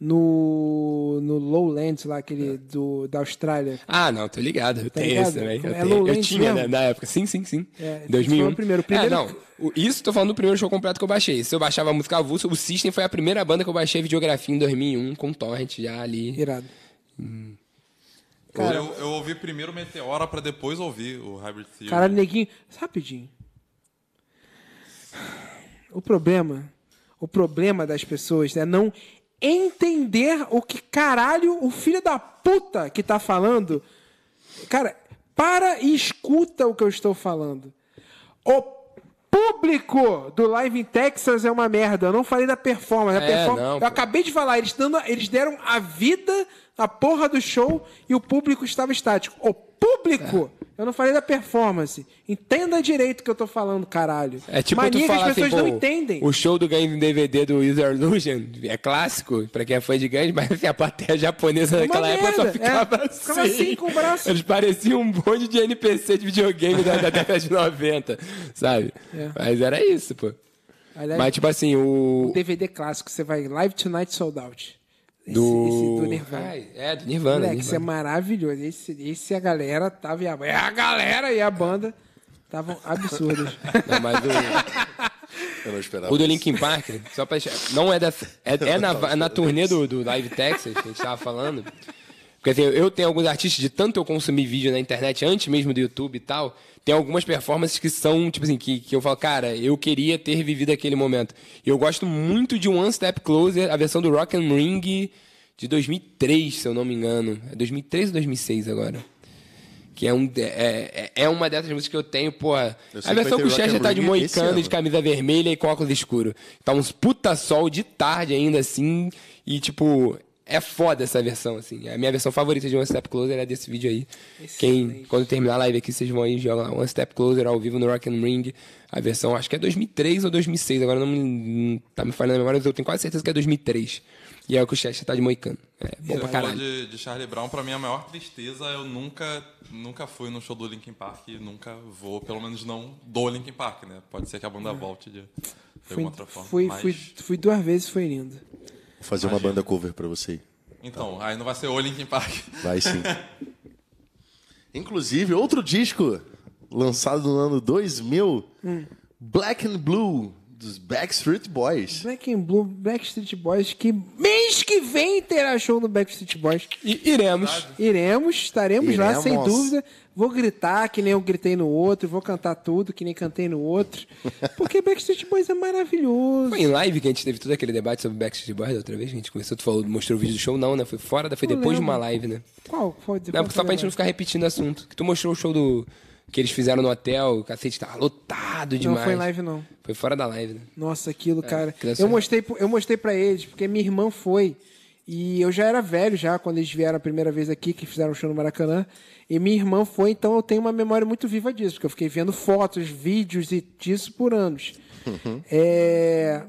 A: no, no Lowlands, lá,
B: É.
A: aquele do, da Austrália.
B: Ah, não, tô ligado. Eu tenho
A: ligado?
B: esse também. Eu,
A: É
B: tenho.
A: Lowlands
B: eu tinha né,
A: mesmo?
B: na época. Sim, sim, sim.
A: É, esse
B: 2001.
A: foi o primeiro. O primeiro-
B: É, não. O- Isso, tô falando do primeiro show completo que eu baixei. Se eu baixava a música avulsa, o System foi a primeira banda que eu baixei videografia em 2001 com Torrent já ali.
A: Irado.
D: eu, eu ouvi primeiro Meteora pra depois ouvir o Hybrid Theory.
A: Caralho, neguinho. Rapidinho. O problema. O problema das pessoas é não entender o que caralho o filho da puta que tá falando. Cara, para e escuta o que eu estou falando. O público do Live in Texas é uma merda. Eu não falei da performance. A
B: É,
A: perform-
B: não,
A: eu
B: pô.
A: acabei de falar, eles, dando, eles deram a vida na porra do show e o público estava estático. O público!
B: É.
A: Eu não falei da performance. Entenda direito o que eu tô falando, caralho.
B: É tipo
A: Mania
B: tu
A: que as
B: falar
A: pessoas
B: assim, pô,
A: não entendem.
B: o show do Guns em DVD do User Illusion é clássico, pra quem é fã de Guns, mas assim, a plateia japonesa naquela
A: merda,
B: época
A: é.
B: só ficava assim.
A: Ficava assim, com o braço.
B: Eles pareciam um bonde de NPC de videogame da, da década de 90, sabe?
A: É.
B: Mas era isso, pô.
A: Aliás,
B: Mas tipo assim,
A: o DVD clássico, você vai Live Tonight Sold Out. Esse
B: Do...
A: esse do Nirvana.
B: Ai, é, do Nirvana.
A: Moleque, isso é
B: Nirvana.
A: maravilhoso. Esse, esse a galera tava e a, é a galera e a banda. Estavam absurdas.
B: Não, mas o,
C: Eu não esperava.
B: o do
C: isso.
B: Linkin Park, só pra deixar. Não é da. É, é
C: Tá
B: na, é na turnê do, do Live Texas, que a gente tava falando. Porque assim, eu tenho alguns artistas, de tanto eu consumir vídeo na internet, antes mesmo do YouTube e tal, tem algumas performances que são, tipo assim, que, que eu falo, cara, eu queria ter vivido aquele momento. E eu gosto muito de One Step Closer, a versão do Rock and Ring de 2003, se eu não me engano. É 2003 ou 2006 agora? Que é, um, de- é, é é uma dessas músicas que eu tenho, porra.
C: Eu sei
B: a
C: que
B: versão
C: vai ter
B: que o
C: Rock
B: Chester
C: and
B: tá de
C: Ring esse
B: moicano, de
C: ano.
B: camisa vermelha e com óculos escuro. Tá uns puta sol de tarde ainda, assim. E, tipo, é foda essa versão, assim. A minha versão favorita de One Step Closer é desse vídeo aí. Quem, quando terminar a live aqui, vocês vão aí jogar One Step Closer ao vivo no Rock and Ring. A versão, acho que é 2003 ou 2006. Agora não, me, não tá me falando a memória, mas eu tenho quase certeza que é 2003. E é o que o Chester tá de moicano. É bom
D: Você
B: pra
D: falou
B: caralho.
D: de, de Charlie Brown, pra mim a maior tristeza, eu nunca, nunca fui no show do Linkin Park e nunca vou, pelo menos não do Linkin Park, né? Pode ser que a banda volte de, de alguma outra forma.
A: É. fui,
D: mas-
A: fui, fui duas vezes, foi lindo.
C: Vou fazer uma banda cover pra você.
D: Então, aí não vai ser o Linkin Park.
C: Vai sim. Inclusive, outro disco lançado no ano 2000,
A: Hum.
C: Black and Blue, dos Backstreet Boys.
A: Black and Blue, Backstreet Boys, que mês que vem terá show no Backstreet Boys.
B: E iremos.
A: Iremos, estaremos lá, sem
C: Iremos.
A: dúvida. Vou gritar que nem eu gritei no outro, vou cantar tudo que nem cantei no outro. Porque Backstreet Boys é maravilhoso.
B: Foi em live que a gente teve todo aquele debate sobre Backstreet Boys da outra vez que a gente conversou, tu falou, mostrou o vídeo do show, não, né? Foi fora, da, foi
A: Não
B: depois de uma
A: lembro.
B: live, né?
A: Qual? Qual? qual
B: Não, só pra gente
A: foi
B: não
A: a
B: ficar repetindo o assunto. Que tu mostrou o show do. que eles fizeram no hotel, o cacete tava lotado demais.
A: Não foi em live, não.
B: Foi fora da live, né?
A: Nossa, aquilo, cara.
B: criança
A: Eu
B: é-
A: mostrei, pro- eu mostrei para eles, porque minha irmã foi. E eu já era velho já quando eles vieram a primeira vez aqui, que fizeram o show no Maracanã. E minha irmã foi, então eu tenho uma memória muito viva disso, porque eu fiquei vendo fotos, vídeos e disso por anos. É,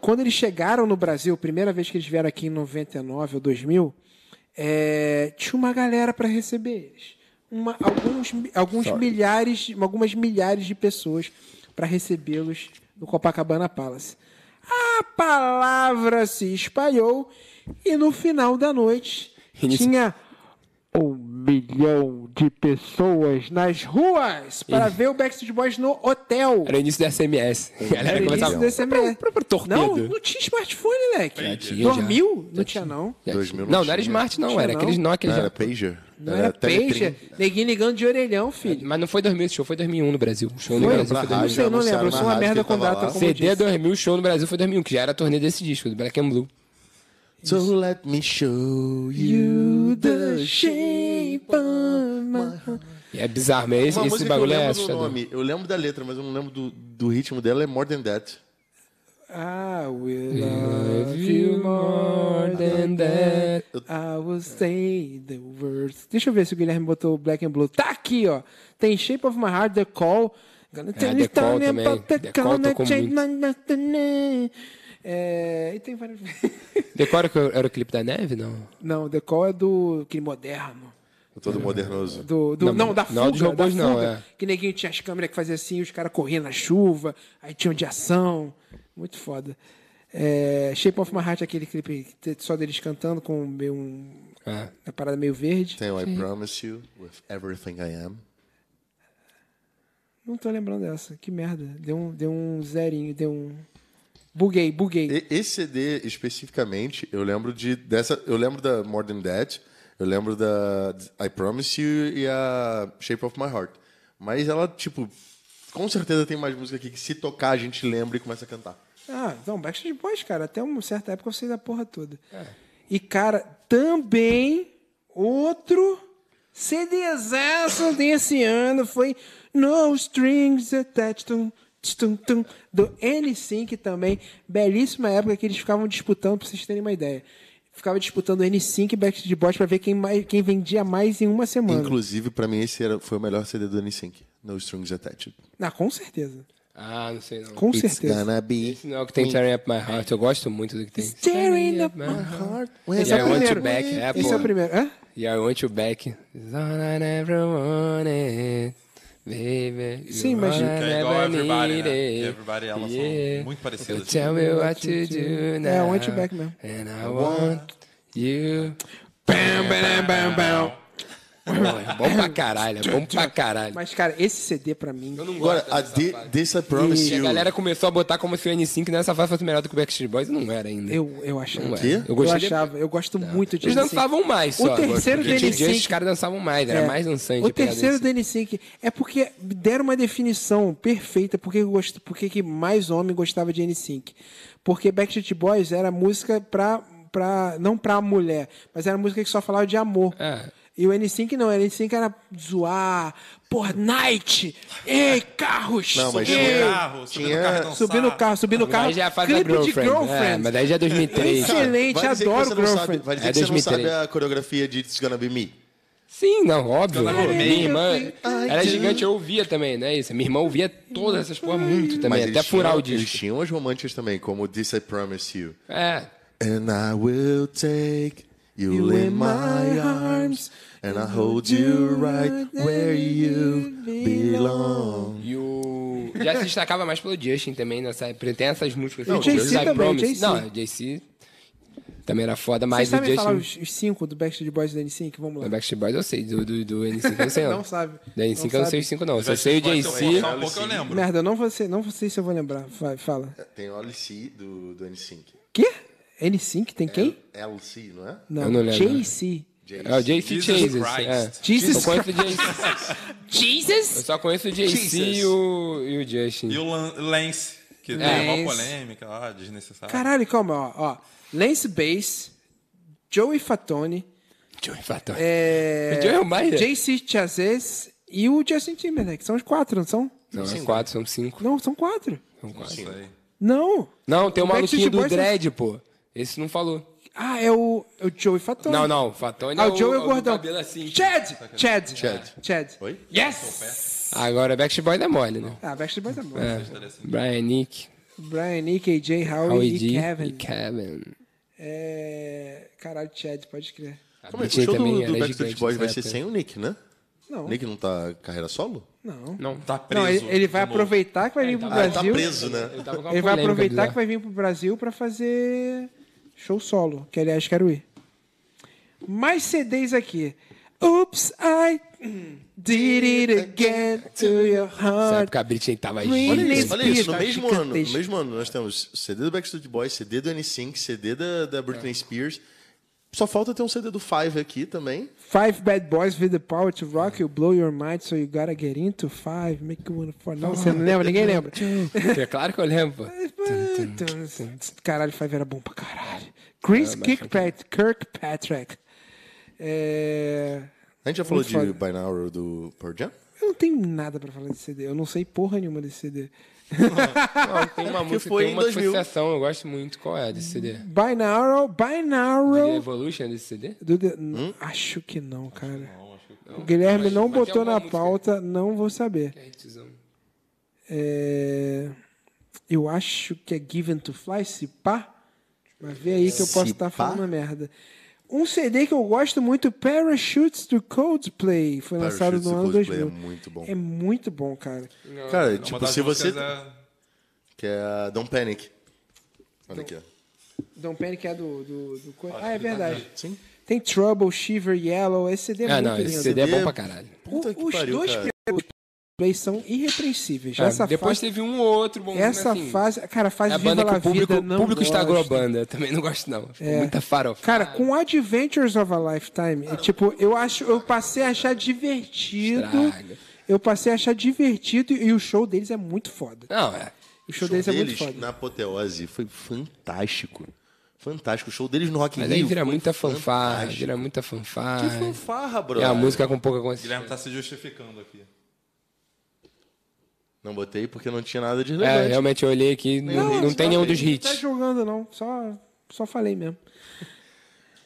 A: Quando eles chegaram no Brasil, primeira vez que eles vieram aqui em 99 ou 2000, é, tinha uma galera para receber eles. Uma- alguns mi- alguns milhares, algumas milhares de pessoas para recebê-los no Copacabana Palace. A palavra se espalhou e no final da noite
B: Início.
A: tinha um milhão de pessoas nas ruas para ver o Backstreet Boys no hotel.
B: Era o início da SMS. A galera
A: Era
B: começava.
A: início do SMS.
B: Pra, pra, pra, torpedo.
A: Não, não tinha smartphone, moleque.
C: É,
B: Já tinha, já.
A: Dormiu? Não tinha, não.
B: Já tinha.
C: 2000 não
B: não, não era
C: tinha.
B: smart, não.
A: Tinha,
B: Era
A: não.
B: aqueles Nokia
C: Não
B: já.
C: era Pager?
A: Não era
C: Teletrim.
A: peixe. Neguinho ligando de orelhão, filho.
B: Mas não foi 2000, esse show foi 2001 no Brasil. O show no
A: Foi?
B: Brasil
A: Não
B: foi
A: sei,
B: 2001.
A: eu não
C: anunciaram
A: lembro, eu sou
C: na
A: uma
C: É, rádio
A: merda
C: que tava
A: com data
C: lá.
A: como
B: CD
A: disse.
B: 2000, o show no Brasil foi 2001, que já era a turnê desse disco, do Black and Blue.
C: So let me show
A: You
C: you
A: the shape of my heart.
B: E é bizarro, mas esse,
C: Uma
B: esse
C: música
B: bagulho
C: que eu
B: é
C: lembro do
B: assustador.
C: nome. Eu lembro da letra, mas eu não lembro do, do ritmo dela. É More Than That.
A: I will love you more than that. I will say the words. Deixa eu ver se o Guilherme botou o Black and Blue. Tá aqui, ó. Tem Shape of My Heart, The Call. Gonna tell
B: É, The
A: you
B: Call
A: something
B: também.
A: about the
B: The Call
A: gonna
B: tocou
A: change my- my- my- my- É, e tem várias.
B: Decora que era o clipe da neve? Não.
A: Não, The Call é do aquele moderno.
C: Todo modernoso.
A: Do, do-
B: Não,
A: não, da
B: não
A: fuga.
B: dos robôs,
A: da
B: não,
A: fuga.
B: é.
A: Que neguinho tinha as câmeras que fazia assim, os caras correndo na chuva, aí tinham de ação. Muito foda. É, Shape of My Heart, aquele clipe te- só deles cantando com meio um,
B: Ah.
A: uma parada meio verde.
C: Tem o I Promise You With Everything I Am.
A: Não tô lembrando dessa. Que merda. Deu um, deu um zerinho, deu um. Buguei, buguei.
C: E- Esse CD especificamente, eu lembro de dessa, eu lembro da More Than That, eu lembro da I Promise You e a Shape of My Heart. Mas ela tipo, com certeza tem mais música aqui que se tocar a gente lembra e começa a cantar.
A: Ah, então, Backstreet Boys, cara, até uma certa época eu sei da porra toda. E, cara, também outro CDzaço desse ano foi No Strings Attached tum, tum, tum, do N5 também. Belíssima época que eles ficavam disputando, pra vocês terem uma ideia. Ficava disputando N5 e Backstreet Boys pra ver quem, mais, quem vendia mais em uma semana.
C: Inclusive pra mim esse era, foi o melhor CD do NSYNC, No Strings Attached.
A: Ah, com certeza.
B: Ah, não sei não.
A: Com
C: It's
A: certeza.
C: gonna be
B: Esse não é o que tem Tearing Up My Heart. Eu gosto muito do que tem.
A: Staring up my
C: heart.
A: Esse é o
B: Yeah, I
A: primeiro.
B: want you back. É,
A: Esse é o
B: pô.
A: primeiro. Hã?
B: Yeah, I want you back. It's all I never wanted, baby.
A: Sim,
B: You're
A: mas-
B: all I
D: Que é igual
B: never
D: Everybody, né?
B: needed.
D: Que Everybody, elas
B: Yeah.
D: são muito
B: So
D: parecidas.
B: tell me what to do now.
A: É, I want you back mesmo.
B: And I want you.
A: Bam, bam, bam, bam.
B: Não, é bom pra caralho, é bom pra caralho.
A: Mas, cara, esse CD pra mim.
B: Eu não gosto
C: Agora, a
B: dessa
C: Thi-
B: fase.
C: This I Promise
B: E a
C: You.
B: galera começou a botar como se o N5 nessa fase fosse melhor do que o Backstreet Boys e não era ainda.
A: Eu, eu achava.
B: Não é.
C: quê?
B: Eu
A: Eu,
B: gostei de-
A: achava, eu gosto muito de
B: Eles
A: NSYNC.
B: dançavam mais,
A: O
B: só.
A: terceiro
B: Porque
A: do
B: tinha-
A: N5
B: Os caras dançavam mais, era
A: É.
B: mais dançante.
A: O
B: a pegada
A: terceiro
B: desse.
A: do N5 é porque deram uma definição perfeita porque eu gosto, porque que mais homem gostava de N5. Porque Backstreet Boys era música pra, pra não pra mulher, mas era música que só falava de amor.
B: É.
A: E o N5 não, o N5 era zoar, porra, night, ei, carros,
C: Não, mas
A: ei,
D: Subir no
C: tinha-
D: carro, subir
C: tinha-
D: no carro e dançar.
A: subir no carro, subir no carro,
B: Aí já é a fase da
A: clipe de
B: Girlfriend. É,
A: girlfriend.
B: mas daí já é 2003.
A: Cara, Excelente,
C: Vai dizer que
A: adoro
C: você não sabe-
A: Girlfriend.
C: Vai dizer
B: É
C: que você não
B: 2003.
C: sabe a coreografia de It's Gonna Be Me.
B: Sim, não, óbvio.
D: Caralho,
B: Minha irmã
A: eu
B: era gigante, eu ouvia também, né? Isso. Minha irmã ouvia todas essas porra muito também, é até
C: eles
B: furar o
C: tinham, Eles
B: disco.
C: tinham as românticas também, como This I Promise You.
B: É.
C: And I will take you,
A: You
C: in my arms and I hold you right where you belong.
B: E o. Já se destacava mais pelo Justin também nessa época. Tem essas músicas.
A: E
B: assim,
A: Jay-Z
B: Jesus, I
A: também,
B: Promise.
A: Jay-Z.
B: Não, JC também era foda,
A: Vocês
B: mas o
A: sabem falar
B: Justin.
A: os, os cinco do Backstreet Boys e do N5? Vamos
B: Do
A: lá.
B: Backstreet Boys eu sei, do, do, do N5 eu não sei.
A: Não sabe.
B: Do N5
A: Não
B: eu não sei
A: sabe.
B: os 5 não. Só sei o
D: Vai ter um
B: JC.
D: pouco, um pouco eu lembro.
A: Merda, não você, não sei se eu vou lembrar. Vai, fala.
C: Tem o LC do, do N5.
A: Quê? N5 tem quem?
C: LC, não é?
A: Não,
B: Eu não lembro.
A: JC.
B: É o JC
D: Jesus
B: Jesus. É.
D: Christ.
A: Jesus
B: eu conheço o JC. Eu
A: Jesus!
B: só conheço o JC e o, e o Justin.
D: E o Lan- Lance, que é.
A: Lance.
D: teve uma polêmica lá, desnecessária.
A: Caralho, calma, ó. ó. Lance Bass, Joey Fatone,
B: Joey Fatone.
A: é...
B: O Joey é o mais, né?
A: JC Chazes e o Justin Timberlake. São os quatro, não são?
B: Não, são quatro, são cinco.
A: Não, são quatro.
B: São quatro.
D: Isso aí.
A: Não.
B: Não, tem o maluquinho
A: Backstreet
B: do
A: Boys é-
B: dread, pô. Esse não falou.
A: Ah, é o, é o Joey Fatone.
B: Não, não, o Fatone
A: Ah,
B: é
A: o Joey é o
B: do
A: gordão.
B: cabelo assim.
A: Chad! Chad!
C: Chad.
A: Chad.
C: Oi?
A: Yes!
B: Agora, Backstreet Boys é mole, né?
A: Ah, Backstreet Boys é bom.
B: Brian, Nick,
A: Brian, Nick, AJ, Howie,
B: Howie
A: e
B: D
A: Kevin.
B: e Kevin.
A: É... Caralho, Chad, pode crer.
B: A
C: Como é que o
B: Britney
C: show
B: também
C: do,
B: era
C: do Backstreet
B: gigante
C: Boys vai
B: nessa
C: ser
B: época.
C: sem o Nick, né?
A: Não.
C: O Nick não tá carreira solo?
A: Não.
B: Não.
D: Tá preso.
A: Não, ele, ele vai
D: de novo.
A: aproveitar que vai vir pro
C: Ah, ele tá
A: Brasil.
C: preso, né?
B: Tava com uma
A: Ele vai
B: polêmica né?
A: aproveitar
B: bizarra.
A: que vai vir pro Brasil pra fazer show solo, que aliás quero ir. Mais CDs aqui. Oops, I did it again to your
B: Nessa
A: heart.
B: época a Britney tava
A: Olha
B: gigante.
A: isso.
C: Olha isso, no
A: Tá
C: mesmo ano, no
A: gigantesco.
C: mesmo ano nós temos CD do Backstreet Boys, CD do NSYNC, CD da, da Britney
A: É.
C: Spears. Só falta ter um CD do Five aqui também.
A: Five bad boys with the power to rock you, blow your mind, so you gotta get into five, make you wanna for. Não, você não lembra? Ninguém lembra.
B: É claro que eu lembro, pô.
A: Caralho, Five era bom pra caralho. Chris Kirkpatrick. Kirkpatrick. É...
C: A gente já falou
A: Muito
C: de
A: foda.
C: Binaural do Pearl Jam?
A: Eu não tenho nada pra falar desse CD. Eu não sei porra nenhuma desse CD.
B: Não, tem uma música,
C: foi
B: tem
C: em
B: uma
C: 2000.
B: associação, eu gosto muito. Qual é desse CD?
A: Binaural,
B: The
A: Binaural.
B: Evolution é desse CD?
A: Do The- N- Acho que não, cara. O Guilherme não
B: mas tem
A: botou na
B: alguma música aí.
A: pauta, não vou saber.
B: Que é hitzão.
A: É, Eu acho que é Given to Fly, se pá. Mas vê aí que eu posso
C: Se
A: estar
C: pá?
A: falando uma merda. Um CD que eu gosto muito, Parachutes do Coldplay. Foi lançado
C: Parachutes
A: no
C: do
A: ano
C: Coldplay
A: 2000.
C: é muito bom.
A: É muito bom, cara.
C: Cara,
D: Uma
C: tipo,
D: das
C: se você...
D: músicas é-
C: Que é a Don't Panic. Olha aqui, ó.
A: Don't Panic é do... do, do... co- Ah, é
C: tá
A: verdade.
C: Sim.
A: Tem Trouble, Shiver, Yellow. Esse CD é
B: Ah,
A: muito
B: não,
A: lindo.
B: esse CD é bom
C: CD
B: pra caralho.
A: O-
C: Puta que
A: os
C: pariu,
A: dois
C: cara.
A: primeiros Coldplay são irrepreensíveis.
B: Ah,
A: essa
B: depois
A: fase,
B: teve um ou outro bom
A: essa
B: assim.
A: fase, cara, a
B: É
A: fase
B: a
A: Viva
B: banda que
A: La
B: o público,
A: Vida
B: o
A: não
B: público
A: gosta.
B: estragou a banda. Eu também não gosto, não. Ficou muita farofa.
A: Cara, com Adventures of a Lifetime, é, tipo, eu acho, eu passei a achar divertido.
B: Estraga.
A: Eu passei a achar divertido e o show deles é muito foda.
B: Não, é.
A: O
C: O
A: show,
C: show
A: deles,
C: deles,
A: é muito foda.
C: na Apoteose foi fantástico. Fantástico. O show deles no Rock in
B: Mas
C: Rio
B: aí vira
C: foi
B: muita fanfarra,
C: fantástico.
B: vira muita fanfarra.
C: Que
D: um
C: fanfarra, bro.
B: É a música com pouca
D: O
B: consciência.
D: Guilherme tá se justificando aqui.
C: Não botei porque não tinha nada de
B: É,
C: relevante.
B: realmente eu olhei aqui, não, não tem nenhum dos
A: Não tá
B: hits.
A: jogando, não. Só, só falei mesmo.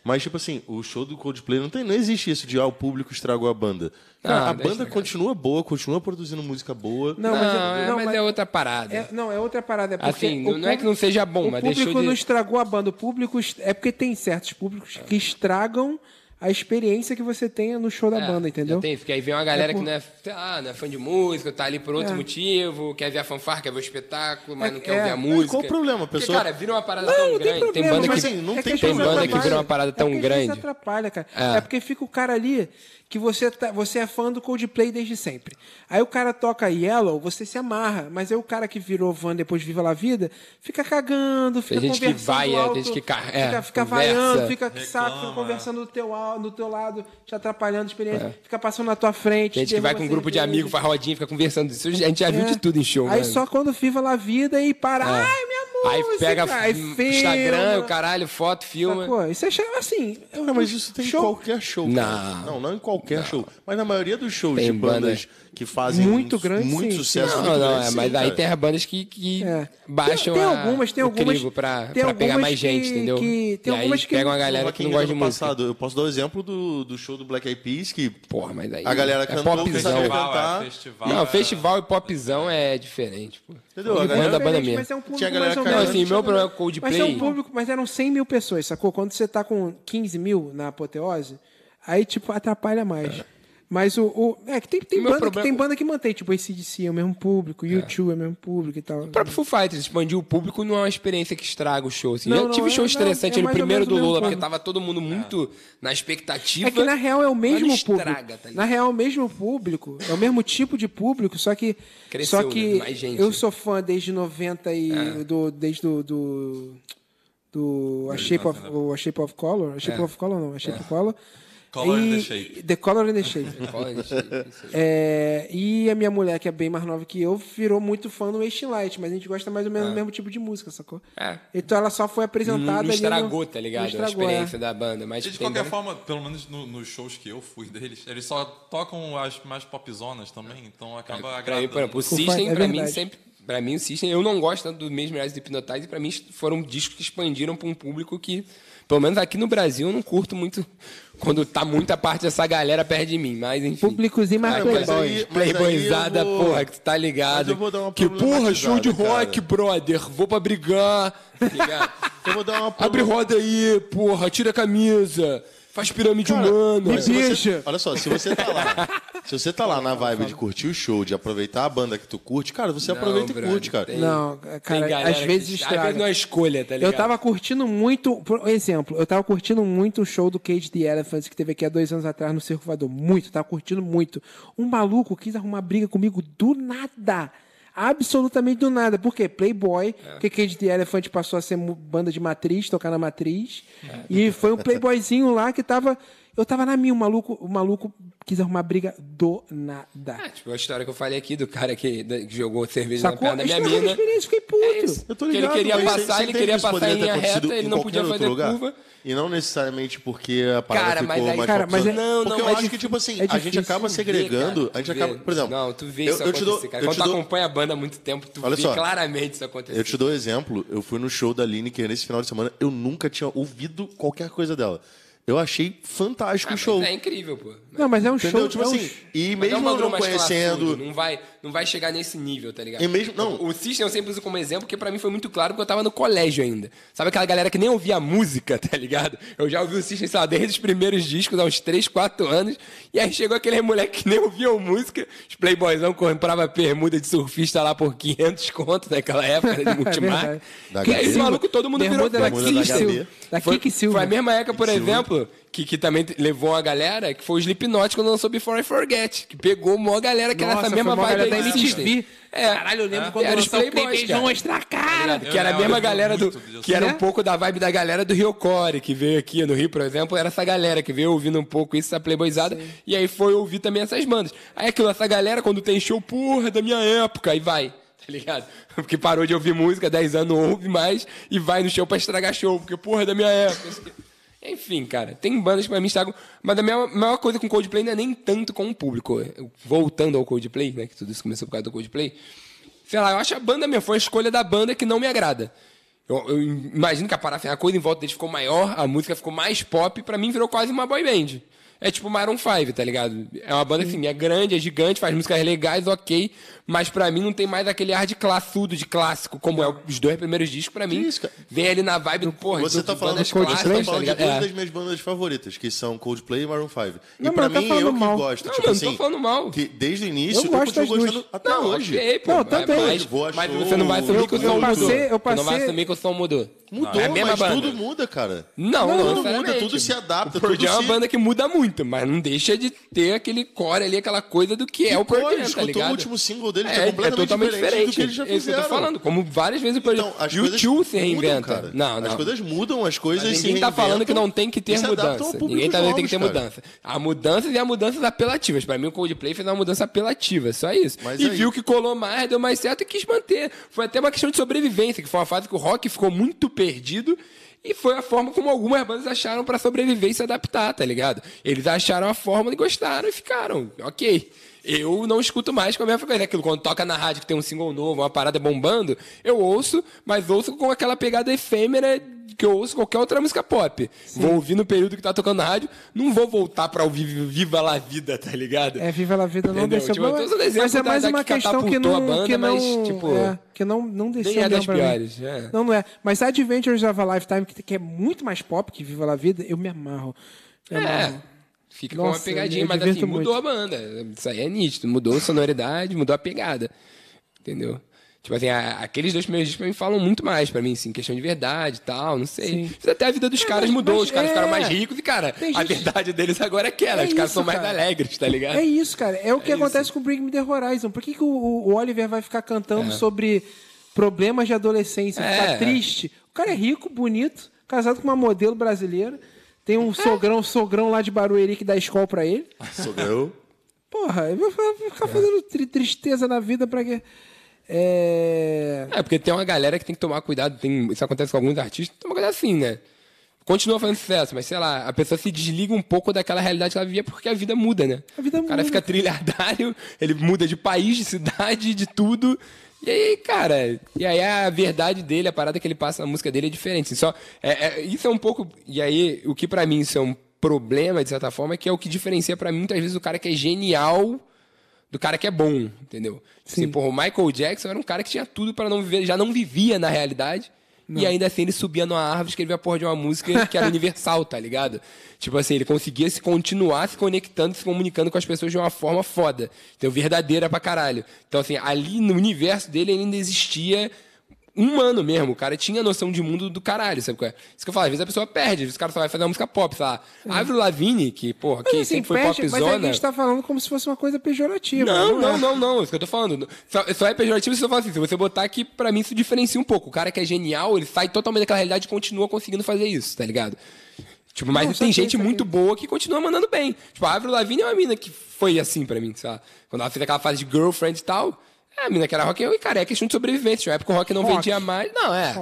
C: Mas, tipo assim, o show do Coldplay não, tem, não existe isso de ah, o público estragou a banda. Cara,
B: Ah,
C: a
B: deixa
C: banda
B: pra cá.
C: continua boa, continua produzindo música boa.
A: Não, mas,
B: Não, é,
A: tá não,
B: mas
A: mas-
B: é outra parada.
A: É, não, é outra parada. É porque
B: Assim,
A: o
B: não- não é que não seja bom,
A: o
B: mas
A: público
B: deixou de-
A: não estragou a banda. O público. est- É porque tem certos públicos que estragam a experiência que você tenha no show da banda, entendeu?
B: É, Já tem, porque aí vem uma galera que não é, sei lá, não é fã de música, tá ali por outro
A: É.
B: motivo, quer ver a fanfarra, quer ver o espetáculo, mas
A: É,
B: não quer
A: é.
B: ouvir a
A: Mas
B: música.
C: qual o problema? A
B: Porque,
C: pessoa-
B: cara, vira uma parada
A: Não,
B: tão
A: não
B: grande.
A: tem problema.
B: banda
A: mas
B: que...
C: assim, não
A: é que
C: tem
A: às vezes
C: banda que
A: atrapalha.
B: vira uma parada tão
A: é que às vezes
B: grande.
A: atrapalha, cara.
B: É.
A: É. porque fica o cara ali que você, tá- você é fã do Coldplay desde sempre. Aí o cara toca Yellow, você se amarra. Mas aí o cara que virou fã depois de Viva La Vida, fica cagando, fica
B: gente que
A: conversando
B: vai, é,
A: alto,
B: tem gente que ca- é,
A: fica, fica
B: conversa,
A: vaiando, fica que saco, fica
D: reclama,
A: conversando no teu, al- no teu lado, te atrapalhando a experiência, fica passando na tua frente.
B: É. Tem gente que vai com um
A: derruba
B: grupo de
A: cerveja.
B: amigos, faz rodinha, fica conversando. Isso a gente já viu
A: assim, É.
B: de tudo em show,
A: Aí
B: mano.
A: só quando Viva La Vida e para.
B: É.
A: Ai, minha música!
B: Aí pega
A: aí
B: f-
A: filma.
B: Instagram, o caralho, foto, filma.
A: Sacou? Isso é chato, assim. eu-
C: Não, mas isso tem em
A: show-
C: qualquer show.
B: Não.
C: cara. Não, não em qualquer show. Mas na maioria dos shows
B: Tem
C: de bandas que fazem
A: Muito
C: um-
A: grande,
C: muito
A: sim,
C: sucesso.
B: Não,
C: muito
B: não,
C: grande,
B: é,
C: sim,
B: mas aí
C: cara.
B: tem as bandas que, que
A: assim, É.
B: baixam
A: tem, tem
B: a-
A: algumas, tem
B: o
A: algumas,
B: crivo pra,
A: tem
B: pra pegar
A: algumas
B: mais gente,
A: que-
B: entendeu?
A: que- tem
B: e aí
A: algumas que-
B: pega uma galera
C: Rock
B: que
C: in
B: não
C: Rio
B: gosta
C: do
B: de música.
C: passado. Eu posso dar o exemplo do, do show do Black Eyed Peas, que
B: Porra, mas aí
C: a galera um
B: é
C: cantou, quem
B: popzão.
C: sabia
D: Festival,
C: cantar.
D: é, festival.
B: Não,
D: é-
B: festival e popzão é diferente, pô.
C: Entendeu? A
B: E
C: galera-
B: banda, banda
A: Diferente,
B: mesmo.
A: Mas é um público
C: Tinha
A: mais
C: galera
A: ou
C: caindo.
B: Não,
A: menos.
B: assim, meu problema é
A: Mas
B: Coldplay.
A: é um público, mas eram 100 mil pessoas, sacou? Quando você tá com 15 mil na apoteose, aí, tipo, atrapalha
B: É.
A: mais. Mas o, o- É que tem, tem
B: O meu
A: banda
B: problema-
A: que tem banda que mantém, tipo, esse DC é o mesmo público, YouTube é o mesmo público e tal.
B: O próprio Foo Fighters expandir o público não é uma experiência que estraga o show. Assim.
A: Não,
B: eu
A: não,
B: tive
A: é-
B: show
A: não,
B: estressante
A: é
B: no
A: mais ou
B: primeiro
A: menos
B: do
A: o mesmo
B: Lula, porque
A: público.
B: tava todo mundo muito na expectativa.
A: É que na real é o
B: mas
A: mesmo
B: não
A: público.
B: estraga, tá ligado?
A: na real é o mesmo público, é o mesmo tipo de público, só que
B: Cresceu,
A: só que
B: né? Mais gente. É.
A: eu sou fã desde 90 e do desde do, do do a shape of o a shape of color, a
B: É.
A: shape of color não, a shape of color.
D: Color and the
A: E-
D: Shape.
A: The color and the shape. É, e a minha mulher, que é bem mais nova que eu, virou muito fã do Wasting Light, mas a gente gosta mais ou menos do mesmo tipo de música, sacou?
B: É.
A: Então ela só foi
B: Não,
A: apresentada
B: não
A: ali no-
B: estragou, tá
A: não
B: ligado? a
A: estragou, é.
B: experiência da banda. Mas tipo,
D: E de
B: tem banda-
D: qualquer forma, pelo menos no- nos shows que eu fui deles, eles só tocam as mais popzonas também, então acaba
B: Pra mim, por
D: agradando.
B: exemplo, o
A: Foo
B: System,
A: Fighters, é
B: pra mim,
A: verdade.
B: sempre. Pra mim, o System, eu não gosto tanto dos mesmos reais do Hypnotize, e pra mim foram discos que expandiram pra um público que, pelo menos aqui no Brasil, eu não curto muito quando tá muita parte dessa galera perto de mim, mas enfim.
A: Públicozinho mais
B: Cara,
A: playboy.
B: Ah, mas aí- mas aí eu Playboyzada,
C: vou-
B: porra, que tu tá
C: Mas
B: ligado.
C: eu vou dar uma
B: que porra, show de
C: problematizada,
B: rock,
C: cara.
B: brother, vou pra brigar, tá ligado?
C: Eu vou dar uma
B: Abre roda aí, porra, tira a camisa, faz pirâmide
C: Cara,
B: humana.
C: mas se você-
A: Bicha.
C: olha só, se você tá lá, se você tá lá na vibe de curtir o show, de aproveitar a banda que tu curte, cara, você aproveita e
B: brother,
C: curte, cara.
B: tem-
A: Não, cara,
B: galera
A: às
B: que-
A: vezes
B: Às vezes
A: estraga.
B: não é escolha, tá ligado?
A: Eu tava curtindo muito, por exemplo, eu tava curtindo muito o show do Cage the Elephants que teve aqui há dois anos atrás no Circo Voador. Muito, tava curtindo muito. Um maluco quis arrumar briga comigo do nada. Absolutamente do nada. Por quê? Playboy,
B: É.
A: porque Cage the Elephant passou a ser mu- banda de matriz, tocar na matriz.
B: É.
A: E foi um playboyzinho lá que tava. Eu tava na minha, o maluco, o maluco quis arrumar briga do nada.
B: Ah, tipo, a história que eu falei aqui do cara que, da- que jogou cerveja
A: Sacou?
B: na perna da minha
A: Estragou a
B: mina.
A: experiência, fiquei puto.
B: É isso.
C: Eu tô
B: Que ele
C: ligado,
B: queria
C: mas
B: passar,
C: você- você
B: ele
C: entende
B: queria
C: isso
B: passar
C: poderia
B: em
C: ter
B: linha
C: acontecido
B: reta,
C: em
B: ele não podia
C: qualquer outro
B: fazer curva.
C: E não necessariamente porque a parada
B: Cara,
C: ficou
B: mas aí-
C: mais
A: Cara, mas
C: popzona.
A: é-
B: Não, não,
C: Porque eu
B: mas
C: acho
B: dif-
C: que, tipo assim,
A: é
C: a gente
A: difícela
C: acaba
A: de
C: segregando,
B: Tu
C: a gente
B: vê,
C: acaba... Por exemplo...
B: Não, tu vê
C: eu-
B: isso
C: eu te
B: acontecer,
C: dou-
B: cara.
C: eu
B: Quando tá
C: te
B: tu
C: dou-
B: acompanha a banda há muito tempo, tu
C: Olha
B: vê
C: só.
B: claramente isso acontecer.
C: Eu te dou um exemplo. Eu fui no show da Lineker nesse final de semana. Eu nunca tinha ouvido qualquer coisa dela. Eu achei fantástico
B: Ah,
C: o
B: mas
C: show.
B: É incrível, pô. Mas-
A: Não, mas é um
C: Entendeu?
A: show.
C: tipo
A: é um
C: assim, e
B: mas é um
C: mesmo eu
B: bagulho
C: não
B: mais né?
C: conhecendo...
B: classudo, Não vai, não vai chegar nesse nível, tá ligado?
C: E mesmo- não.
B: O System eu sempre uso como exemplo, porque pra mim foi muito claro, porque eu tava no colégio ainda. Sabe aquela galera que nem ouvia a música, tá ligado? Eu já ouvi o System, sei lá, desde os primeiros discos, aos 3, 4 anos. E aí chegou aquele moleque que nem ouvia a música. Os playboyzão comprava bermuda de surfista lá por 500 conto naquela época, né, de multimarca.
A: É verdade.
C: Da
B: e aí,
C: Gabi.
B: maluco, todo mundo virou
A: Bermuda da
C: Bermuda da
B: taxista.
C: Gabi.
A: Da
B: Foi,
A: Kiki Silva.
B: foi a mesma época, por exemplo, que, que também t- levou a galera, que foi o Slipknot quando lançou Before I Forget, que pegou a maior galera que era
A: Nossa,
B: essa mesma
A: foi a maior
B: vibe
A: galera
B: aí
A: da
B: do
A: MTV.
B: System. É. Caralho, eu
A: lembro quando lançou o clipe, eles vão extra cara.
B: Que era a
D: Eu
B: mesma
D: lembro
B: galera do...
D: muito disso.
B: Que era um
A: Né?
B: pouco da vibe da galera do Rio Core, que veio aqui no Rio, por exemplo, era essa galera que veio ouvindo um pouco isso, essa playboyzada, e aí foi ouvir também essas bandas. Aí aquilo, essa galera, quando tem show, porra, é da minha época, aí vai, tá ligado? Porque parou de ouvir música, 10 anos não ouve mais, e vai no show pra estragar show, porque porra, é da minha época. isso aqui. Enfim, cara, tem bandas que pra mim estragam, mas a minha maior coisa com Coldplay não é nem tanto com o público. Voltando ao Coldplay, né, que tudo isso começou por causa do Coldplay, sei lá, eu acho a banda mesmo, foi a escolha da banda que não me agrada. Eu, eu imagino que a parafina, a coisa em volta deles ficou maior, a música ficou mais pop, pra mim virou quase uma boy band. É tipo Maroon 5, tá ligado? É uma banda assim, é grande, é gigante, faz músicas legais, ok. Mas pra mim não tem mais aquele ar de classudo, de clássico, como é os dois primeiros discos, pra mim.
C: isso, cara?
B: vem ali na vibe do, porra,
C: Você
B: do-
C: tá
B: de
C: falando,
B: bandas
C: você tá
B: clássicas, tá
C: falando de
B: ligado?
C: duas
B: É.
C: das minhas bandas favoritas, que são Coldplay e Maroon 5.
A: Não,
C: e pra
A: mas não tá
C: mim,
A: falando
C: eu que
A: mal.
C: gosto.
B: Não,
C: tipo
B: eu não
C: assim,
B: tô falando mal.
C: Que desde o início,
A: Eu
C: eu
A: gosto das
C: continuo
A: duas.
C: gostando até
B: não,
C: hoje.
B: ok, pô.
A: Não, tá
B: é,
A: bem.
B: mas,
C: Eu vou
B: mas
C: achar
B: você não vai assumir
C: o-
B: que o
C: eu
B: som mudou.
A: passei- eu
B: Você não vai
A: passei-
B: assumir que o som mudou.
C: Mudou,
B: é a mesma
C: mas
B: banda.
C: tudo muda, cara.
B: Não, não,
C: tudo muda,
B: necessariamente.
C: tudo se adapta.
B: O Pearl
C: Tudo
B: Jam é uma
C: se...
B: banda que muda muito, mas não deixa de ter aquele core ali, aquela coisa do que é o Pearl
C: Pô,
B: Jam, tá
C: escutou
B: ligado?
C: o último single dele, que
B: É,
C: é
B: é
C: completamente
B: totalmente
C: diferente, do que eles já
B: É isso que eu tô
C: fizeram.
B: falando, como várias vezes o Pearl Jam.
C: Então, as
B: E o
C: coisas
B: Tio se
C: mudam,
B: reinventa.
C: cara.
B: Não, não.
C: As coisas mudam, as
B: Mas
C: coisas se
B: ninguém tá
C: reinventam
B: falando que não tem que
C: e
B: ter
C: se adaptam ao
B: mudança.
C: público
B: Ninguém tá
C: dos
B: dizendo que tem que ter
C: novos, cara.
B: mudança. é Há mudanças e há mudanças apelativas. Pra mim, o Coldplay fez uma mudança apelativa, só isso.
C: Mas é
B: e
C: aí-
B: viu que colou mais, deu mais certo e quis manter. Foi até uma questão de sobrevivência, que foi uma fase que o rock ficou muito perdido. E foi a forma como algumas bandas acharam pra sobreviver e se adaptar, tá ligado? Eles acharam a forma e gostaram e ficaram. Ok. Eu não escuto mais com a mesma frequência. Aquilo, quando toca na rádio que tem um single novo, uma parada bombando, eu ouço, mas ouço com aquela pegada efêmera que eu ouço qualquer outra música pop. Vou ouvir no período que tá tocando na rádio, não vou voltar pra ouvir Viva La Vida, tá ligado?
A: É, Viva a Vida não
B: Entendeu?
A: desceu.
B: Tipo, eu tô usando
A: mas,
B: exemplo
A: mas é
B: da-
A: mais
B: da
A: uma
B: que
A: questão que
B: catapultou
A: não,
B: a banda,
A: que não,
B: mas, tipo,
A: é, que não, não desceu
B: nem é
A: mesmo
B: das
A: pra mim.
B: piores, é.
A: Não, não é. Mas Adventures of a Lifetime, que, que é muito mais pop que Viva a Vida, eu me amarro. Me
B: É.
A: amarro.
B: Fica com uma
A: Nossa,
B: pegadinha,
A: eu
B: mas assim,
A: divirto
B: mudou a
A: muito.
B: banda. Isso aí é nítido. Mudou a sonoridade, mudou a pegada. Entendeu? Tipo assim, a- aqueles dois primeiros discos pra mim falam muito mais pra mim, assim, questão de verdade e tal, não sei. Até a vida dos caras
A: mas-
B: mudou,
A: mas
B: os caras
A: é.
B: ficaram mais ricos e, cara,
A: Tem
B: a
A: gente-
B: verdade deles agora é aquela,
A: É
B: os caras
A: isso,
B: são mais
A: cara.
B: alegres, tá ligado?
A: É isso, cara. É o que acontece com Bring Me The Horizon. Por que, que o, o Oliver vai ficar cantando sobre problemas de adolescência,
B: É,
A: ficar
B: é.
A: triste? O cara é rico, bonito, casado com uma modelo brasileira. Tem um sogrão, sogrão lá de Barueri que dá escola pra ele.
C: Sou eu.
A: Porra, eu vou fa- vou
B: É.
A: ficar fazendo tri- tristeza na vida pra quê? É...
B: É, porque tem uma galera que tem que tomar cuidado, tem- isso acontece com alguns artistas, toma cuidado assim, né? Continua fazendo sucesso, mas sei lá, a pessoa se desliga um pouco daquela realidade que ela vivia porque a vida muda, né?
A: A vida
B: o cara
A: muda.
B: fica trilhardário, ele muda de país, de cidade, de tudo. E aí, cara, e aí a verdade dele, a parada que ele passa na música dele é diferente. assim, Só, é- é- isso é um pouco. E aí, o que pra mim isso é um problema, de certa forma, é que é o que diferencia pra mim muitas vezes o cara que é genial do cara que é bom, entendeu? Assim, porra, o Michael Jackson era um cara que tinha tudo pra não viver, já não vivia na realidade. E ainda assim ele subia numa árvore, escrevia a porra de uma música que era universal, tá ligado? Tipo assim, ele conseguia se continuar se conectando, se comunicando com as pessoas de uma forma foda. Então, verdadeira pra caralho. Então, assim, ali no universo dele ainda existia humano mesmo. O cara tinha noção de mundo do caralho, sabe qual é? Isso que eu falo, às vezes a pessoa perde, às vezes o cara só vai fazer uma música pop, sei lá. Avril Lavigne, que, porra, que
A: assim,
B: sempre foi
A: perde- mas aí a
B: popzona...
A: gente tá falando como se fosse uma coisa pejorativa.
B: Não,
A: é.
B: não, não, não. Isso que eu tô falando. Só, só é pejorativo se eu falar assim. Se você botar aqui, pra mim, isso diferencia um pouco. O cara que é genial, ele sai totalmente daquela realidade e continua conseguindo fazer isso, tá ligado? Tipo, mas
A: Não,
B: tem
A: saquei,
B: gente
A: saquei.
B: muito boa que continua mandando bem. Tipo, a Avril Lavigne é uma mina que foi assim pra mim, sabe? Quando ela fez aquela fase de girlfriend e tal. É, a mina que era rock, eu, cara, é questão de sobrevivência. Tinha uma época que o rock não
A: Rock.
B: vendia mais. Não, é.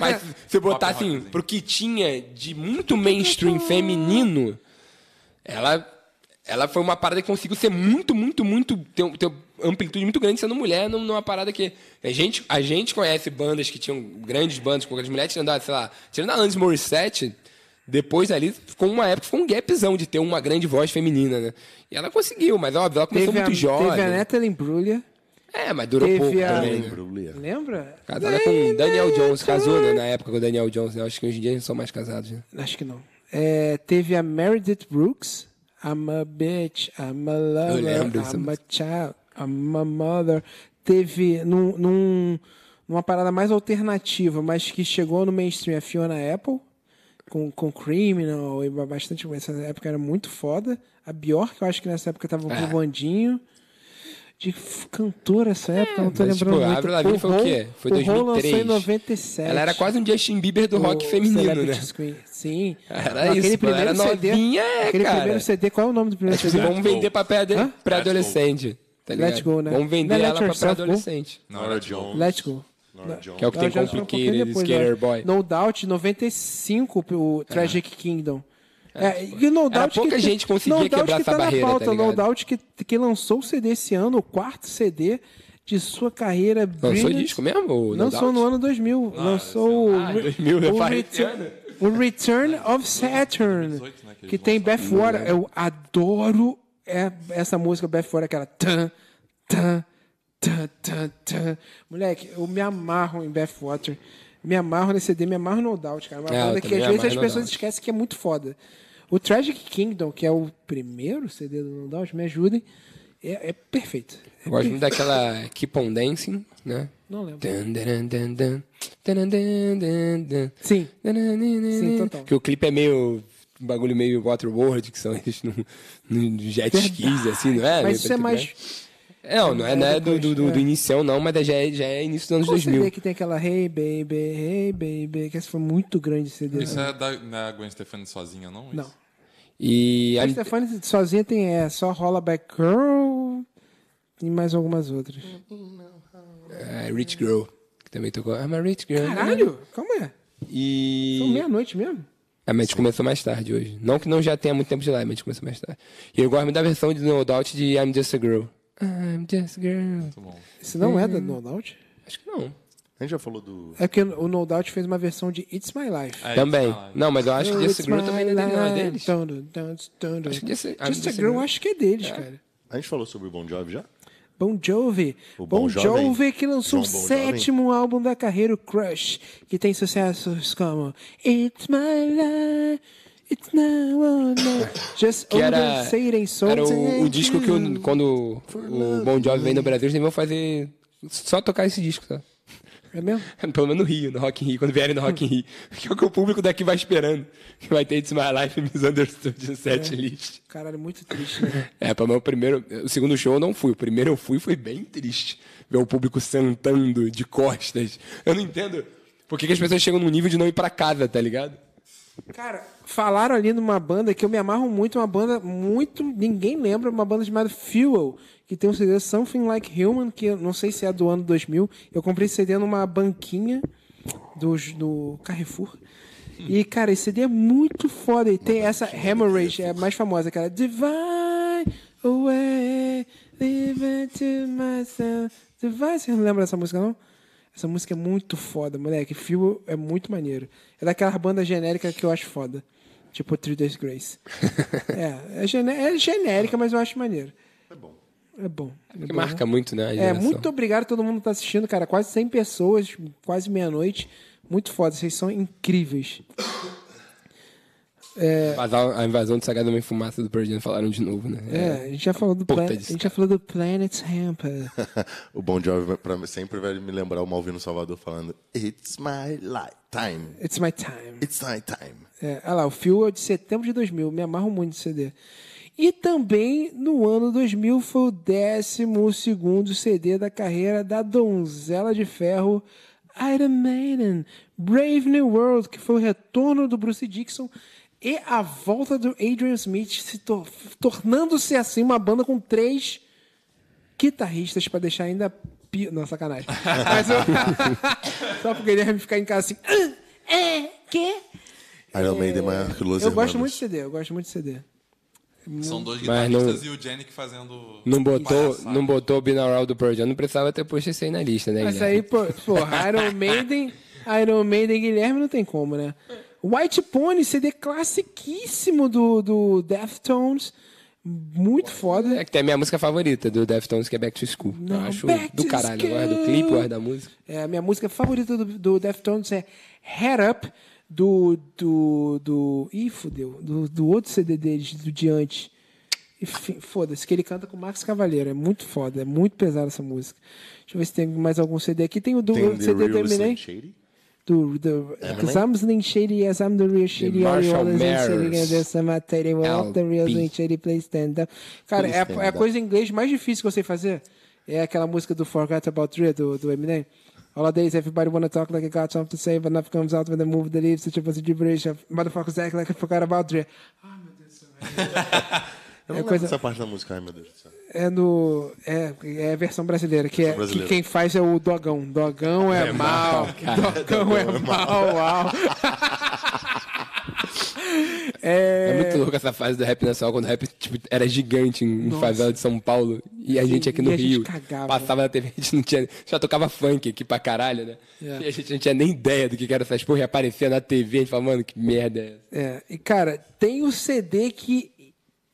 B: Mas se eu botar assim, pro que tinha de muito mainstream feminino, ela, ela foi uma parada que conseguiu ser muito, muito, muito. ter, um- ter uma amplitude muito grande sendo mulher num- numa parada que. A gente, a gente conhece bandas que tinham grandes bandas com grandes mulheres, tirando, a, sei lá, tirando a Alanis Morissette. Depois ali, ficou uma época, ficou um gapzão de ter uma grande voz feminina, né? E ela conseguiu, mas óbvio, ela começou
A: Teve a,
B: muito jovem.
A: teve a Natalie Imbruglia.
B: É, mas durou
A: teve
B: pouco
A: a-
B: também. né?
A: Lembra?
B: Casada com o Daniel Jones, casou né, na época com o Daniel Jones, né? Acho que hoje em dia eles são mais casados, né?
A: Acho que não. É, teve a Meredith Brooks. I'm a bitch, I'm a
B: Eu
A: lover,
B: lembro é dessa
A: I'm a
B: música.
A: child, I'm a mother. Teve num, num- numa parada mais alternativa, mas que chegou no mainstream a Fiona Apple, com, com Criminal e bastante. Essa época era muito foda. A Bjork, eu acho que nessa época tava com
B: É.
A: o Bondinho. De f- cantora essa época, não tô
B: mas,
A: lembrando
B: tipo, a
A: muito.
B: Avril Lavigne foi o
A: Hole-
B: quê? Foi
A: O Hole lançou em
B: 2003.
A: 97.
B: Ela era quase um Justin Bieber do rock
A: O
B: feminino, né?
A: Celebrity Screen. Sim.
B: Era
A: aquele
B: isso, pô,
A: primeiro
B: era
A: CD,
B: novinha, é,
A: Aquele
B: cara.
A: primeiro CD, qual é o nome do
B: É
A: primeiro
B: tipo,
A: CD?
B: vamos vender papel de...
A: Hã?
B: pra adolescente. Tá ligado?
A: Let's go, né?
B: Vamos vender
A: Não é
B: ela
A: Let
B: pra, pra
A: Yourself Go?
B: adolescente.
D: Não, era de
C: Jones.
A: Let's Go.
C: Nora Jones.
B: Que é o que tem
A: Ela já foi um pouquinho
B: Complicated,
A: depois,
B: Skater
A: né?
B: Boy.
A: No Doubt, 95, o Tragic Kingdom. É, e No Doubt
B: tipo, pouca
A: que,
B: gente conseguia
A: no Doubt
B: quebrar
A: que
B: essa
A: tá
B: barreira,
A: Na
B: tá
A: pauta, no
B: ligado?
A: Doubt que, que lançou o CD esse ano, o quarto CD de sua carreira.
B: Lançou
A: Brilliant.
B: disco mesmo? ou No
A: Lançou
B: Doubt?
A: no ano 2000. lançou o,
B: Ah, 2000,
A: o
B: eu falei esse
A: Return,
B: ano.
A: O Return of Saturn.
D: 18, né, que eles
A: Que tem Bathwater. Eu adoro é- essa música Bathwater, aquela. Tan, tan, tan, tan, tan. Moleque, eu me amarro em Bathwater. Me amarro nesse CD, me amarro no Doubt, cara. Uma
B: É, eu
A: banda que
B: também
A: às vezes
B: me amarro
A: as
B: no
A: pessoas
B: Doubt.
A: esquecem que é muito foda. O Tragic Kingdom, que é o primeiro CD do No Doubt, me ajudem. É, é perfeito.
B: Eu gosto muito daquela Keep on Dancing, né?
A: Não lembro.
B: Dun, dun, dun, dun, dun, dun, dun, dun, dun.
A: Sim.
B: Dun, dun, dun, dun,
A: Sim,
B: dun.
A: total.
B: Que o clipe é meio. Um bagulho meio Waterworld, que são eles no, no jet skis, assim, não é? Meio
A: Mas isso é
B: preto e branco.
A: mais.
B: É, não, não é, não é do, do, do,
A: É.
B: do inicião, não, mas já é, já é início dos anos
A: Qual
B: 2000.
A: CD que tem aquela Hey Baby, Hey Baby, que essa foi muito grande esse CD.
D: Isso é da, não é a Gwen Stefani sozinha,
B: é
D: não?
A: Não.
D: Isso?
B: E
A: A
B: I'm-
A: Stefani sozinha tem é, só Rola Back Girl e mais algumas outras.
B: é, Rich Girl, que também tocou. I'm a Rich Girl. né?
A: Caralho, calma aí.
B: E. Ah,
A: São é? meia-noite mesmo?
B: A mente começou mais tarde hoje. Não que não já tenha muito tempo de lá, a mente começou mais tarde. E eu gosto muito da versão de No Doubt de I'm Just a Girl. I'm Just a Girl.
D: Muito bom.
A: Isso não
B: Uhum.
A: é da No Doubt?
B: Acho que não.
C: A gente já falou do.
A: É porque o No Doubt fez uma versão de It's My Life.
D: É,
B: também.
D: tá lá.
B: Não, mas eu acho que Just a Girl também não é dele, não, é deles. Acho
A: Acho
B: que Just a- I'm
A: Just a Girl, acho que é deles, cara.
C: A gente falou sobre o Bon Jovi já?
A: Bon Jovi.
C: O
A: Bon,
C: Bon
A: Jovi,
C: Jovem.
A: que lançou
C: João
A: o
C: Bon
A: sétimo álbum da carreira, o Crush, que tem sucessos como It's My Life, It's Now or Never, Just
B: Que era,
A: Under Satan Soul.
B: era o, o disco que eu- quando o Bon Jovi veio no Brasil, eles vão fazer só tocar esse disco, tá?
A: É mesmo?
B: Pelo menos no Rio, no Rock in Rio, quando vierem no Rock in Rio. Que é o que o público daqui vai esperando. Que vai ter It's My Life Misunderstood de set
A: É.
B: list.
A: Caralho, muito triste, né?
B: É, pelo menos o primeiro. O segundo show eu não fui. O primeiro eu fui foi bem triste. Ver o público sentando de costas. Eu não entendo por que, que as pessoas chegam num nível de não ir pra casa, tá ligado?
A: Cara, falaram ali numa banda que eu me amarro muito, uma banda muito. ninguém lembra, uma banda chamada Fuel, que tem um CD Something Like Human, que eu não sei se é do ano 2000. Eu comprei esse CD numa banquinha do, do Carrefour. E, cara, esse CD é muito foda. E tem essa Hemorrhage, é a mais famosa, aquela Divine Away, Leave it to myself. Divine, você não lembra dessa música, não? Essa música é muito foda, moleque. Fio é muito maneiro. É daquela banda genérica que eu acho foda. Tipo Three Days Grace. é, é, gene- é genérica, mas eu acho maneiro. É bom. É bom.
B: Porque marca muito, né? a
A: É,
B: geração.
A: muito obrigado a todo mundo que tá assistindo, cara. Quase 100 pessoas, quase meia-noite. Muito foda, vocês são incríveis.
B: Invasão- A invasão de Sagrada Mãe Fumaça do Pearl Jam falaram de novo, né?
A: É, a gente já falou do,
B: Puta
A: plan- a
B: disso,
A: gente já falou do Planet Hamper.
C: O Bon Jovi pra mim, sempre vai me lembrar o Malvino Salvador falando It's my lifetime.
A: It's my time.
C: It's my time.
A: É, olha lá, o Fio é de setembro de 2000, me amarro muito nesse CD. E também no ano 2000 foi o 12 CD da carreira da Donzela de Ferro, Iron Maiden, Brave New World, que foi o retorno do Bruce Dixon e a volta do Adrian Smith, se tor- tornando-se assim uma banda com três guitarristas pra deixar ainda pi... Não, sacanagem. Mas eu... Só pro Guilherme ficar em casa assim. "Ah, É, que?
C: Iron Maiden, é maior que Los
A: É. Eu gosto
C: Hermanos.
A: muito de CD, eu gosto muito de CD.
C: é.
D: São dois
B: Mas
D: guitarristas e o Janik fazendo.
B: Não botou,
D: palhaçada.
B: não botou o binaural do Pearl Jam, não precisava ter posto esse aí na lista, né?
A: Mas
B: Guilherme?
A: aí, pô, porra, Iron Maiden, Iron Maiden e Guilherme não tem como, né? White Pony, CD classiquíssimo do, do Deftones, muito foda.
B: É que tem a minha música favorita do Deftones, que é Back to School.
A: Não,
B: eu acho
A: Back
B: do
A: to
B: caralho. Eu
A: School.
B: gosto do clipe, eu gosto da música.
A: É, a minha música favorita do, do Deftones é Head Up, do, do, do... Ih, fudeu, do, do outro CD deles, do Diante. Enfim, foda-se, que ele canta com o Marcos Cavalheiro. É muito foda, é muito pesada essa música. Deixa eu ver se tem mais algum CD aqui. Tem o do
C: Tem um
A: outro
C: The
A: CD
C: Real
A: Terminei.
C: Slim Shady.
A: É do, do
C: É,
A: Because I'm Slim Shady, yes, I'm the real Shady. all you
B: Marshall
A: all is in Shady,
B: Mathers.
A: and there's some material, all the real
B: LP.
A: Slim Shady, please stand up. Cara, é,
C: Please
A: a-
C: stand
A: é a
C: up.
A: coisa em inglês mais difícil que eu sei fazer. É aquela música do Forgot About You, do, do Eminem. All days, everybody wanna talk like I got something to say, but nothing comes out when they move the leaves, such a bunch of gibberish, motherfuckers act like I forgot about you.
C: Eu não
A: É
C: lembro
A: coisa-
C: dessa parte da música, ai meu Deus do céu.
A: É no. É, é a versão brasileira, que, é,
C: Versão brasileira.
A: que quem faz é o Dogão. Dogão é, mal.
C: é
A: Dogão é mal, mal.
B: É, muito pegou com essa fase do rap nacional, quando o rap tipo, era gigante em favela de São Paulo. E a gente aqui
A: e
B: no
A: a gente
B: Rio.
A: cagava.
B: Passava na TV, a gente não tinha. Já tocava funk aqui pra caralho, né?
A: É.
B: E a gente não tinha nem ideia do que que era essas porra. E aparecia na TV, a gente falava, mano, que merda é essa?
A: É, e cara, tem o CD que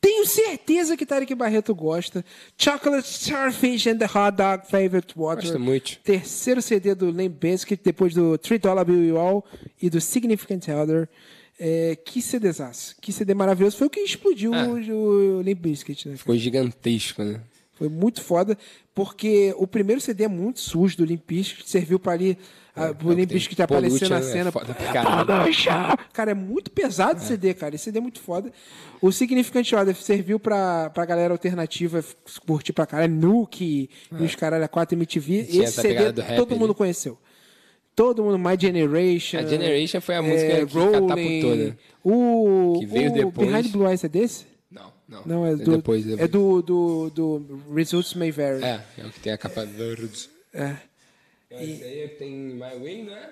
A: tenho certeza que Tarek Barreto gosta. Chocolate Starfish and the Hot Dog Favorite Water.
B: Gosto muito.
A: Terceiro CD do Limp Bizkit, depois do Three Dollar Bill You All e do Significant Other. É, que CDzaço, que CD maravilhoso. Foi o que explodiu
B: É.
A: o, o Limp Bizkit, né?
B: Ficou gigantesco, né?
A: Foi muito foda, porque o primeiro CD é muito sujo do Limp Bizkit, serviu pra ali... a- o Limp Bizkit
B: Pô,
A: aparecer
B: Lucha
A: tá na
B: é
A: cena.
B: Foda pra caralho.
A: Cara, é muito pesado esse CD, cara. Esse CD é muito foda. O Significant Other serviu pra, pra galera alternativa f- curtir pra caralho. Nuke e os caralho a 4 MTV. esse
B: Tinha essa
A: CD
B: pegada do rap
A: todo
B: ali.
A: mundo conheceu. Todo mundo, My Generation. é,
B: A Generation foi a música que catapultou, né?
A: O,
B: Que veio
A: o
B: depois.
A: Behind Blue Eyes é desse?
B: Não, não.
A: Não, é do.
B: Depois,
A: É do, do, do Results May Vary.
B: É, é o que tem a capa verde.
A: É.
B: Esse aí é que tem My Way, né?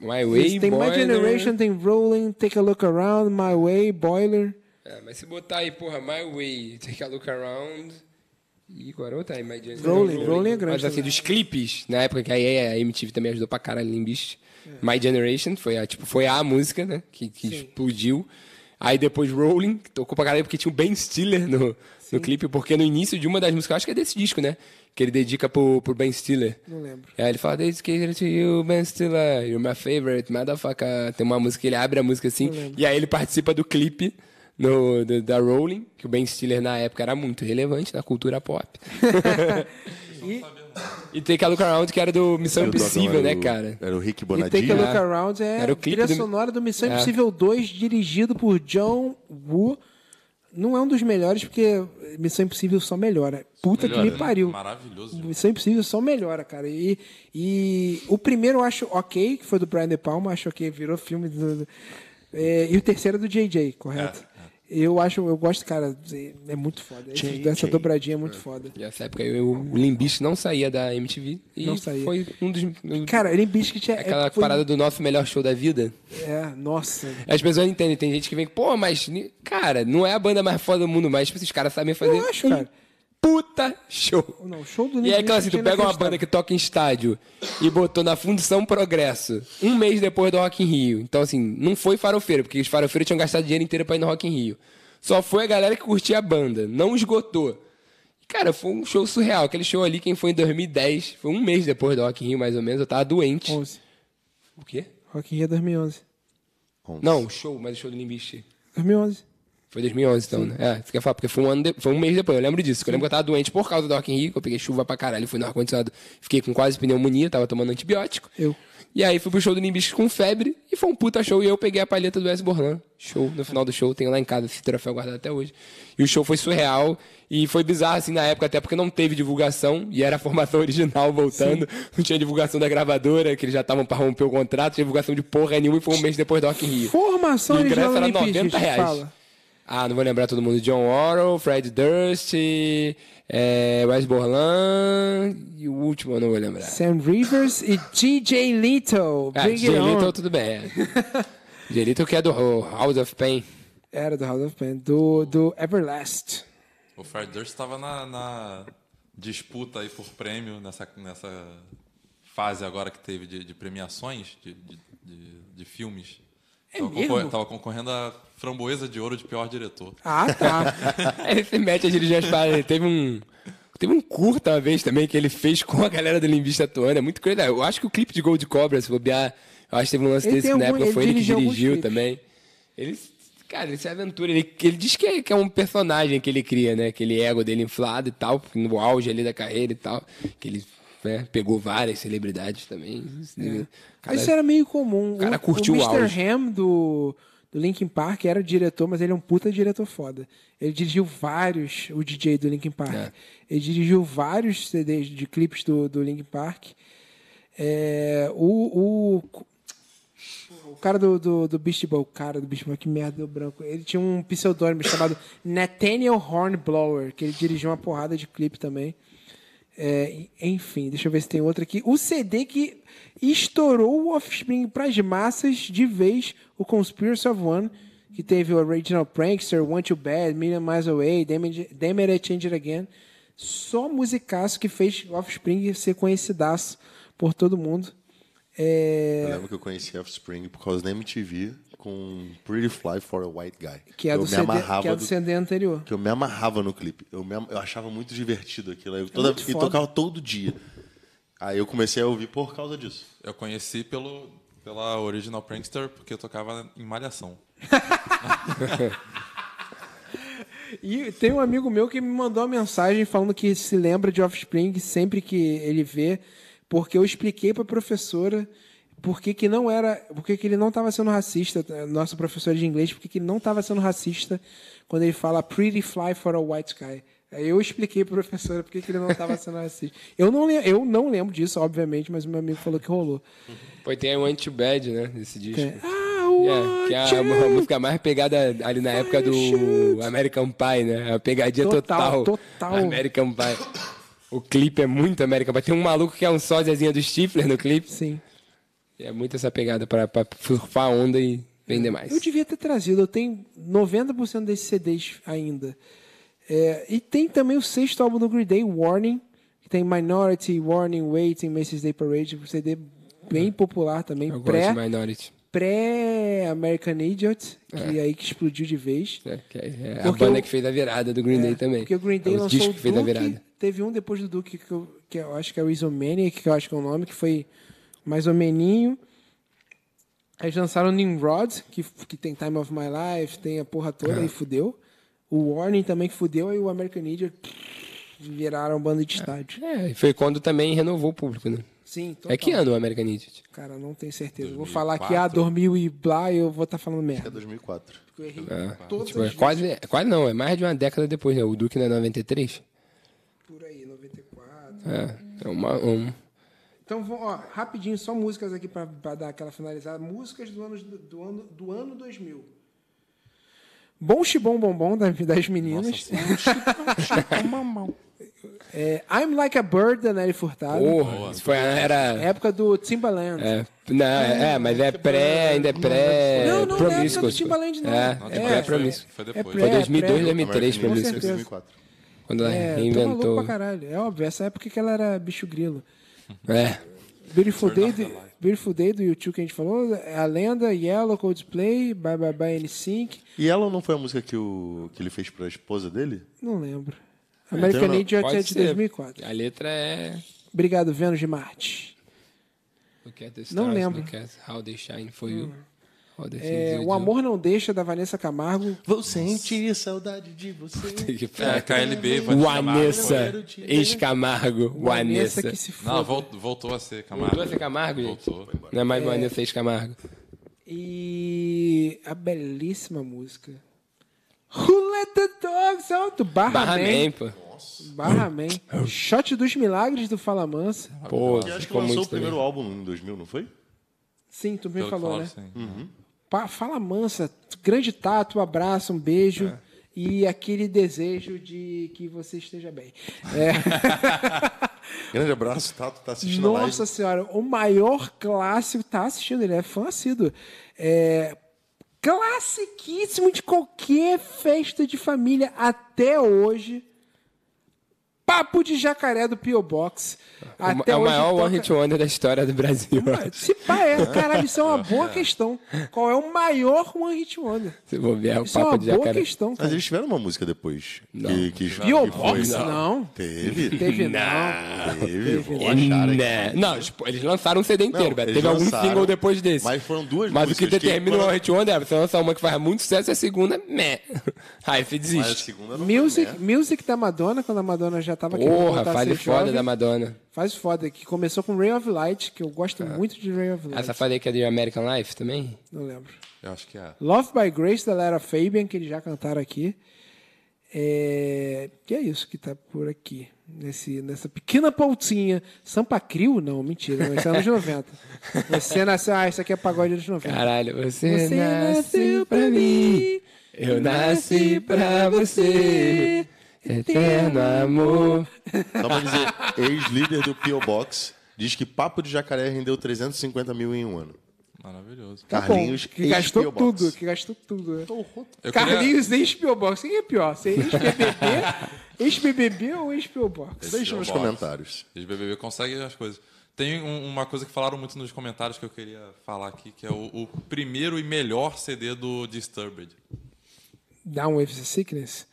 B: My Way, né?
A: Esse tem
B: Boiler.
A: My Generation, tem Rolling, Take a Look Around, My Way, Boiler.
B: É, mas se botar aí, porra, My Way, Take a Look Around. E qual era outra? aí? My Generation.
A: Rolling, Rolling é grande
B: Mas assim,
A: também.
B: dos clipes, na época que aí a MTV também ajudou pra caralho, Limbiche. My Generation foi a, tipo, foi a música, né? Que, que explodiu. Aí depois Rolling, que tocou pra caralho porque tinha o Ben Stiller no, no clipe, porque no início de uma das músicas, eu acho que é desse disco, né? Que ele dedica pro, pro Ben Stiller.
A: Não lembro.
B: Aí ele fala, Dedicated to you, Ben Stiller, you're my favorite, motherfucker. Tem uma música que ele abre a música assim, e aí ele participa do clipe no, do- da Rolling, que o Ben Stiller na época era muito relevante na cultura pop. e, e tem aquela Look Around que era do Missão
C: É, Eu tô
B: Impossível,
C: agora
B: né,
C: o-
B: cara?
C: Era o Rick
A: E Take a
C: Bonadinho.
A: Look Around é
B: Era o
A: a
B: clipe
A: trilha
B: do-
A: sonora do Missão
B: É.
A: Impossível 2, dirigido por John Woo. Não é um dos melhores, porque Missão Impossível só melhora. Puta que
D: Melhora,
A: me
D: né?
A: pariu.
D: Maravilhoso. demais.
A: Missão Impossível só melhora, cara. E, e o primeiro eu acho ok, que foi do Brian De Palma, acho ok, virou filme. do- do- é, e o terceiro é do JJ, correto?
D: é.
A: Eu acho, eu gosto, cara, é muito foda. Esse-
C: JJ.
A: Essa dobradinha é muito foda.
B: E nessa época eu, o Limbiche não saía da MTV. E
A: Não saía.
B: foi um dos. um-
A: Cara, Limp Bizkit é. é-
B: aquela
A: foi-
B: parada do nosso melhor show da vida.
A: É, nossa.
B: As pessoas não entendem, tem gente que vem, pô, mas, ni- cara, não é a banda mais foda do mundo, mas tipo, esses caras sabem fazer
A: Eu acho,
B: um
A: cara.
B: puta show.
A: Não, show do
B: E é
A: Limp
B: aquela assim, tu
A: Bizkit é
B: pega uma
A: inacreditável.
B: banda que toca em estádio e botou na Fundição Progresso um mês depois do Rock in Rio. Então, assim, não foi farofeiro, porque os farofeiros tinham gastado dinheiro inteiro pra ir no Rock in Rio. Só foi a galera que curtia a banda, não esgotou. Cara, foi um show surreal. Aquele show ali, quem foi em 2010, foi um mês depois do Rock in Rio, mais ou menos, eu tava doente.
A: 11.
B: O quê?
A: Rock in Rio é 2011.
B: Não, o show, mas o show do Limbiche.
A: 2011.
B: Foi 2011, então, né? É, você quer falar, porque foi um, ano de- foi um mês depois, eu lembro disso. que Eu lembro que eu tava doente por causa do Rock in Rio, que eu peguei chuva pra caralho, fui no ar-condicionado, fiquei com quase pneumonia, tava tomando antibiótico.
A: Eu.
B: E aí fui pro show do Nimbis com febre, e foi um puta show, e eu peguei a palheta do S. Borlan. Show, no final do show, tenho lá em casa esse troféu guardado até hoje. E o show foi surreal, e foi bizarro, assim, na época, até porque não teve divulgação, e era a formação original voltando, não tinha divulgação da gravadora, que eles já estavam pra romper o contrato, não tinha divulgação de porra nenhuma, e foi um mês depois do Rock in Rio.
A: Formação
B: E o
A: original
B: ingresso
A: do
B: era
A: Limp Bizkit,
B: 90 reais.
A: fala.
B: Ah, não vou lembrar todo mundo. John Warren, Fred Durst, é, Wes Borland e o último eu não vou lembrar.
A: Sam Rivers e DJ Little.
B: Ah,
A: Bring it
B: J. Little,
A: on.
B: tudo bem. é. J. Little que é do House of Pain.
A: Era do House of Pain, do, do Everlast.
D: O Fred Durst estava na, na disputa aí por prêmio nessa, nessa fase agora que teve de, de premiações de, de, de- de filmes. É tava,
A: mesmo?
D: concor- tava concorrendo a framboesa de ouro de pior diretor.
A: Ah, tá.
B: Aí se mete a dirigir as paradas. Teve um. Teve um curta uma vez também que ele fez com a galera do Limbista atuando. É muito coisa. Eu acho que o clipe de Gold Cobra, se bobear, eu acho que teve um lance
A: Ele
B: desse
A: tem
B: que na
A: algum-
B: época
A: ele
B: foi ele que
A: dirigiu alguns
B: dirigiu
A: clipes.
B: também. Ele. Cara, ele se aventura. Ele, ele diz que é, que é um personagem que ele cria, né? Aquele ego dele inflado e tal, no auge ali da carreira e tal. Que ele né, pegou várias celebridades também. né. Cara,
A: É. Isso era meio comum.
B: cara
A: o,
B: curtiu
A: o
B: o
A: Mr.
B: auge.
A: Ham do, do Linkin Park era o diretor, mas ele é um puta diretor foda. Ele dirigiu vários, o DJ do Linkin Park.
B: É.
A: Ele dirigiu vários CDs de clipes do, do Linkin Park. É, o, o, o cara do, do, do Beast Boy, o cara do Beast Boy, que merda, deu branco. Ele tinha um pseudônimo chamado Nathaniel Hornblower, que ele dirigiu uma porrada de clipe também. É, e- enfim, deixa eu ver se tem outra aqui. O CD que estourou o Offspring pras massas de vez, o Conspiracy of One, que teve o Original Prankster, Want You Bad, Million Miles Away, Damage, Damage I Change It Again. Só musicaço que fez Offspring ser conhecidaço por todo mundo. É,
C: Eu lembro que eu conheci Offspring por causa da MTV com Pretty Fly for a White Guy.
A: que é
C: eu
A: do,
C: me
A: CD,
C: amarrava
A: que é do CD anterior.
C: que eu me amarrava no clipe. Eu, me am- eu achava muito divertido aquilo. Eu toda,
A: É muito
C: e
A: foda.
C: tocava todo dia. Aí eu comecei a ouvir por causa disso.
D: Eu conheci pelo, pela Original Prankster, porque eu tocava em Malhação.
A: E tem um amigo meu que me mandou uma mensagem falando que se lembra de Offspring sempre que ele vê, porque eu expliquei para a professora por que, que não era, por que, que ele não estava sendo racista, eh, nosso professor de inglês, por que, que ele não estava sendo racista quando ele fala Pretty Fly for a White Guy. Aí eu expliquei para a professora por que, que ele não estava sendo racista. Eu não, le- eu não lembro disso, obviamente, mas o meu amigo falou que rolou.
B: Pô, e tem o Anti-Bad, né? Desse disco.
A: Ah,
B: É, que é a,
A: what
B: a
A: you-
B: música mais pegada ali na época do American Pie, né? A pegadinha
A: Total,
B: total.
A: total.
B: American Pie. O clipe é muito American Pie. Tem um maluco que é um sósiazinho do Stifler no clipe.
A: Sim.
B: É muito essa pegada pra, pra surfar a onda e vender mais.
A: Eu devia ter trazido, eu tenho 90% desses CDs ainda. É, e tem também o sexto álbum do Green Day, Warning, que tem Minority, Warning, Waiting, Macy's Day Parade, um CD bem popular também,
B: É. Eu gosto
A: pré-
B: de Minority.
A: pré-American Idiot, que é aí que explodiu de vez.
B: É, que é- é a
A: Porque
B: banda
A: o- É,
B: que fez a virada do Green Day também.
A: Porque o Green Day
B: é
A: lançou
B: disco
A: o
B: que fez a
A: Duke,
B: virada.
A: teve um depois do Duke, que eu, que eu acho que é o Isomaniac, que eu acho que é o nome, que foi mais ou meninho. Eles lançaram Nimrod, que, que tem Time of My Life, tem a porra
B: É.
A: toda, e fudeu. O Warning também, que fudeu, e o American Idiot pff, viraram banda de estádio.
B: É, e foi quando também renovou o público, né?
A: Sim, total.
B: É que ano o American Idiot?
A: Cara, não tenho certeza. Eu Vou falar que, ah, dormiu e blá, eu vou estar falando
C: É
A: merda.
C: 2004.
A: Porque eu errei
B: Ah,
A: todas
B: tipo, é
A: as
B: quase, é quase não, é mais de uma década depois, né? O Duke não é 93?
A: por aí, 94.
B: É, é uma, um,
A: Então, vou- ó, rapidinho, só músicas aqui pra pra dar aquela finalizada. Músicas do ano, do ano, do ano 2000. Bom Chibom Bombom, da- das meninas. É, I'm Like a Bird, da Nelly Furtado.
B: Porra, isso foi a era.
A: Época do Timbaland.
B: É, não, é, é, mas é pré, ainda é pré.
A: tipo, Não, não, não é época do
B: promíscuo.
A: Timbaland, não.
B: É,
A: Não,
B: é,
A: Timbaland
B: pré
A: foi-
B: promíscuo.
D: Foi depois.
A: É,
B: Foi 2002,
A: pré-
B: 2003
A: American
B: promíscuo.
A: certeza.
C: 2004.
B: Quando ela
A: É, tô maluco
B: reinventou.
A: pra caralho. É óbvio, essa época que ela era bicho grilo.
B: É.
A: Beautiful Day, do, Beautiful Day do YouTube que a gente falou, é A Lenda, Yellow, Coldplay, Bye Bye Bye NSYNC,
C: E ela não foi a música que, o, que ele fez pra esposa dele?
A: não lembro. American
C: não,
A: Idiot é
B: Pode
A: de
B: ser.
A: 2004.
B: A letra é.
A: Obrigado, Vênus de Marte.
B: Look at é the stars,
A: Não lembro. Hum.
B: Look at how they shine for you. How they
A: É,
B: things you
A: o Amor Não Deixa, da Vanessa Camargo.
C: Vou sentir saudade de você.
B: do. Que
D: É,
B: pra-
D: KLB, vai
B: Vanessa. Ex-Camargo. Vanessa.
A: que se
D: Não,
A: foda.
D: vol- voltou a ser Camargo.
B: Voltou a ser Camargo, gente?
D: Voltou.
B: Não é mais Vanessa ex-Camargo.
A: E a belíssima música. Who Let the Dogs Out? Do Barra,
B: Barra
A: Man.
B: Man, pô.
A: Barra Man. Shot dos Milagres do Fala Mansa.
B: Pô,
C: Eu acho que
B: ficou
C: lançou
B: muito
C: o primeiro
B: também.
C: álbum em 2000, não foi?
A: Sim, tu me
D: Pelo que
A: falou,
D: falaram,
A: né?
D: sim.
B: Uhum.
A: Pa- Fala Mansa, grande tato, um abraço, um beijo
B: É.
A: e aquele desejo de que você esteja bem. É.
C: Grande abraço, Tato, tá assistindo a live.
A: Nossa senhora, o maior clássico. Tá assistindo, ele é fã assíduo. É, classiquíssimo de qualquer festa de família até hoje. Papo de jacaré do Pio Box. Até
B: é o
A: hoje
B: maior
A: toca-
B: One Hit Wonder da história do Brasil.
A: Se pá, é, caralho, isso é uma boa questão. Qual é o maior One Hit Wonder?
B: Se bobear, o
A: Isso é uma
B: papo de
A: boa
B: jacaré.
A: questão,
C: Mas
A: cara.
C: eles tiveram uma música depois.
B: Não.
C: Que, que, que
A: Pio
C: foi- Ah,
A: Box? Não.
C: Teve?
A: Teve não.
C: Teve, vou
B: É,
C: achar aqui.
B: né? Não, tipo, eles lançaram um CD inteiro,
C: Não,
B: velho.
C: eles
B: Teve algum
C: lançaram,
B: single depois desse.
C: mas foram duas
B: Mas o que
C: músicas que
B: determina o
C: foram-
B: One Hit Wonder é você lançar uma que faz muito sucesso e a segunda, meh. Aí você
C: Mas a
B: desiste.
C: segunda não foi,
A: Music,
C: né?
A: music da Madonna, quando a Madonna já tava querendo
B: Porra,
A: voltar a
B: fase
A: ser
B: foda
A: jovem.
B: da Madonna.
A: Faz foda, que começou com Ray of Light, que eu gosto muito de Ray of Light.
B: É. Essa fase aí que é de American Life também?
A: Não lembro.
D: Eu acho que é.
A: Love by Grace, da Lara Fabian, que eles já cantaram aqui. É... Que é isso que tá por aqui. Nesse, nessa pequena pautinha. Sampa Crio? Não, mentira. Isso é anos 90. Você nasceu... Ah, isso aqui é pagode dos 90.
B: Caralho, você,
A: Você
B: nasceu pra mim, eu nasci pra você, eterno amor.
C: Só pra dizer, ex-líder do P.O. Box diz que Papo de Jacaré rendeu 350 mil em um ano.
D: Maravilhoso.
A: Tá bom,
C: Carlinhos
A: que gastou
C: HBO Box.
A: tudo, que gastou tudo. né?
D: Eu queria-
A: Carlinhos e HBO Box. Quem é pior? Você é ex-BBB, ex-BBB ou ex-HBO Box?
C: Deixa nos
D: Box.
C: comentários.
D: Os BBB conseguem as coisas. Tem um- uma coisa que falaram muito nos comentários que eu queria falar aqui, que é o, o primeiro e melhor CD do Disturbed,
A: Down with the um Sickness?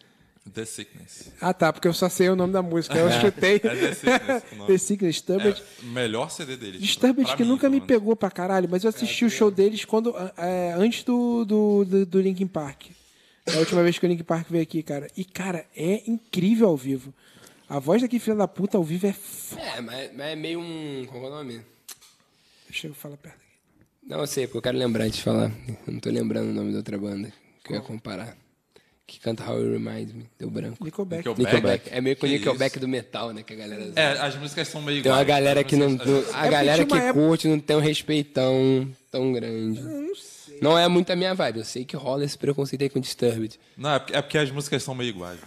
D: The Sickness.
A: Ah, tá, porque eu só sei o nome da música. Eu chutei.
D: The Sickness, o nome.
A: The É. Sickness, Disturbed.
D: É, melhor CD deles.
A: Disturbed
D: Pra
A: que
D: mim,
A: nunca me
D: pelo menos.
A: pegou pra caralho, mas eu assisti o show deles quando é, antes do, do, do, do Linkin Park. É a última vez que o Linkin Park veio aqui, cara. E, cara, é incrível ao vivo. A voz daquele filho da puta ao vivo é foda.
B: É, mas, mas é meio um. Qual é o nome?
A: Chega e fala perto aqui.
B: Não, eu sei, porque eu quero lembrar de falar. Eu não tô lembrando o nome da outra banda que eu ia comparar. Que canta How You Remind Me, deu branco.
A: Nickelback.
D: Nickelback.
B: Nickelback. É meio que o
D: Que
B: Nickelback
D: isso.
B: do metal, né? Que a galera.
D: É, as músicas são meio
B: Tem uma
D: iguais.
B: galera
D: As
B: que não.
D: músicas-
B: não- a galera
A: tinha
B: que
A: uma época-
B: curte não tem um respeitão tão grande. não sei. Não é muito a minha vibe. Eu sei que rola esse preconceito aí com Disturbed.
D: Não, é porque, é porque as músicas são meio iguais.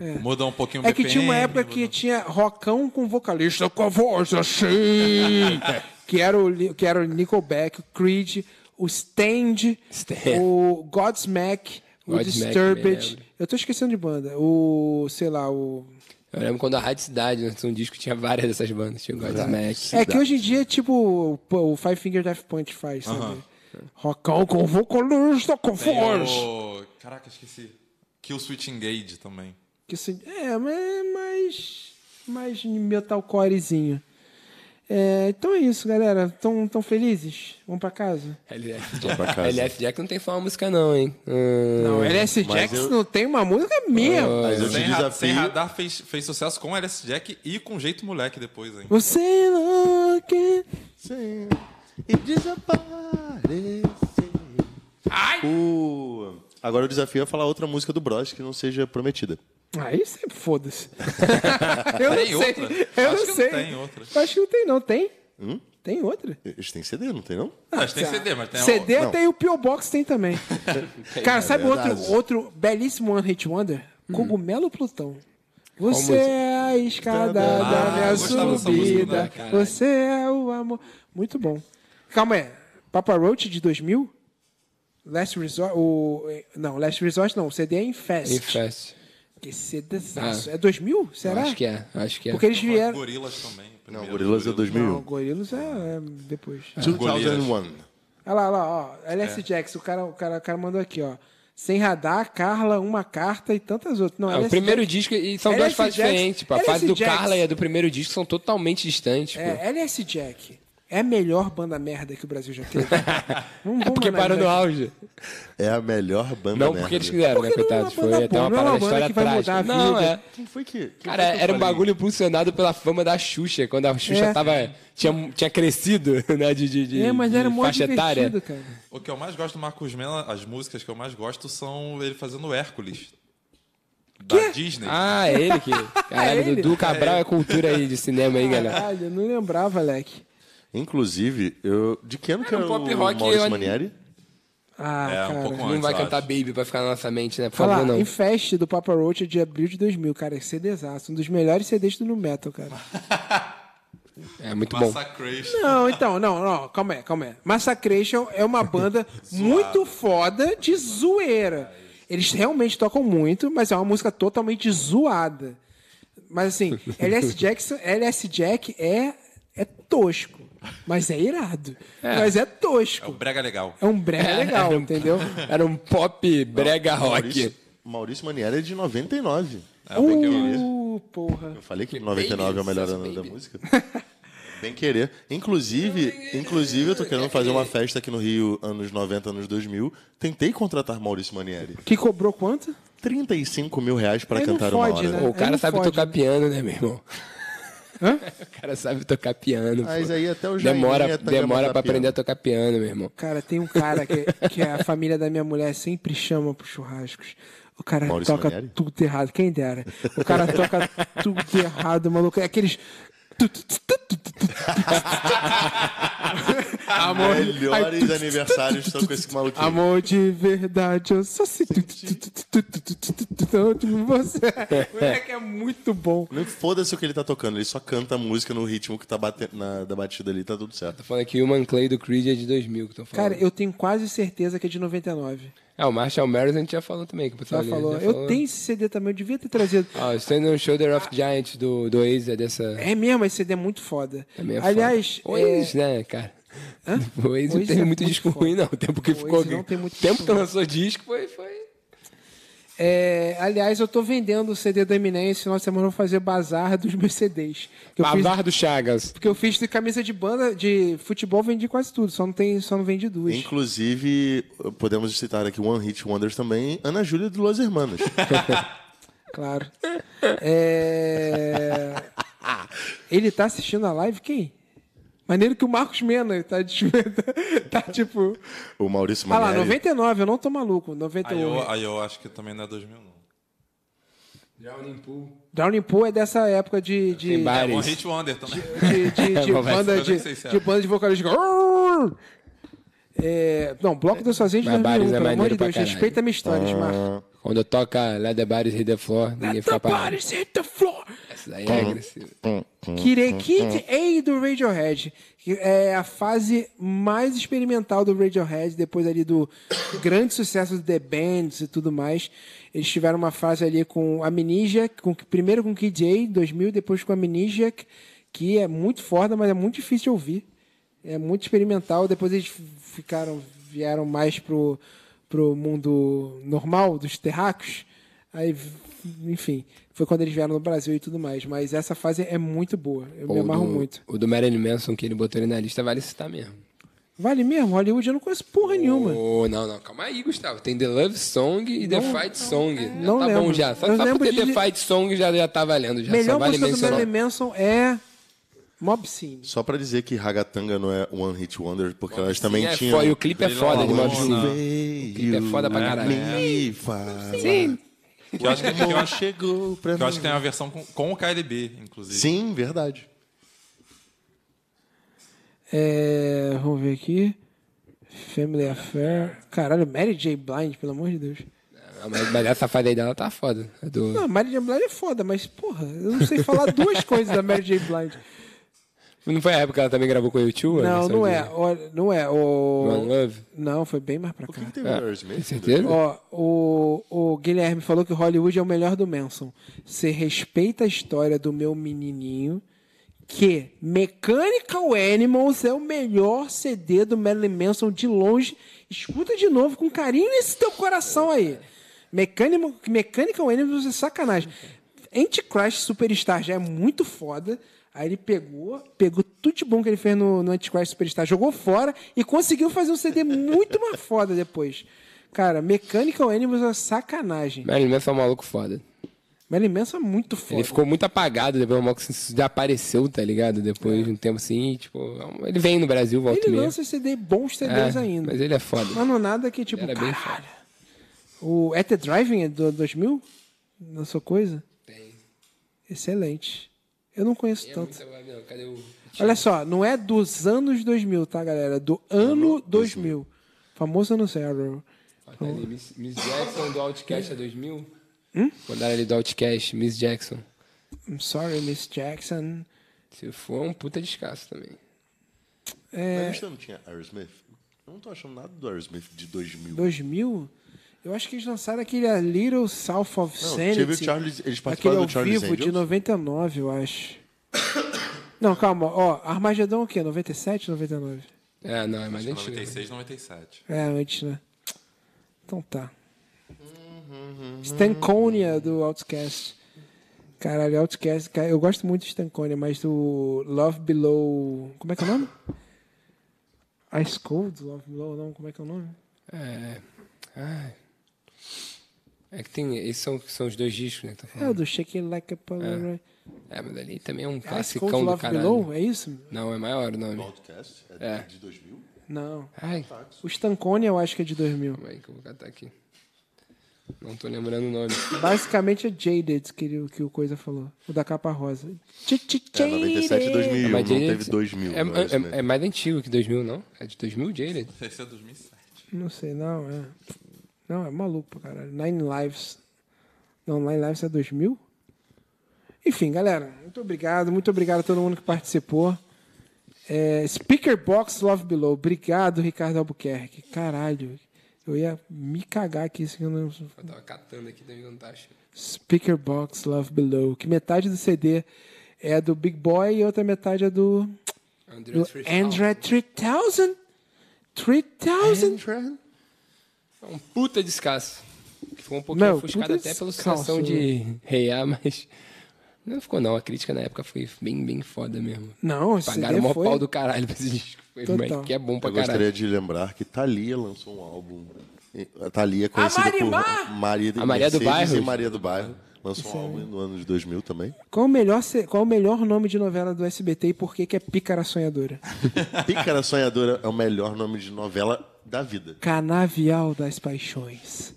D: Né? Muda um pouquinho o
A: É que
D: BPM,
A: tinha uma época que tinha rockão com vocalista com a voz assim. que, era o, Li- que era o Nickelback, o Creed, o Stand,
B: Stand.
A: o Godsmack, o
B: Godsmack, me
A: Disturbed.
B: lembro.
A: Eu tô esquecendo de banda. O, sei lá, o...
B: Eu lembro quando a Rádio Cidade lançou um disco, tinha várias dessas bandas. Tinha o Godsmack.
A: É que hoje em dia, tipo, o- o Five Finger Death Punch faz, sabe? Rockão com vocalista com
D: tem
A: voz.
D: o- Caraca, esqueci. Kill Switch Engage também.
A: Que se- é, mas é mais, mais metalcorezinho. É, então é isso, galera. Tão, tão felizes? Vamos pra casa?
B: LF
C: pra
B: Jack.
C: casa.
B: LF Jack não tem só uma música, não, hein? Hum,
A: Não, é LS Jax
C: eu-
A: não tem uma música mesmo.
C: Mas eu te
D: Sem, ra sem
C: desafio.
D: Radar fez, fez sucesso com LS Jack e com Jeito Moleque depois, hein?
A: Você não quer...
C: Sim, e desaparecer. O... Agora o desafio é falar outra música do Bros que não seja prometida.
A: Aí sempre Ah, é foda-se. eu não
D: Tem
A: sei.
D: outra?
A: Eu
D: Acho
A: não
D: que não
A: sei.
D: tem outra.
A: Eu Acho que não tem, não. Tem? Tem outra?
C: Eles têm CD, não tem não?
D: Não, mas tem CD, mas tem a-
A: CD
C: Não.
A: tem o P.O. Box tem também. Cara, sabe outro,
C: verdade.
A: outro belíssimo One Hit Wonder? Cogumelo Plutão. Você
B: música?
A: é a escada
C: Ah,
A: da minha
D: eu gostava dessa música,
A: subida.
D: né,
B: cara?
A: Você é o amor. Muito bom. Calma aí. Papa Roach de 2000? Last Resort. O... eh, Não, Last Resort não. O CD é Infest.
B: Infest.
A: Esse CDzaço. É 2000? Será?
B: Acho que é. Acho que é.
A: Porque eles vieram.
D: Gorilas também.
C: Não,
D: primeiro,
C: Gorillaz é
A: Não,
C: 2001.
A: Gorilas é, é depois.
C: 2001.
A: Olha lá, olha lá, ó. LS
B: É.
A: Jax, o cara, o, cara, o cara mandou aqui, ó. Sem radar, Carla, uma carta e tantas outras. Não,
B: Ah, o
A: LS
B: primeiro
A: Jax-
B: disco, e são
A: LS
B: duas fases
A: Jackson-
B: diferentes. Tipo, a
A: LS
B: fase do
A: Jackson.
B: Carla e a do primeiro disco são totalmente distantes. pô.
A: É, LS Jack é a melhor banda merda que o Brasil já teve. Não
B: É porque parou no auge.
C: É a melhor banda
B: Não
C: merda.
B: porque eles quiseram, né,
A: Porque não é uma
B: coitados? Foi
A: banda
B: até
A: boa,
B: uma
A: não é
B: parada
A: uma banda
B: da história
A: que vai mudar a
B: trágica. Não,
A: vida.
B: é.
C: Quem foi que... quem
B: Cara,
C: foi que eu
B: era um
C: falei?
B: bagulho impulsionado pela fama da Xuxa, quando a Xuxa
A: É.
B: tava, tinha, tinha crescido, né, de, de, de,
A: É, mas era
B: de
A: mó
B: faixa etária.
A: divertido, cara.
D: O que eu mais gosto do Marcos Mena, as músicas que eu mais gosto são ele fazendo Hércules. Da Disney.
B: Ah, é ele que... Caralho,
A: ele?
B: Dudu Cabral é. cultura aí de cinema aí, galera.
A: Caralho, eu não lembrava, Leque.
C: Inclusive, eu... de que ano que
B: Era um
C: era
B: pop
C: o
B: rock,
C: Maurício
B: eu-
C: Manieri?
A: Ah,
D: É, um
A: cara.
D: pouco-
B: Não vai
D: eu
B: cantar
D: acho.
B: Baby pra ficar na nossa mente, né? Por
A: Olha
B: favor,
A: lá,
B: não.
A: Infest do Papa Roach é de abril de 2000, cara. Esse CDzaço. Um dos melhores CDs do Nu Metal, cara.
B: É muito bom.
D: Massacration.
A: Não, então, não, não, calma aí, calma aí. Massacration é uma banda muito foda de zoeira. Eles realmente tocam muito, mas é uma música totalmente zoada. Mas assim, LS Jackson, LS Jack é é tosco, mas é irado. Mas é
D: É o
A: tosco.
D: Brega Legal.
A: É um brega legal, entendeu?
B: Era um pop brega rock.
C: Maurício... Maurício Manieri é de 99.
D: É o Bem Querer.
A: Uh, porra.
C: Eu falei que 99 é o melhor
B: Baby,
C: ano da
B: baby.
C: música. Bem querer. Inclusive, inclusive, eu tô querendo fazer uma festa aqui no Rio, anos 90, anos 2000. Tentei contratar Maurício Manieri.
A: Que cobrou quanto?
C: 35 mil reais pra
A: Aí não
C: cantar
A: fode,
C: uma hora.
A: né?
B: Pô, o
A: Aí
B: cara
A: não
B: sabe
A: fode,
B: tocar
A: né?
B: piano, né, meu irmão? O cara sabe tocar piano.
C: Mas
B: pô.
C: aí até o Jairinha
B: demora
C: tá
B: demora
C: gravando
B: pra aprender
C: piano.
B: a tocar piano, meu irmão.
A: Cara, tem um cara que, que a família da minha mulher sempre chama pros churrascos. O cara
C: Maurício
A: toca
C: Manieri?
A: tudo errado, quem dera. O cara toca tudo errado, maluco. É Aqueles.
E: Amor, ai, tu,
C: Melhores
E: tu,
C: aniversários estão com esse maluquinho.
E: amor de verdade, eu só sinto tu, tu, tu, tu, tu, tu, tu, tu, tu, tu, tu, você. O moleque é muito bom.
C: Não foda-se o que ele tá tocando, ele só canta a música no ritmo que tá batendo na, da batida ali, tá tudo certo.
B: Tô falando aqui Human Clay do Creed é de 2000 que tô falando.
A: Cara, eu tenho quase certeza que é de 99.
B: Ah, o Marshall Mathers a gente já falou também. Que o pessoal
A: Já
B: ali
A: falou.
B: já
A: Eu tenho esse CD também, eu devia ter trazido.
B: Ah, Stand on Shoulder of Giants do, do Oasis é dessa...
A: É mesmo, esse CD é muito foda.
B: É meio
A: Aliás,
B: foda.
A: é,
B: Oasis, né, cara? O Oasis não
A: Oasis
B: tem
A: é
B: muito
A: muito
B: disco
A: foda.
B: ruim, não. O tempo que
A: O
B: ficou.
A: Oasis não tem muito
B: o tempo
A: disco
B: que lançou disco foi. foi...
A: é, aliás, eu tô vendendo o CD da Eminência. Final de semana eu vou fazer bazar dos meus CDs. Que eu fiz,
B: Bavar do Chagas.
A: porque eu fiz de camisa de banda, de futebol, vendi quase tudo. Só não, tem, só não vendi duas.
C: Inclusive, podemos citar aqui One Hit Wonders também, Ana Júlia do Los Hermanos.
A: Claro. É... Ele tá assistindo a live? Quem? Maneiro que o Marcos Mena tá, de- tá tipo.
C: o Maurício
A: Ah lá,
C: Manieri.
A: 99, eu não tô maluco.
D: Aí
A: 91.
D: eu, aí eu acho que também não é 2000, não.
A: Drowning Pool é dessa época de. de...
B: Tem
D: É One
B: bares.
D: Hit Wonder também.
B: É,
A: de, de- de
B: Vai,
A: banda
D: vai,
A: de,
D: vai, vai,
A: de banda de vocalista. É, não, Bloco dos Sozinhos de 2001,
B: Mas Bares é
A: pelo amor de
B: maneiro pra
A: Deus.
B: caralho.
A: Respeita a minha história, Smart.
B: Quando toca Let the Bares Hit the Floor, ninguém fica parado.
A: hit the floor.
B: Isso daí é agressivo.
A: Kirei
B: Hum,
A: Kid A do Radiohead. que É a fase mais experimental do Radiohead, depois ali do grande sucesso do The Bands e tudo mais. Eles tiveram uma fase ali com Amnesiac, com, primeiro com Kid A em 2000, depois com Amnesiac, que é muito foda, mas é muito difícil de ouvir. É muito experimental. Depois eles ficaram, vieram mais pro, pro mundo normal dos terráqueos. Aí, enfim, foi quando eles vieram no Brasil e tudo mais. Mas essa fase é muito boa. Eu me
B: Ou
A: amarro
B: do-
A: muito.
B: O do Marilyn Manson que ele botou ele na lista vale citar mesmo.
A: Vale mesmo? Hollywood eu não conheço porra nenhuma.
B: Oh, não, não, calma aí, Gustavo. Tem The Love Song e The Fight Song. Já
A: não
B: tá bom
A: lembro.
B: já. Só,
A: Eu
B: só por
A: lembro
B: ter
A: de-
B: The Fight Song já, já tá valendo. Já
A: Melhor
B: só vale
A: música do
B: mencionar.
A: Marilyn Manson é Mob Scene.
C: Só pra dizer que Ragatanga não é One Hit Wonder, porque elas também
B: Sim, é
C: tinham...
B: foda, e o clipe é foda de
D: Brilhou a
B: Mob Scene.
D: luna.
B: clipe é foda pra caralho.
C: Me fala.
D: Que eu acho que, que eu
C: Amor
D: acho-
C: chegou pra
D: que eu acho
C: mim.
D: que tem uma versão com, com o KLB, inclusive.
C: Sim, verdade.
A: É, vamos ver aqui. Family Affair. Caralho, Mary J. Blind, pelo amor de Deus.
B: Ah, Mas, mas essa fase aí dela tá foda. É do-
A: Não, Mary J. Blind é foda, mas porra, eu não sei falar duas coisas da Mary J. Blind.
B: Não foi a época que ela também gravou com o YouTube?
A: Não, não é. Ó, não é.
B: One
A: O...
B: Love?
A: Não, foi bem mais pra
C: O que,
A: cá.
C: que
B: É.
C: teve no Aerosmith?
B: Tem certeza?
A: Ó, o, o Guilherme falou que Hollywood é o melhor do Manson. Você respeita a história do meu menininho que Mechanical Animals é o melhor CD do Marilyn Manson de longe. Escuta de novo com carinho nesse teu coração aí. Mechanical, Mechanical Animals é sacanagem. Antichrist Superstar já é muito foda. Aí ele pegou, pegou tudo de bom que ele fez no, no Antichrist Superstar, jogou fora e conseguiu fazer um CD muito mais foda depois. Cara, Mechanical Animals é sacanagem.
B: Marilyn Manson é um maluco foda.
A: Marilyn Manson é muito foda.
B: Ele ficou muito apagado depois, o maluco já apareceu, tá ligado? Depois de um tempo assim, e, tipo, é um- ele vem no Brasil, volta e
A: Ele
B: meia.
A: lança CD bons CDs
B: É,
A: ainda.
B: Mas ele é foda.
A: Mas não nada que, tipo,
B: Era bem
A: caralho. O At The Driving é do 2000? Na sua coisa?
B: Tem.
A: Excelente. Eu não conheço
B: É
A: tanto.
B: muita vibe, não. Cadê o-
A: Então tá. Olha só, não é dos anos 2000, tá, galera? É Do ano 2000. Famoso ano zero.
B: Ó, tá ali, Miss, Miss Jackson do Outcast é 2000?
A: Hum?
B: Mandaram ali do Outcast, Miss Jackson.
A: I'm sorry, Miss Jackson.
B: Se for, é um puta descasso também. é-
C: Na lista não tinha Aerosmith? Eu não tô achando nada do Aerosmith de 2000.
A: 2000? Eu acho que eles lançaram aquele A Little South of
C: Não,
A: Sanity.
C: teve o Charles- eles
A: aquele
C: participaram
A: ao
C: do Charles
A: vivo de
C: Angels?
A: 99, eu acho. não, calma. Ó, Armagedon o quê? 97, 99?
B: É, não, é mais
D: Acho que é
B: antigo.
D: 96, 97.
A: É, antes, né? Então tá. Stanconia do Outcast. Caralho, Outcast. cara, Eu gosto muito de Stanconia, mas do Love Below. Como é que é o nome? Ice Cold? Love Below, não? Como é que é o nome?
B: É. Ai. É que tem. Esses são, são os dois discos, né? Que tá
A: É, o
B: falando.
A: do Shake It Like a Polaroid.
B: É, mas ali também é um
A: Ice Cold
B: classicão do
A: Love
B: caralho.
A: Below? Tá. É isso?
B: Não, é maior o nome.
C: Podcast
B: É.
C: é, de 2000?
A: Não.
B: Ai,
A: O Stanconia eu acho que é de 2000.
B: calma aí que eu vou catar aqui. Não tô lembrando o nome.
A: Basicamente é Jaded que, ele- que o Coisa falou. O da capa rosa.
C: É, 97 e 2001, não
B: Mas Jaded-
C: teve 2000.
D: um
B: É,
C: não é isso
B: é-
D: né?
C: mesmo.
B: é mais antigo que 2000, não? É de 2000, Jaded?
D: Esse é 2007.
A: Não sei, não, é. Não, é maluco pra caralho. Nine Lives. Não, Nine Lives é 2000? Enfim, galera, muito obrigado. Muito obrigado a todo mundo que participou. É, Speaker Box Love Below. Obrigado, Ricardo Albuquerque. Caralho, eu ia me cagar aqui se eu não.
B: Eu tava catando aqui também, não tá achando.
A: Speaker Box Love Below. Que metade do CD é do Big Boy e outra metade é do.
B: André
A: do Android 3000. 3000.
B: É um puta descasso. Ficou um pouquinho
A: Meu,
B: ofuscado
A: puta
B: até pela
A: descasso, né?
B: situação de reiar, mas. Não ficou, não. A crítica na época foi bem, bem foda mesmo.
A: Não, esse
B: Pagaram o
A: CD
B: maior
A: foi...
B: pau do caralho pra esse disco. Foi,
A: Total.
B: mas que é bom pra
C: Eu gostaria
B: caralho.
C: de lembrar que Thalia lançou um álbum. E- A Thalia é conhecida por Maria,
B: A Maria do
C: Mercedes
B: Bairro.
C: e Maria do Bairro. Lançou um álbum no ano de 2000 também.
A: Qual o, melhor, se- qual o melhor nome de novela do SBT e por que, que é Pícara Sonhadora?
C: Pícara Sonhadora é o melhor nome de novela da vida.
A: Canavial das Paixões.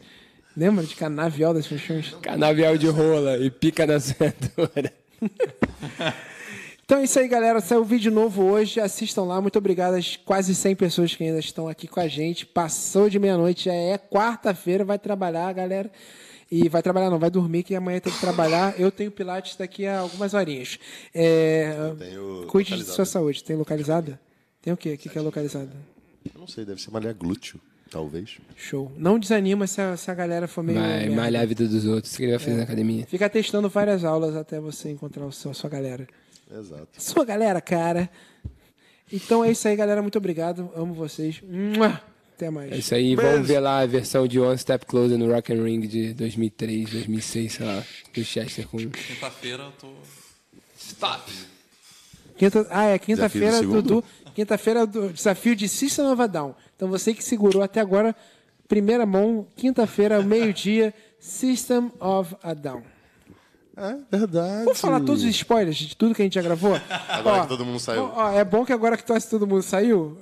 A: Lembra de Canavial das Paixões?
B: Canavial de rola e pica na senadora.
A: Então é isso aí, galera. Saiu vídeo novo hoje. Assistam lá. Muito obrigado às quase 100 pessoas que ainda estão aqui com a gente. Passou de meia-noite, já é quarta-feira. Vai trabalhar, galera. E vai trabalhar, não, vai dormir, que amanhã tem que trabalhar. Eu tenho Pilates daqui a algumas horinhas. É,
C: tenho
A: Cuide de
C: localizado.
A: sua saúde. Tem localizada? Tem o quê? O que, que é localizada?
C: Eu não sei, deve ser Maria Glúteo, talvez.
A: Show. Não desanima se a, se a galera for meio.
B: Vai
A: merda. É.
B: malhar a vida dos outros. O que ele vai fazer na academia?
A: Fica testando várias aulas até você encontrar o seu, a sua galera.
C: Exato.
A: Sua galera, cara. Então é isso aí, galera. Muito obrigado. Amo vocês. Mua! Até mais.
B: É isso aí. Vamos ver lá a versão de One Step Closer no Rock and Ring de 2003, 2006, sei lá. Do Chester com...
D: Quinta-feira eu tô.
B: Stop!
A: Quinta- Ah, é. Quinta-feira,
C: Desafio do
A: Dudu. Quinta-feira, do desafio de System Nova Down. Então você que segurou até agora, primeira mão, quinta-feira, meio-dia, System of a Down.
C: É verdade.
A: Vamos falar todos os spoilers de tudo que a gente já gravou?
C: Agora que todo mundo saiu.
A: Ó, ó, é bom que agora que tu todo mundo saiu.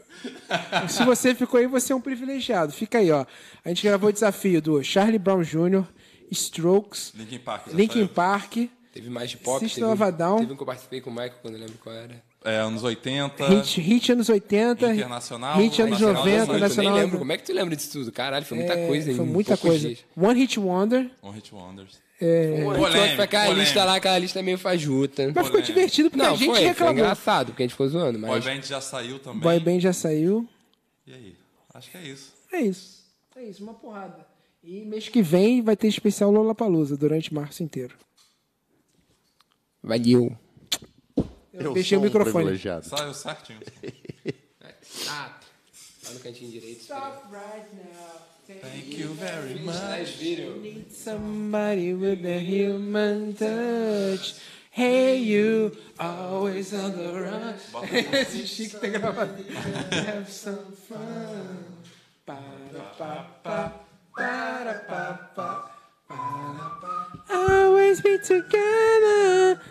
A: Se você ficou aí, você é um privilegiado. Fica aí, ó. A gente gravou o desafio do Charlie Brown Jr., Strokes,
D: Linkin Park. já
A: Linkin
D: saiu.
A: Park,
B: Teve mais de pop.
A: System
B: teve,
A: of a Down.
B: teve um que eu participei com o Michael quando eu lembro qual era.
D: É, anos 80.
A: Hit, hit anos 80,
D: Internacional,
A: Hit anos
D: Nacional,
A: 90,
D: Nacional.
B: Eu nem
A: Nacional.
B: lembro. Como é que tu lembra disso tudo? Caralho, foi muita
A: É,
B: coisa. um em
A: foi muita
B: poucos
A: coisa.
B: dias.
A: One Hit Wonder. é,
D: One um Hit Wonders.
B: Pô,
D: Polêmico,
B: a gente foi um aquela
D: polêmico.
B: lista lá, aquela lista meio fajuta.
A: Mas ficou divertido porque a
B: Não,
A: gente
B: foi, foi
A: reclamou.
B: engraçado, porque a gente ficou zoando,
D: Boy
B: mas...
D: Band já saiu também.
A: Boy Band já saiu.
D: E aí? Acho que é isso.
A: É isso. É isso, uma porrada. E mês que vem vai ter especial Lollapalooza durante março inteiro.
B: Valeu.
A: Eu fechei o
C: sou um
A: microfone.
C: privilegiado.
D: Saiu certinho.
B: Ah, lá no cantinho direito.
D: Thank you very much.
A: Somebody with a human touch. Hey you, always on the run. Esse chique tá gravado. Have some fun. Para pa pa, para pa pa, para pa. Always be together.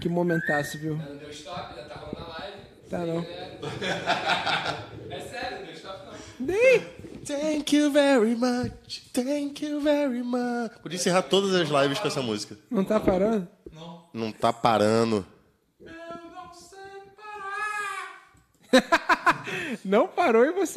A: que momentaço, viu?
B: Não deu stop, já tá rolando a live.
A: Tá não.
B: É sério, não deu stop não.
A: Dei.
C: Thank you very much. Thank you very much. Podia encerrar todas as lives com essa música.
A: Não tá parando?
C: Não tá parando.
A: Não parou e você